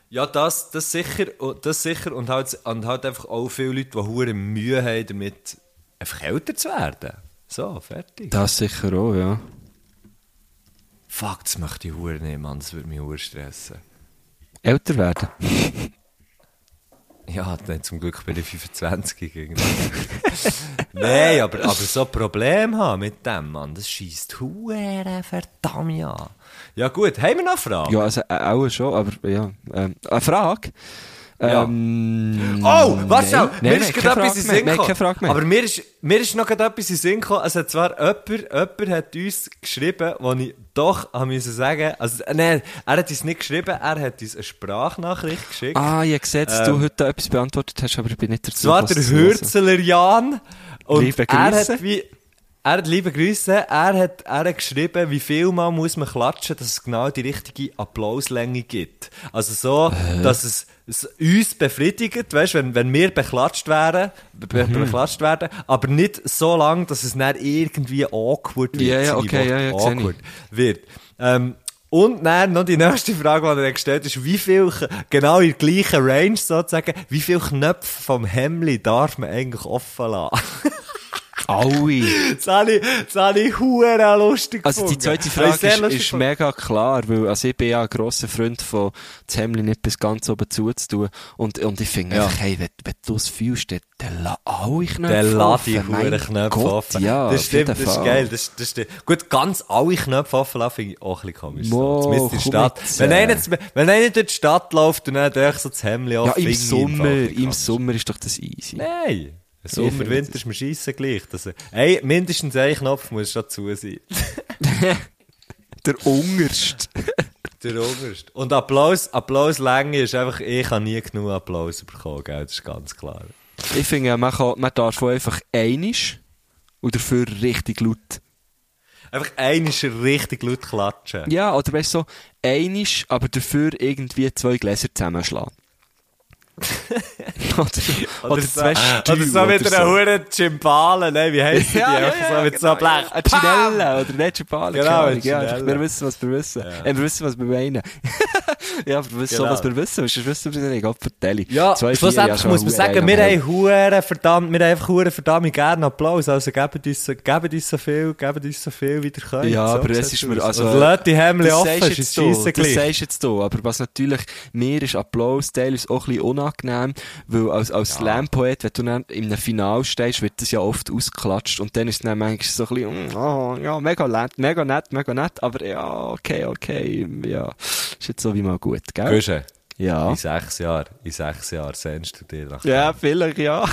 [SPEAKER 6] Ja, das, das sicher, und- das sicher und halt, und halt einfach auch viele Leute, die hure Mühe haben, damit einfach älter zu werden. So, fertig.
[SPEAKER 5] Das sicher auch, ja.
[SPEAKER 6] Fuck, das möchte ich hure nicht, Mann, das würde mich hure stressen.
[SPEAKER 5] Älter werden.
[SPEAKER 6] Ja, dann zum Glück bin ich 25 irgendwie. Nein, aber, aber so Problem haben mit dem, Mann, das schießt hure verdammt an. Ja gut, haben wir noch Fragen?
[SPEAKER 5] Ja, also äh, auch schon, aber ja. Ähm, eine Frage.
[SPEAKER 6] Ja.
[SPEAKER 5] Ähm,
[SPEAKER 6] Oh, was
[SPEAKER 5] nein.
[SPEAKER 6] ja?
[SPEAKER 5] Nein,
[SPEAKER 6] Mir
[SPEAKER 5] nein,
[SPEAKER 6] ist
[SPEAKER 5] keine
[SPEAKER 6] gerade
[SPEAKER 5] Frage
[SPEAKER 6] etwas in
[SPEAKER 5] mehr.
[SPEAKER 6] Sinn
[SPEAKER 5] Nein,
[SPEAKER 6] gekommen.
[SPEAKER 5] keine Frage mehr.
[SPEAKER 6] Aber mir ist, mir ist noch gerade etwas in Sinn gekommen. Es hat zwar jemand, jemand hat uns geschrieben, wo ich doch haben müssen sagen, also, äh, nein, er hat uns nicht geschrieben, er hat uns eine Sprachnachricht geschickt.
[SPEAKER 5] Ah, ich habe gesehen, dass du
[SPEAKER 6] Ähm,
[SPEAKER 5] heute etwas beantwortet hast, aber ich bin nicht dazu
[SPEAKER 6] Es war
[SPEAKER 5] gekommen, also.
[SPEAKER 6] der
[SPEAKER 5] es zu hören.
[SPEAKER 6] Hürzeler Jan. Und
[SPEAKER 5] Liebe
[SPEAKER 6] er
[SPEAKER 5] Grüße.
[SPEAKER 6] hat wie, er hat liebe Grüße, er hat, er hat geschrieben, wie viel Mal muss man klatschen, dass es genau die richtige Applauslänge gibt. Also so,
[SPEAKER 5] Äh.
[SPEAKER 6] dass es, es uns befriedigt, weißt, wenn, wenn wir beklatscht wären, be
[SPEAKER 5] Mhm.
[SPEAKER 6] beklatscht werden, aber nicht so lange, dass es dann irgendwie awkward wird.
[SPEAKER 5] Ja, ja,
[SPEAKER 6] seine
[SPEAKER 5] okay,
[SPEAKER 6] Worte.
[SPEAKER 5] ja, ja, sehe ich.
[SPEAKER 6] awkward wird. Ähm, und dann noch die nächste Frage, die er dann gestellt ist, wie viel, K- genau in der gleichen Range sozusagen, wie viel Knöpfe vom Hemli darf man eigentlich offen lassen?
[SPEAKER 5] Aui.
[SPEAKER 6] Das habe ich, das habe ich hure lustig
[SPEAKER 5] Also die
[SPEAKER 6] gefunden.
[SPEAKER 5] zweite
[SPEAKER 6] Habe ich
[SPEAKER 5] Frage
[SPEAKER 6] sehr
[SPEAKER 5] ist,
[SPEAKER 6] lustig
[SPEAKER 5] ist
[SPEAKER 6] gefunden.
[SPEAKER 5] mega klar, weil also ich bin ja ein grosser Freund von das Hemdli nicht bis ganz oben zuzutun und, und ich finde einfach, hey, wenn, wenn du es fühlst, dann, dann lass alle Knöpfe
[SPEAKER 6] Dann lass die
[SPEAKER 5] offen. Mein
[SPEAKER 6] huren Knöpfe
[SPEAKER 5] Gott,
[SPEAKER 6] offen.
[SPEAKER 5] ja,
[SPEAKER 6] das
[SPEAKER 5] auf
[SPEAKER 6] stimmt,
[SPEAKER 5] jeden
[SPEAKER 6] das ist
[SPEAKER 5] Fall.
[SPEAKER 6] geil. Das, das stimmt. Gut, ganz alle Knöpfe offen lassen, finde ich auch ein bisschen komisch.
[SPEAKER 5] Wow,
[SPEAKER 6] so. Zumindest in der
[SPEAKER 5] komm
[SPEAKER 6] Stadt.
[SPEAKER 5] jetzt,
[SPEAKER 6] Wenn
[SPEAKER 5] äh.
[SPEAKER 6] einer, zu- wenn einer durch die Stadt läuft und dann durch so das Hemli
[SPEAKER 5] Ja,
[SPEAKER 6] offen
[SPEAKER 5] im
[SPEAKER 6] finde ich einfach
[SPEAKER 5] Sommer,
[SPEAKER 6] ein bisschen
[SPEAKER 5] im
[SPEAKER 6] komisch.
[SPEAKER 5] Sommer ist doch das easy.
[SPEAKER 6] Nein!
[SPEAKER 5] Ich
[SPEAKER 6] Sommer,
[SPEAKER 5] finde,
[SPEAKER 6] Winter
[SPEAKER 5] das-
[SPEAKER 6] ist mir scheissen gleich. Das, ey, mindestens ein Knopf muss schon zu sein.
[SPEAKER 5] Der Ungerst.
[SPEAKER 6] Der Oberst. Und Applaus, Applauslänge ist einfach, ich habe nie genug Applaus bekommen, gell? das ist ganz klar.
[SPEAKER 5] Ich finde, man, kann, man darf wohl einfach einisch und dafür richtig laut.
[SPEAKER 6] Einfach einer ist richtig laut klatschen.
[SPEAKER 5] Ja, oder weißt du, so, einisch, aber dafür irgendwie zwei Gläser zusammenschlagen. oder, oder, zwei Stühle.
[SPEAKER 6] Ah. oder so mit einer Hure Cimbale, nein, wie heisst die?
[SPEAKER 5] Ja, ja,
[SPEAKER 6] Einfach
[SPEAKER 5] ja,
[SPEAKER 6] so mit so einem Blech.
[SPEAKER 5] Eine Chinella oder nicht Chinella.
[SPEAKER 6] Genau,
[SPEAKER 5] keine Ahnung,
[SPEAKER 6] eine
[SPEAKER 5] ja,
[SPEAKER 6] Chinella.
[SPEAKER 5] wir wissen, was wir wissen. Äh, wir wissen, was wir meinen. ja, aber wir wissen
[SPEAKER 6] Genau.
[SPEAKER 5] so, was wir wissen. Sonst wissen wir es nicht. Gott, vertelle.
[SPEAKER 6] Ja,
[SPEAKER 5] Zwei, vier,
[SPEAKER 6] schlussendlich
[SPEAKER 5] schon
[SPEAKER 6] muss man
[SPEAKER 5] verdammt
[SPEAKER 6] sagen, wir
[SPEAKER 5] geil.
[SPEAKER 6] haben hure verdammt, wir haben einfach hure verdammt gerne Applaus, also gebt uns, so- gebt uns so viel, gebt uns so viel, wie ihr könnt.
[SPEAKER 5] Ja,
[SPEAKER 6] so
[SPEAKER 5] aber es
[SPEAKER 6] sieht's
[SPEAKER 5] ist mir-
[SPEAKER 6] aus.
[SPEAKER 5] also,
[SPEAKER 6] Und lasst die Hemmli
[SPEAKER 5] Das
[SPEAKER 6] offen, ist
[SPEAKER 5] sagst jetzt du,
[SPEAKER 6] scheisse
[SPEAKER 5] das
[SPEAKER 6] gleich.
[SPEAKER 5] sagst jetzt du, aber was natürlich mir ist Applaus teilweise auch ein bisschen unangenehm, weil als, als Slam-Poet, wenn du dann in einem Finale stehst, wird das ja oft ausgeklatscht und dann ist es dann manchmal so ein bisschen, mm, oh, ja, mega nett, mega nett, mega nett, aber ja, okay, okay, ja, ist jetzt so wie mal gut, gell?
[SPEAKER 6] Guschen,
[SPEAKER 5] Ja.
[SPEAKER 6] in sechs Jahren, in sechs Jahren sehnst du dir nach.
[SPEAKER 5] Ah. Ja, vielleicht, ja.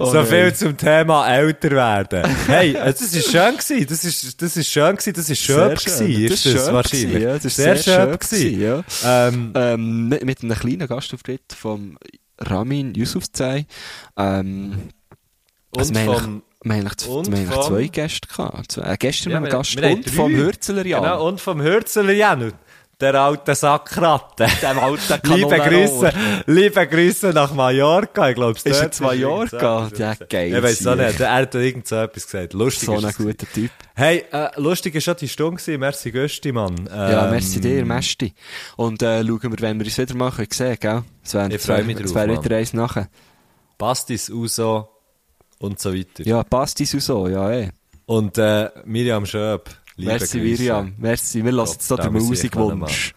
[SPEAKER 5] Oh
[SPEAKER 6] so
[SPEAKER 5] nein.
[SPEAKER 6] viel zum Thema älter werden. Hey, äh, das ist schön gewesen. Das ist, das ist schön gewesen. Das ist schön
[SPEAKER 5] Sehr
[SPEAKER 6] gewesen.
[SPEAKER 5] schön. Das
[SPEAKER 6] Ist
[SPEAKER 5] ist
[SPEAKER 6] das,
[SPEAKER 5] schön
[SPEAKER 6] wahrscheinlich?
[SPEAKER 5] gewesen, ja. Das ist
[SPEAKER 6] sehr,
[SPEAKER 5] sehr
[SPEAKER 6] schön
[SPEAKER 5] schön
[SPEAKER 6] gewesen.
[SPEAKER 5] gewesen,
[SPEAKER 6] Ähm,
[SPEAKER 5] ähm, mit, mit einem kleinen Gastauftritt vom Ramin Yusufzai. Ähm,
[SPEAKER 6] und
[SPEAKER 5] also wir haben
[SPEAKER 6] vom,
[SPEAKER 5] eigentlich- wir haben eigentlich z-
[SPEAKER 6] und
[SPEAKER 5] wir haben eigentlich
[SPEAKER 6] vom-
[SPEAKER 5] zwei Gäste gehabt. Zwei, äh, gestern
[SPEAKER 6] Ja,
[SPEAKER 5] haben wir
[SPEAKER 6] wir-
[SPEAKER 5] einen Gast
[SPEAKER 6] wir haben
[SPEAKER 5] und
[SPEAKER 6] drei.
[SPEAKER 5] vom Hürzler Jan.
[SPEAKER 6] genau, und vom Hürzeler Janu. Der alte Sackratte.
[SPEAKER 5] Dem alten
[SPEAKER 6] Liebe
[SPEAKER 5] Kanonenrohr.
[SPEAKER 6] Grüße, liebe Grüße nach Mallorca. Ich glaube,
[SPEAKER 5] er zu Mallorca? Der geil,
[SPEAKER 6] Ich weiß auch
[SPEAKER 5] sicher.
[SPEAKER 6] nicht. Er hat irgend so etwas gesagt. Lustig
[SPEAKER 5] So
[SPEAKER 6] ist
[SPEAKER 5] ein
[SPEAKER 6] das gewesen.
[SPEAKER 5] guter Typ.
[SPEAKER 6] Hey, äh, lustig ist schon die Stunde gewesen. Merci Gösti, Mann.
[SPEAKER 5] Ja,
[SPEAKER 6] Ähm,
[SPEAKER 5] merci dir, Mästi. Und äh, schauen wir, wenn wir uns wieder machen, sehen, gell? Es wär-
[SPEAKER 6] Ich
[SPEAKER 5] es wär-
[SPEAKER 6] freu mich
[SPEAKER 5] Es
[SPEAKER 6] drauf,
[SPEAKER 5] wäre
[SPEAKER 6] Mann.
[SPEAKER 5] wieder eins nachher.
[SPEAKER 6] Bastis, Uso und so weiter.
[SPEAKER 5] Ja, passt uns auch so, ja, eh.
[SPEAKER 6] Und äh, Miriam Schöp. liebe
[SPEAKER 5] Merci,
[SPEAKER 6] Grüße.
[SPEAKER 5] Miriam. Merci. Wir lassen
[SPEAKER 6] Gott,
[SPEAKER 5] jetzt hier
[SPEAKER 6] da
[SPEAKER 5] den
[SPEAKER 6] muss ich
[SPEAKER 5] Musikwunsch.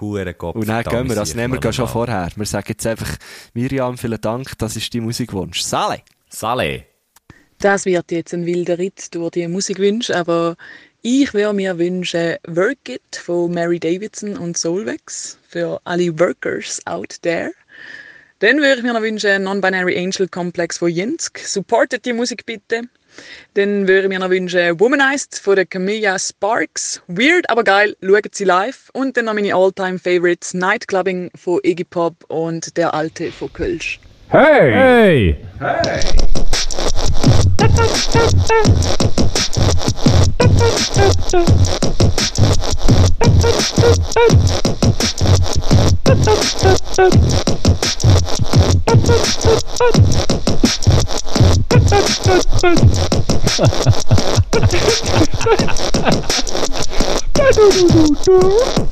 [SPEAKER 6] Hure Gott.
[SPEAKER 5] Und dann
[SPEAKER 6] da
[SPEAKER 5] gehen
[SPEAKER 6] muss
[SPEAKER 5] wir, das
[SPEAKER 6] ich
[SPEAKER 5] nehmen wir
[SPEAKER 6] mal
[SPEAKER 5] gehen schon
[SPEAKER 6] mal.
[SPEAKER 5] vorher. Wir sagen jetzt einfach, Miriam, vielen Dank, das ist dein Musikwunsch. Sale!
[SPEAKER 6] Saleh.
[SPEAKER 2] Das wird jetzt ein wilder Ritt durch die Musikwünsche, aber ich würde mir wünschen Work It von Mary Davidson und Solvex für alle Workers out there. Dann würde ich mir noch wünschen Non-Binary Angel Complex von Jensk. Supportet die Musik bitte. Dann würde ich mir noch wünschen Womanized von der Camilla Sparks. Weird, aber geil. Schaut sie live. Und dann noch meine All-Time Favorites Nightclubbing von Iggy Pop und Der Alte von Kölsch.
[SPEAKER 9] Hey!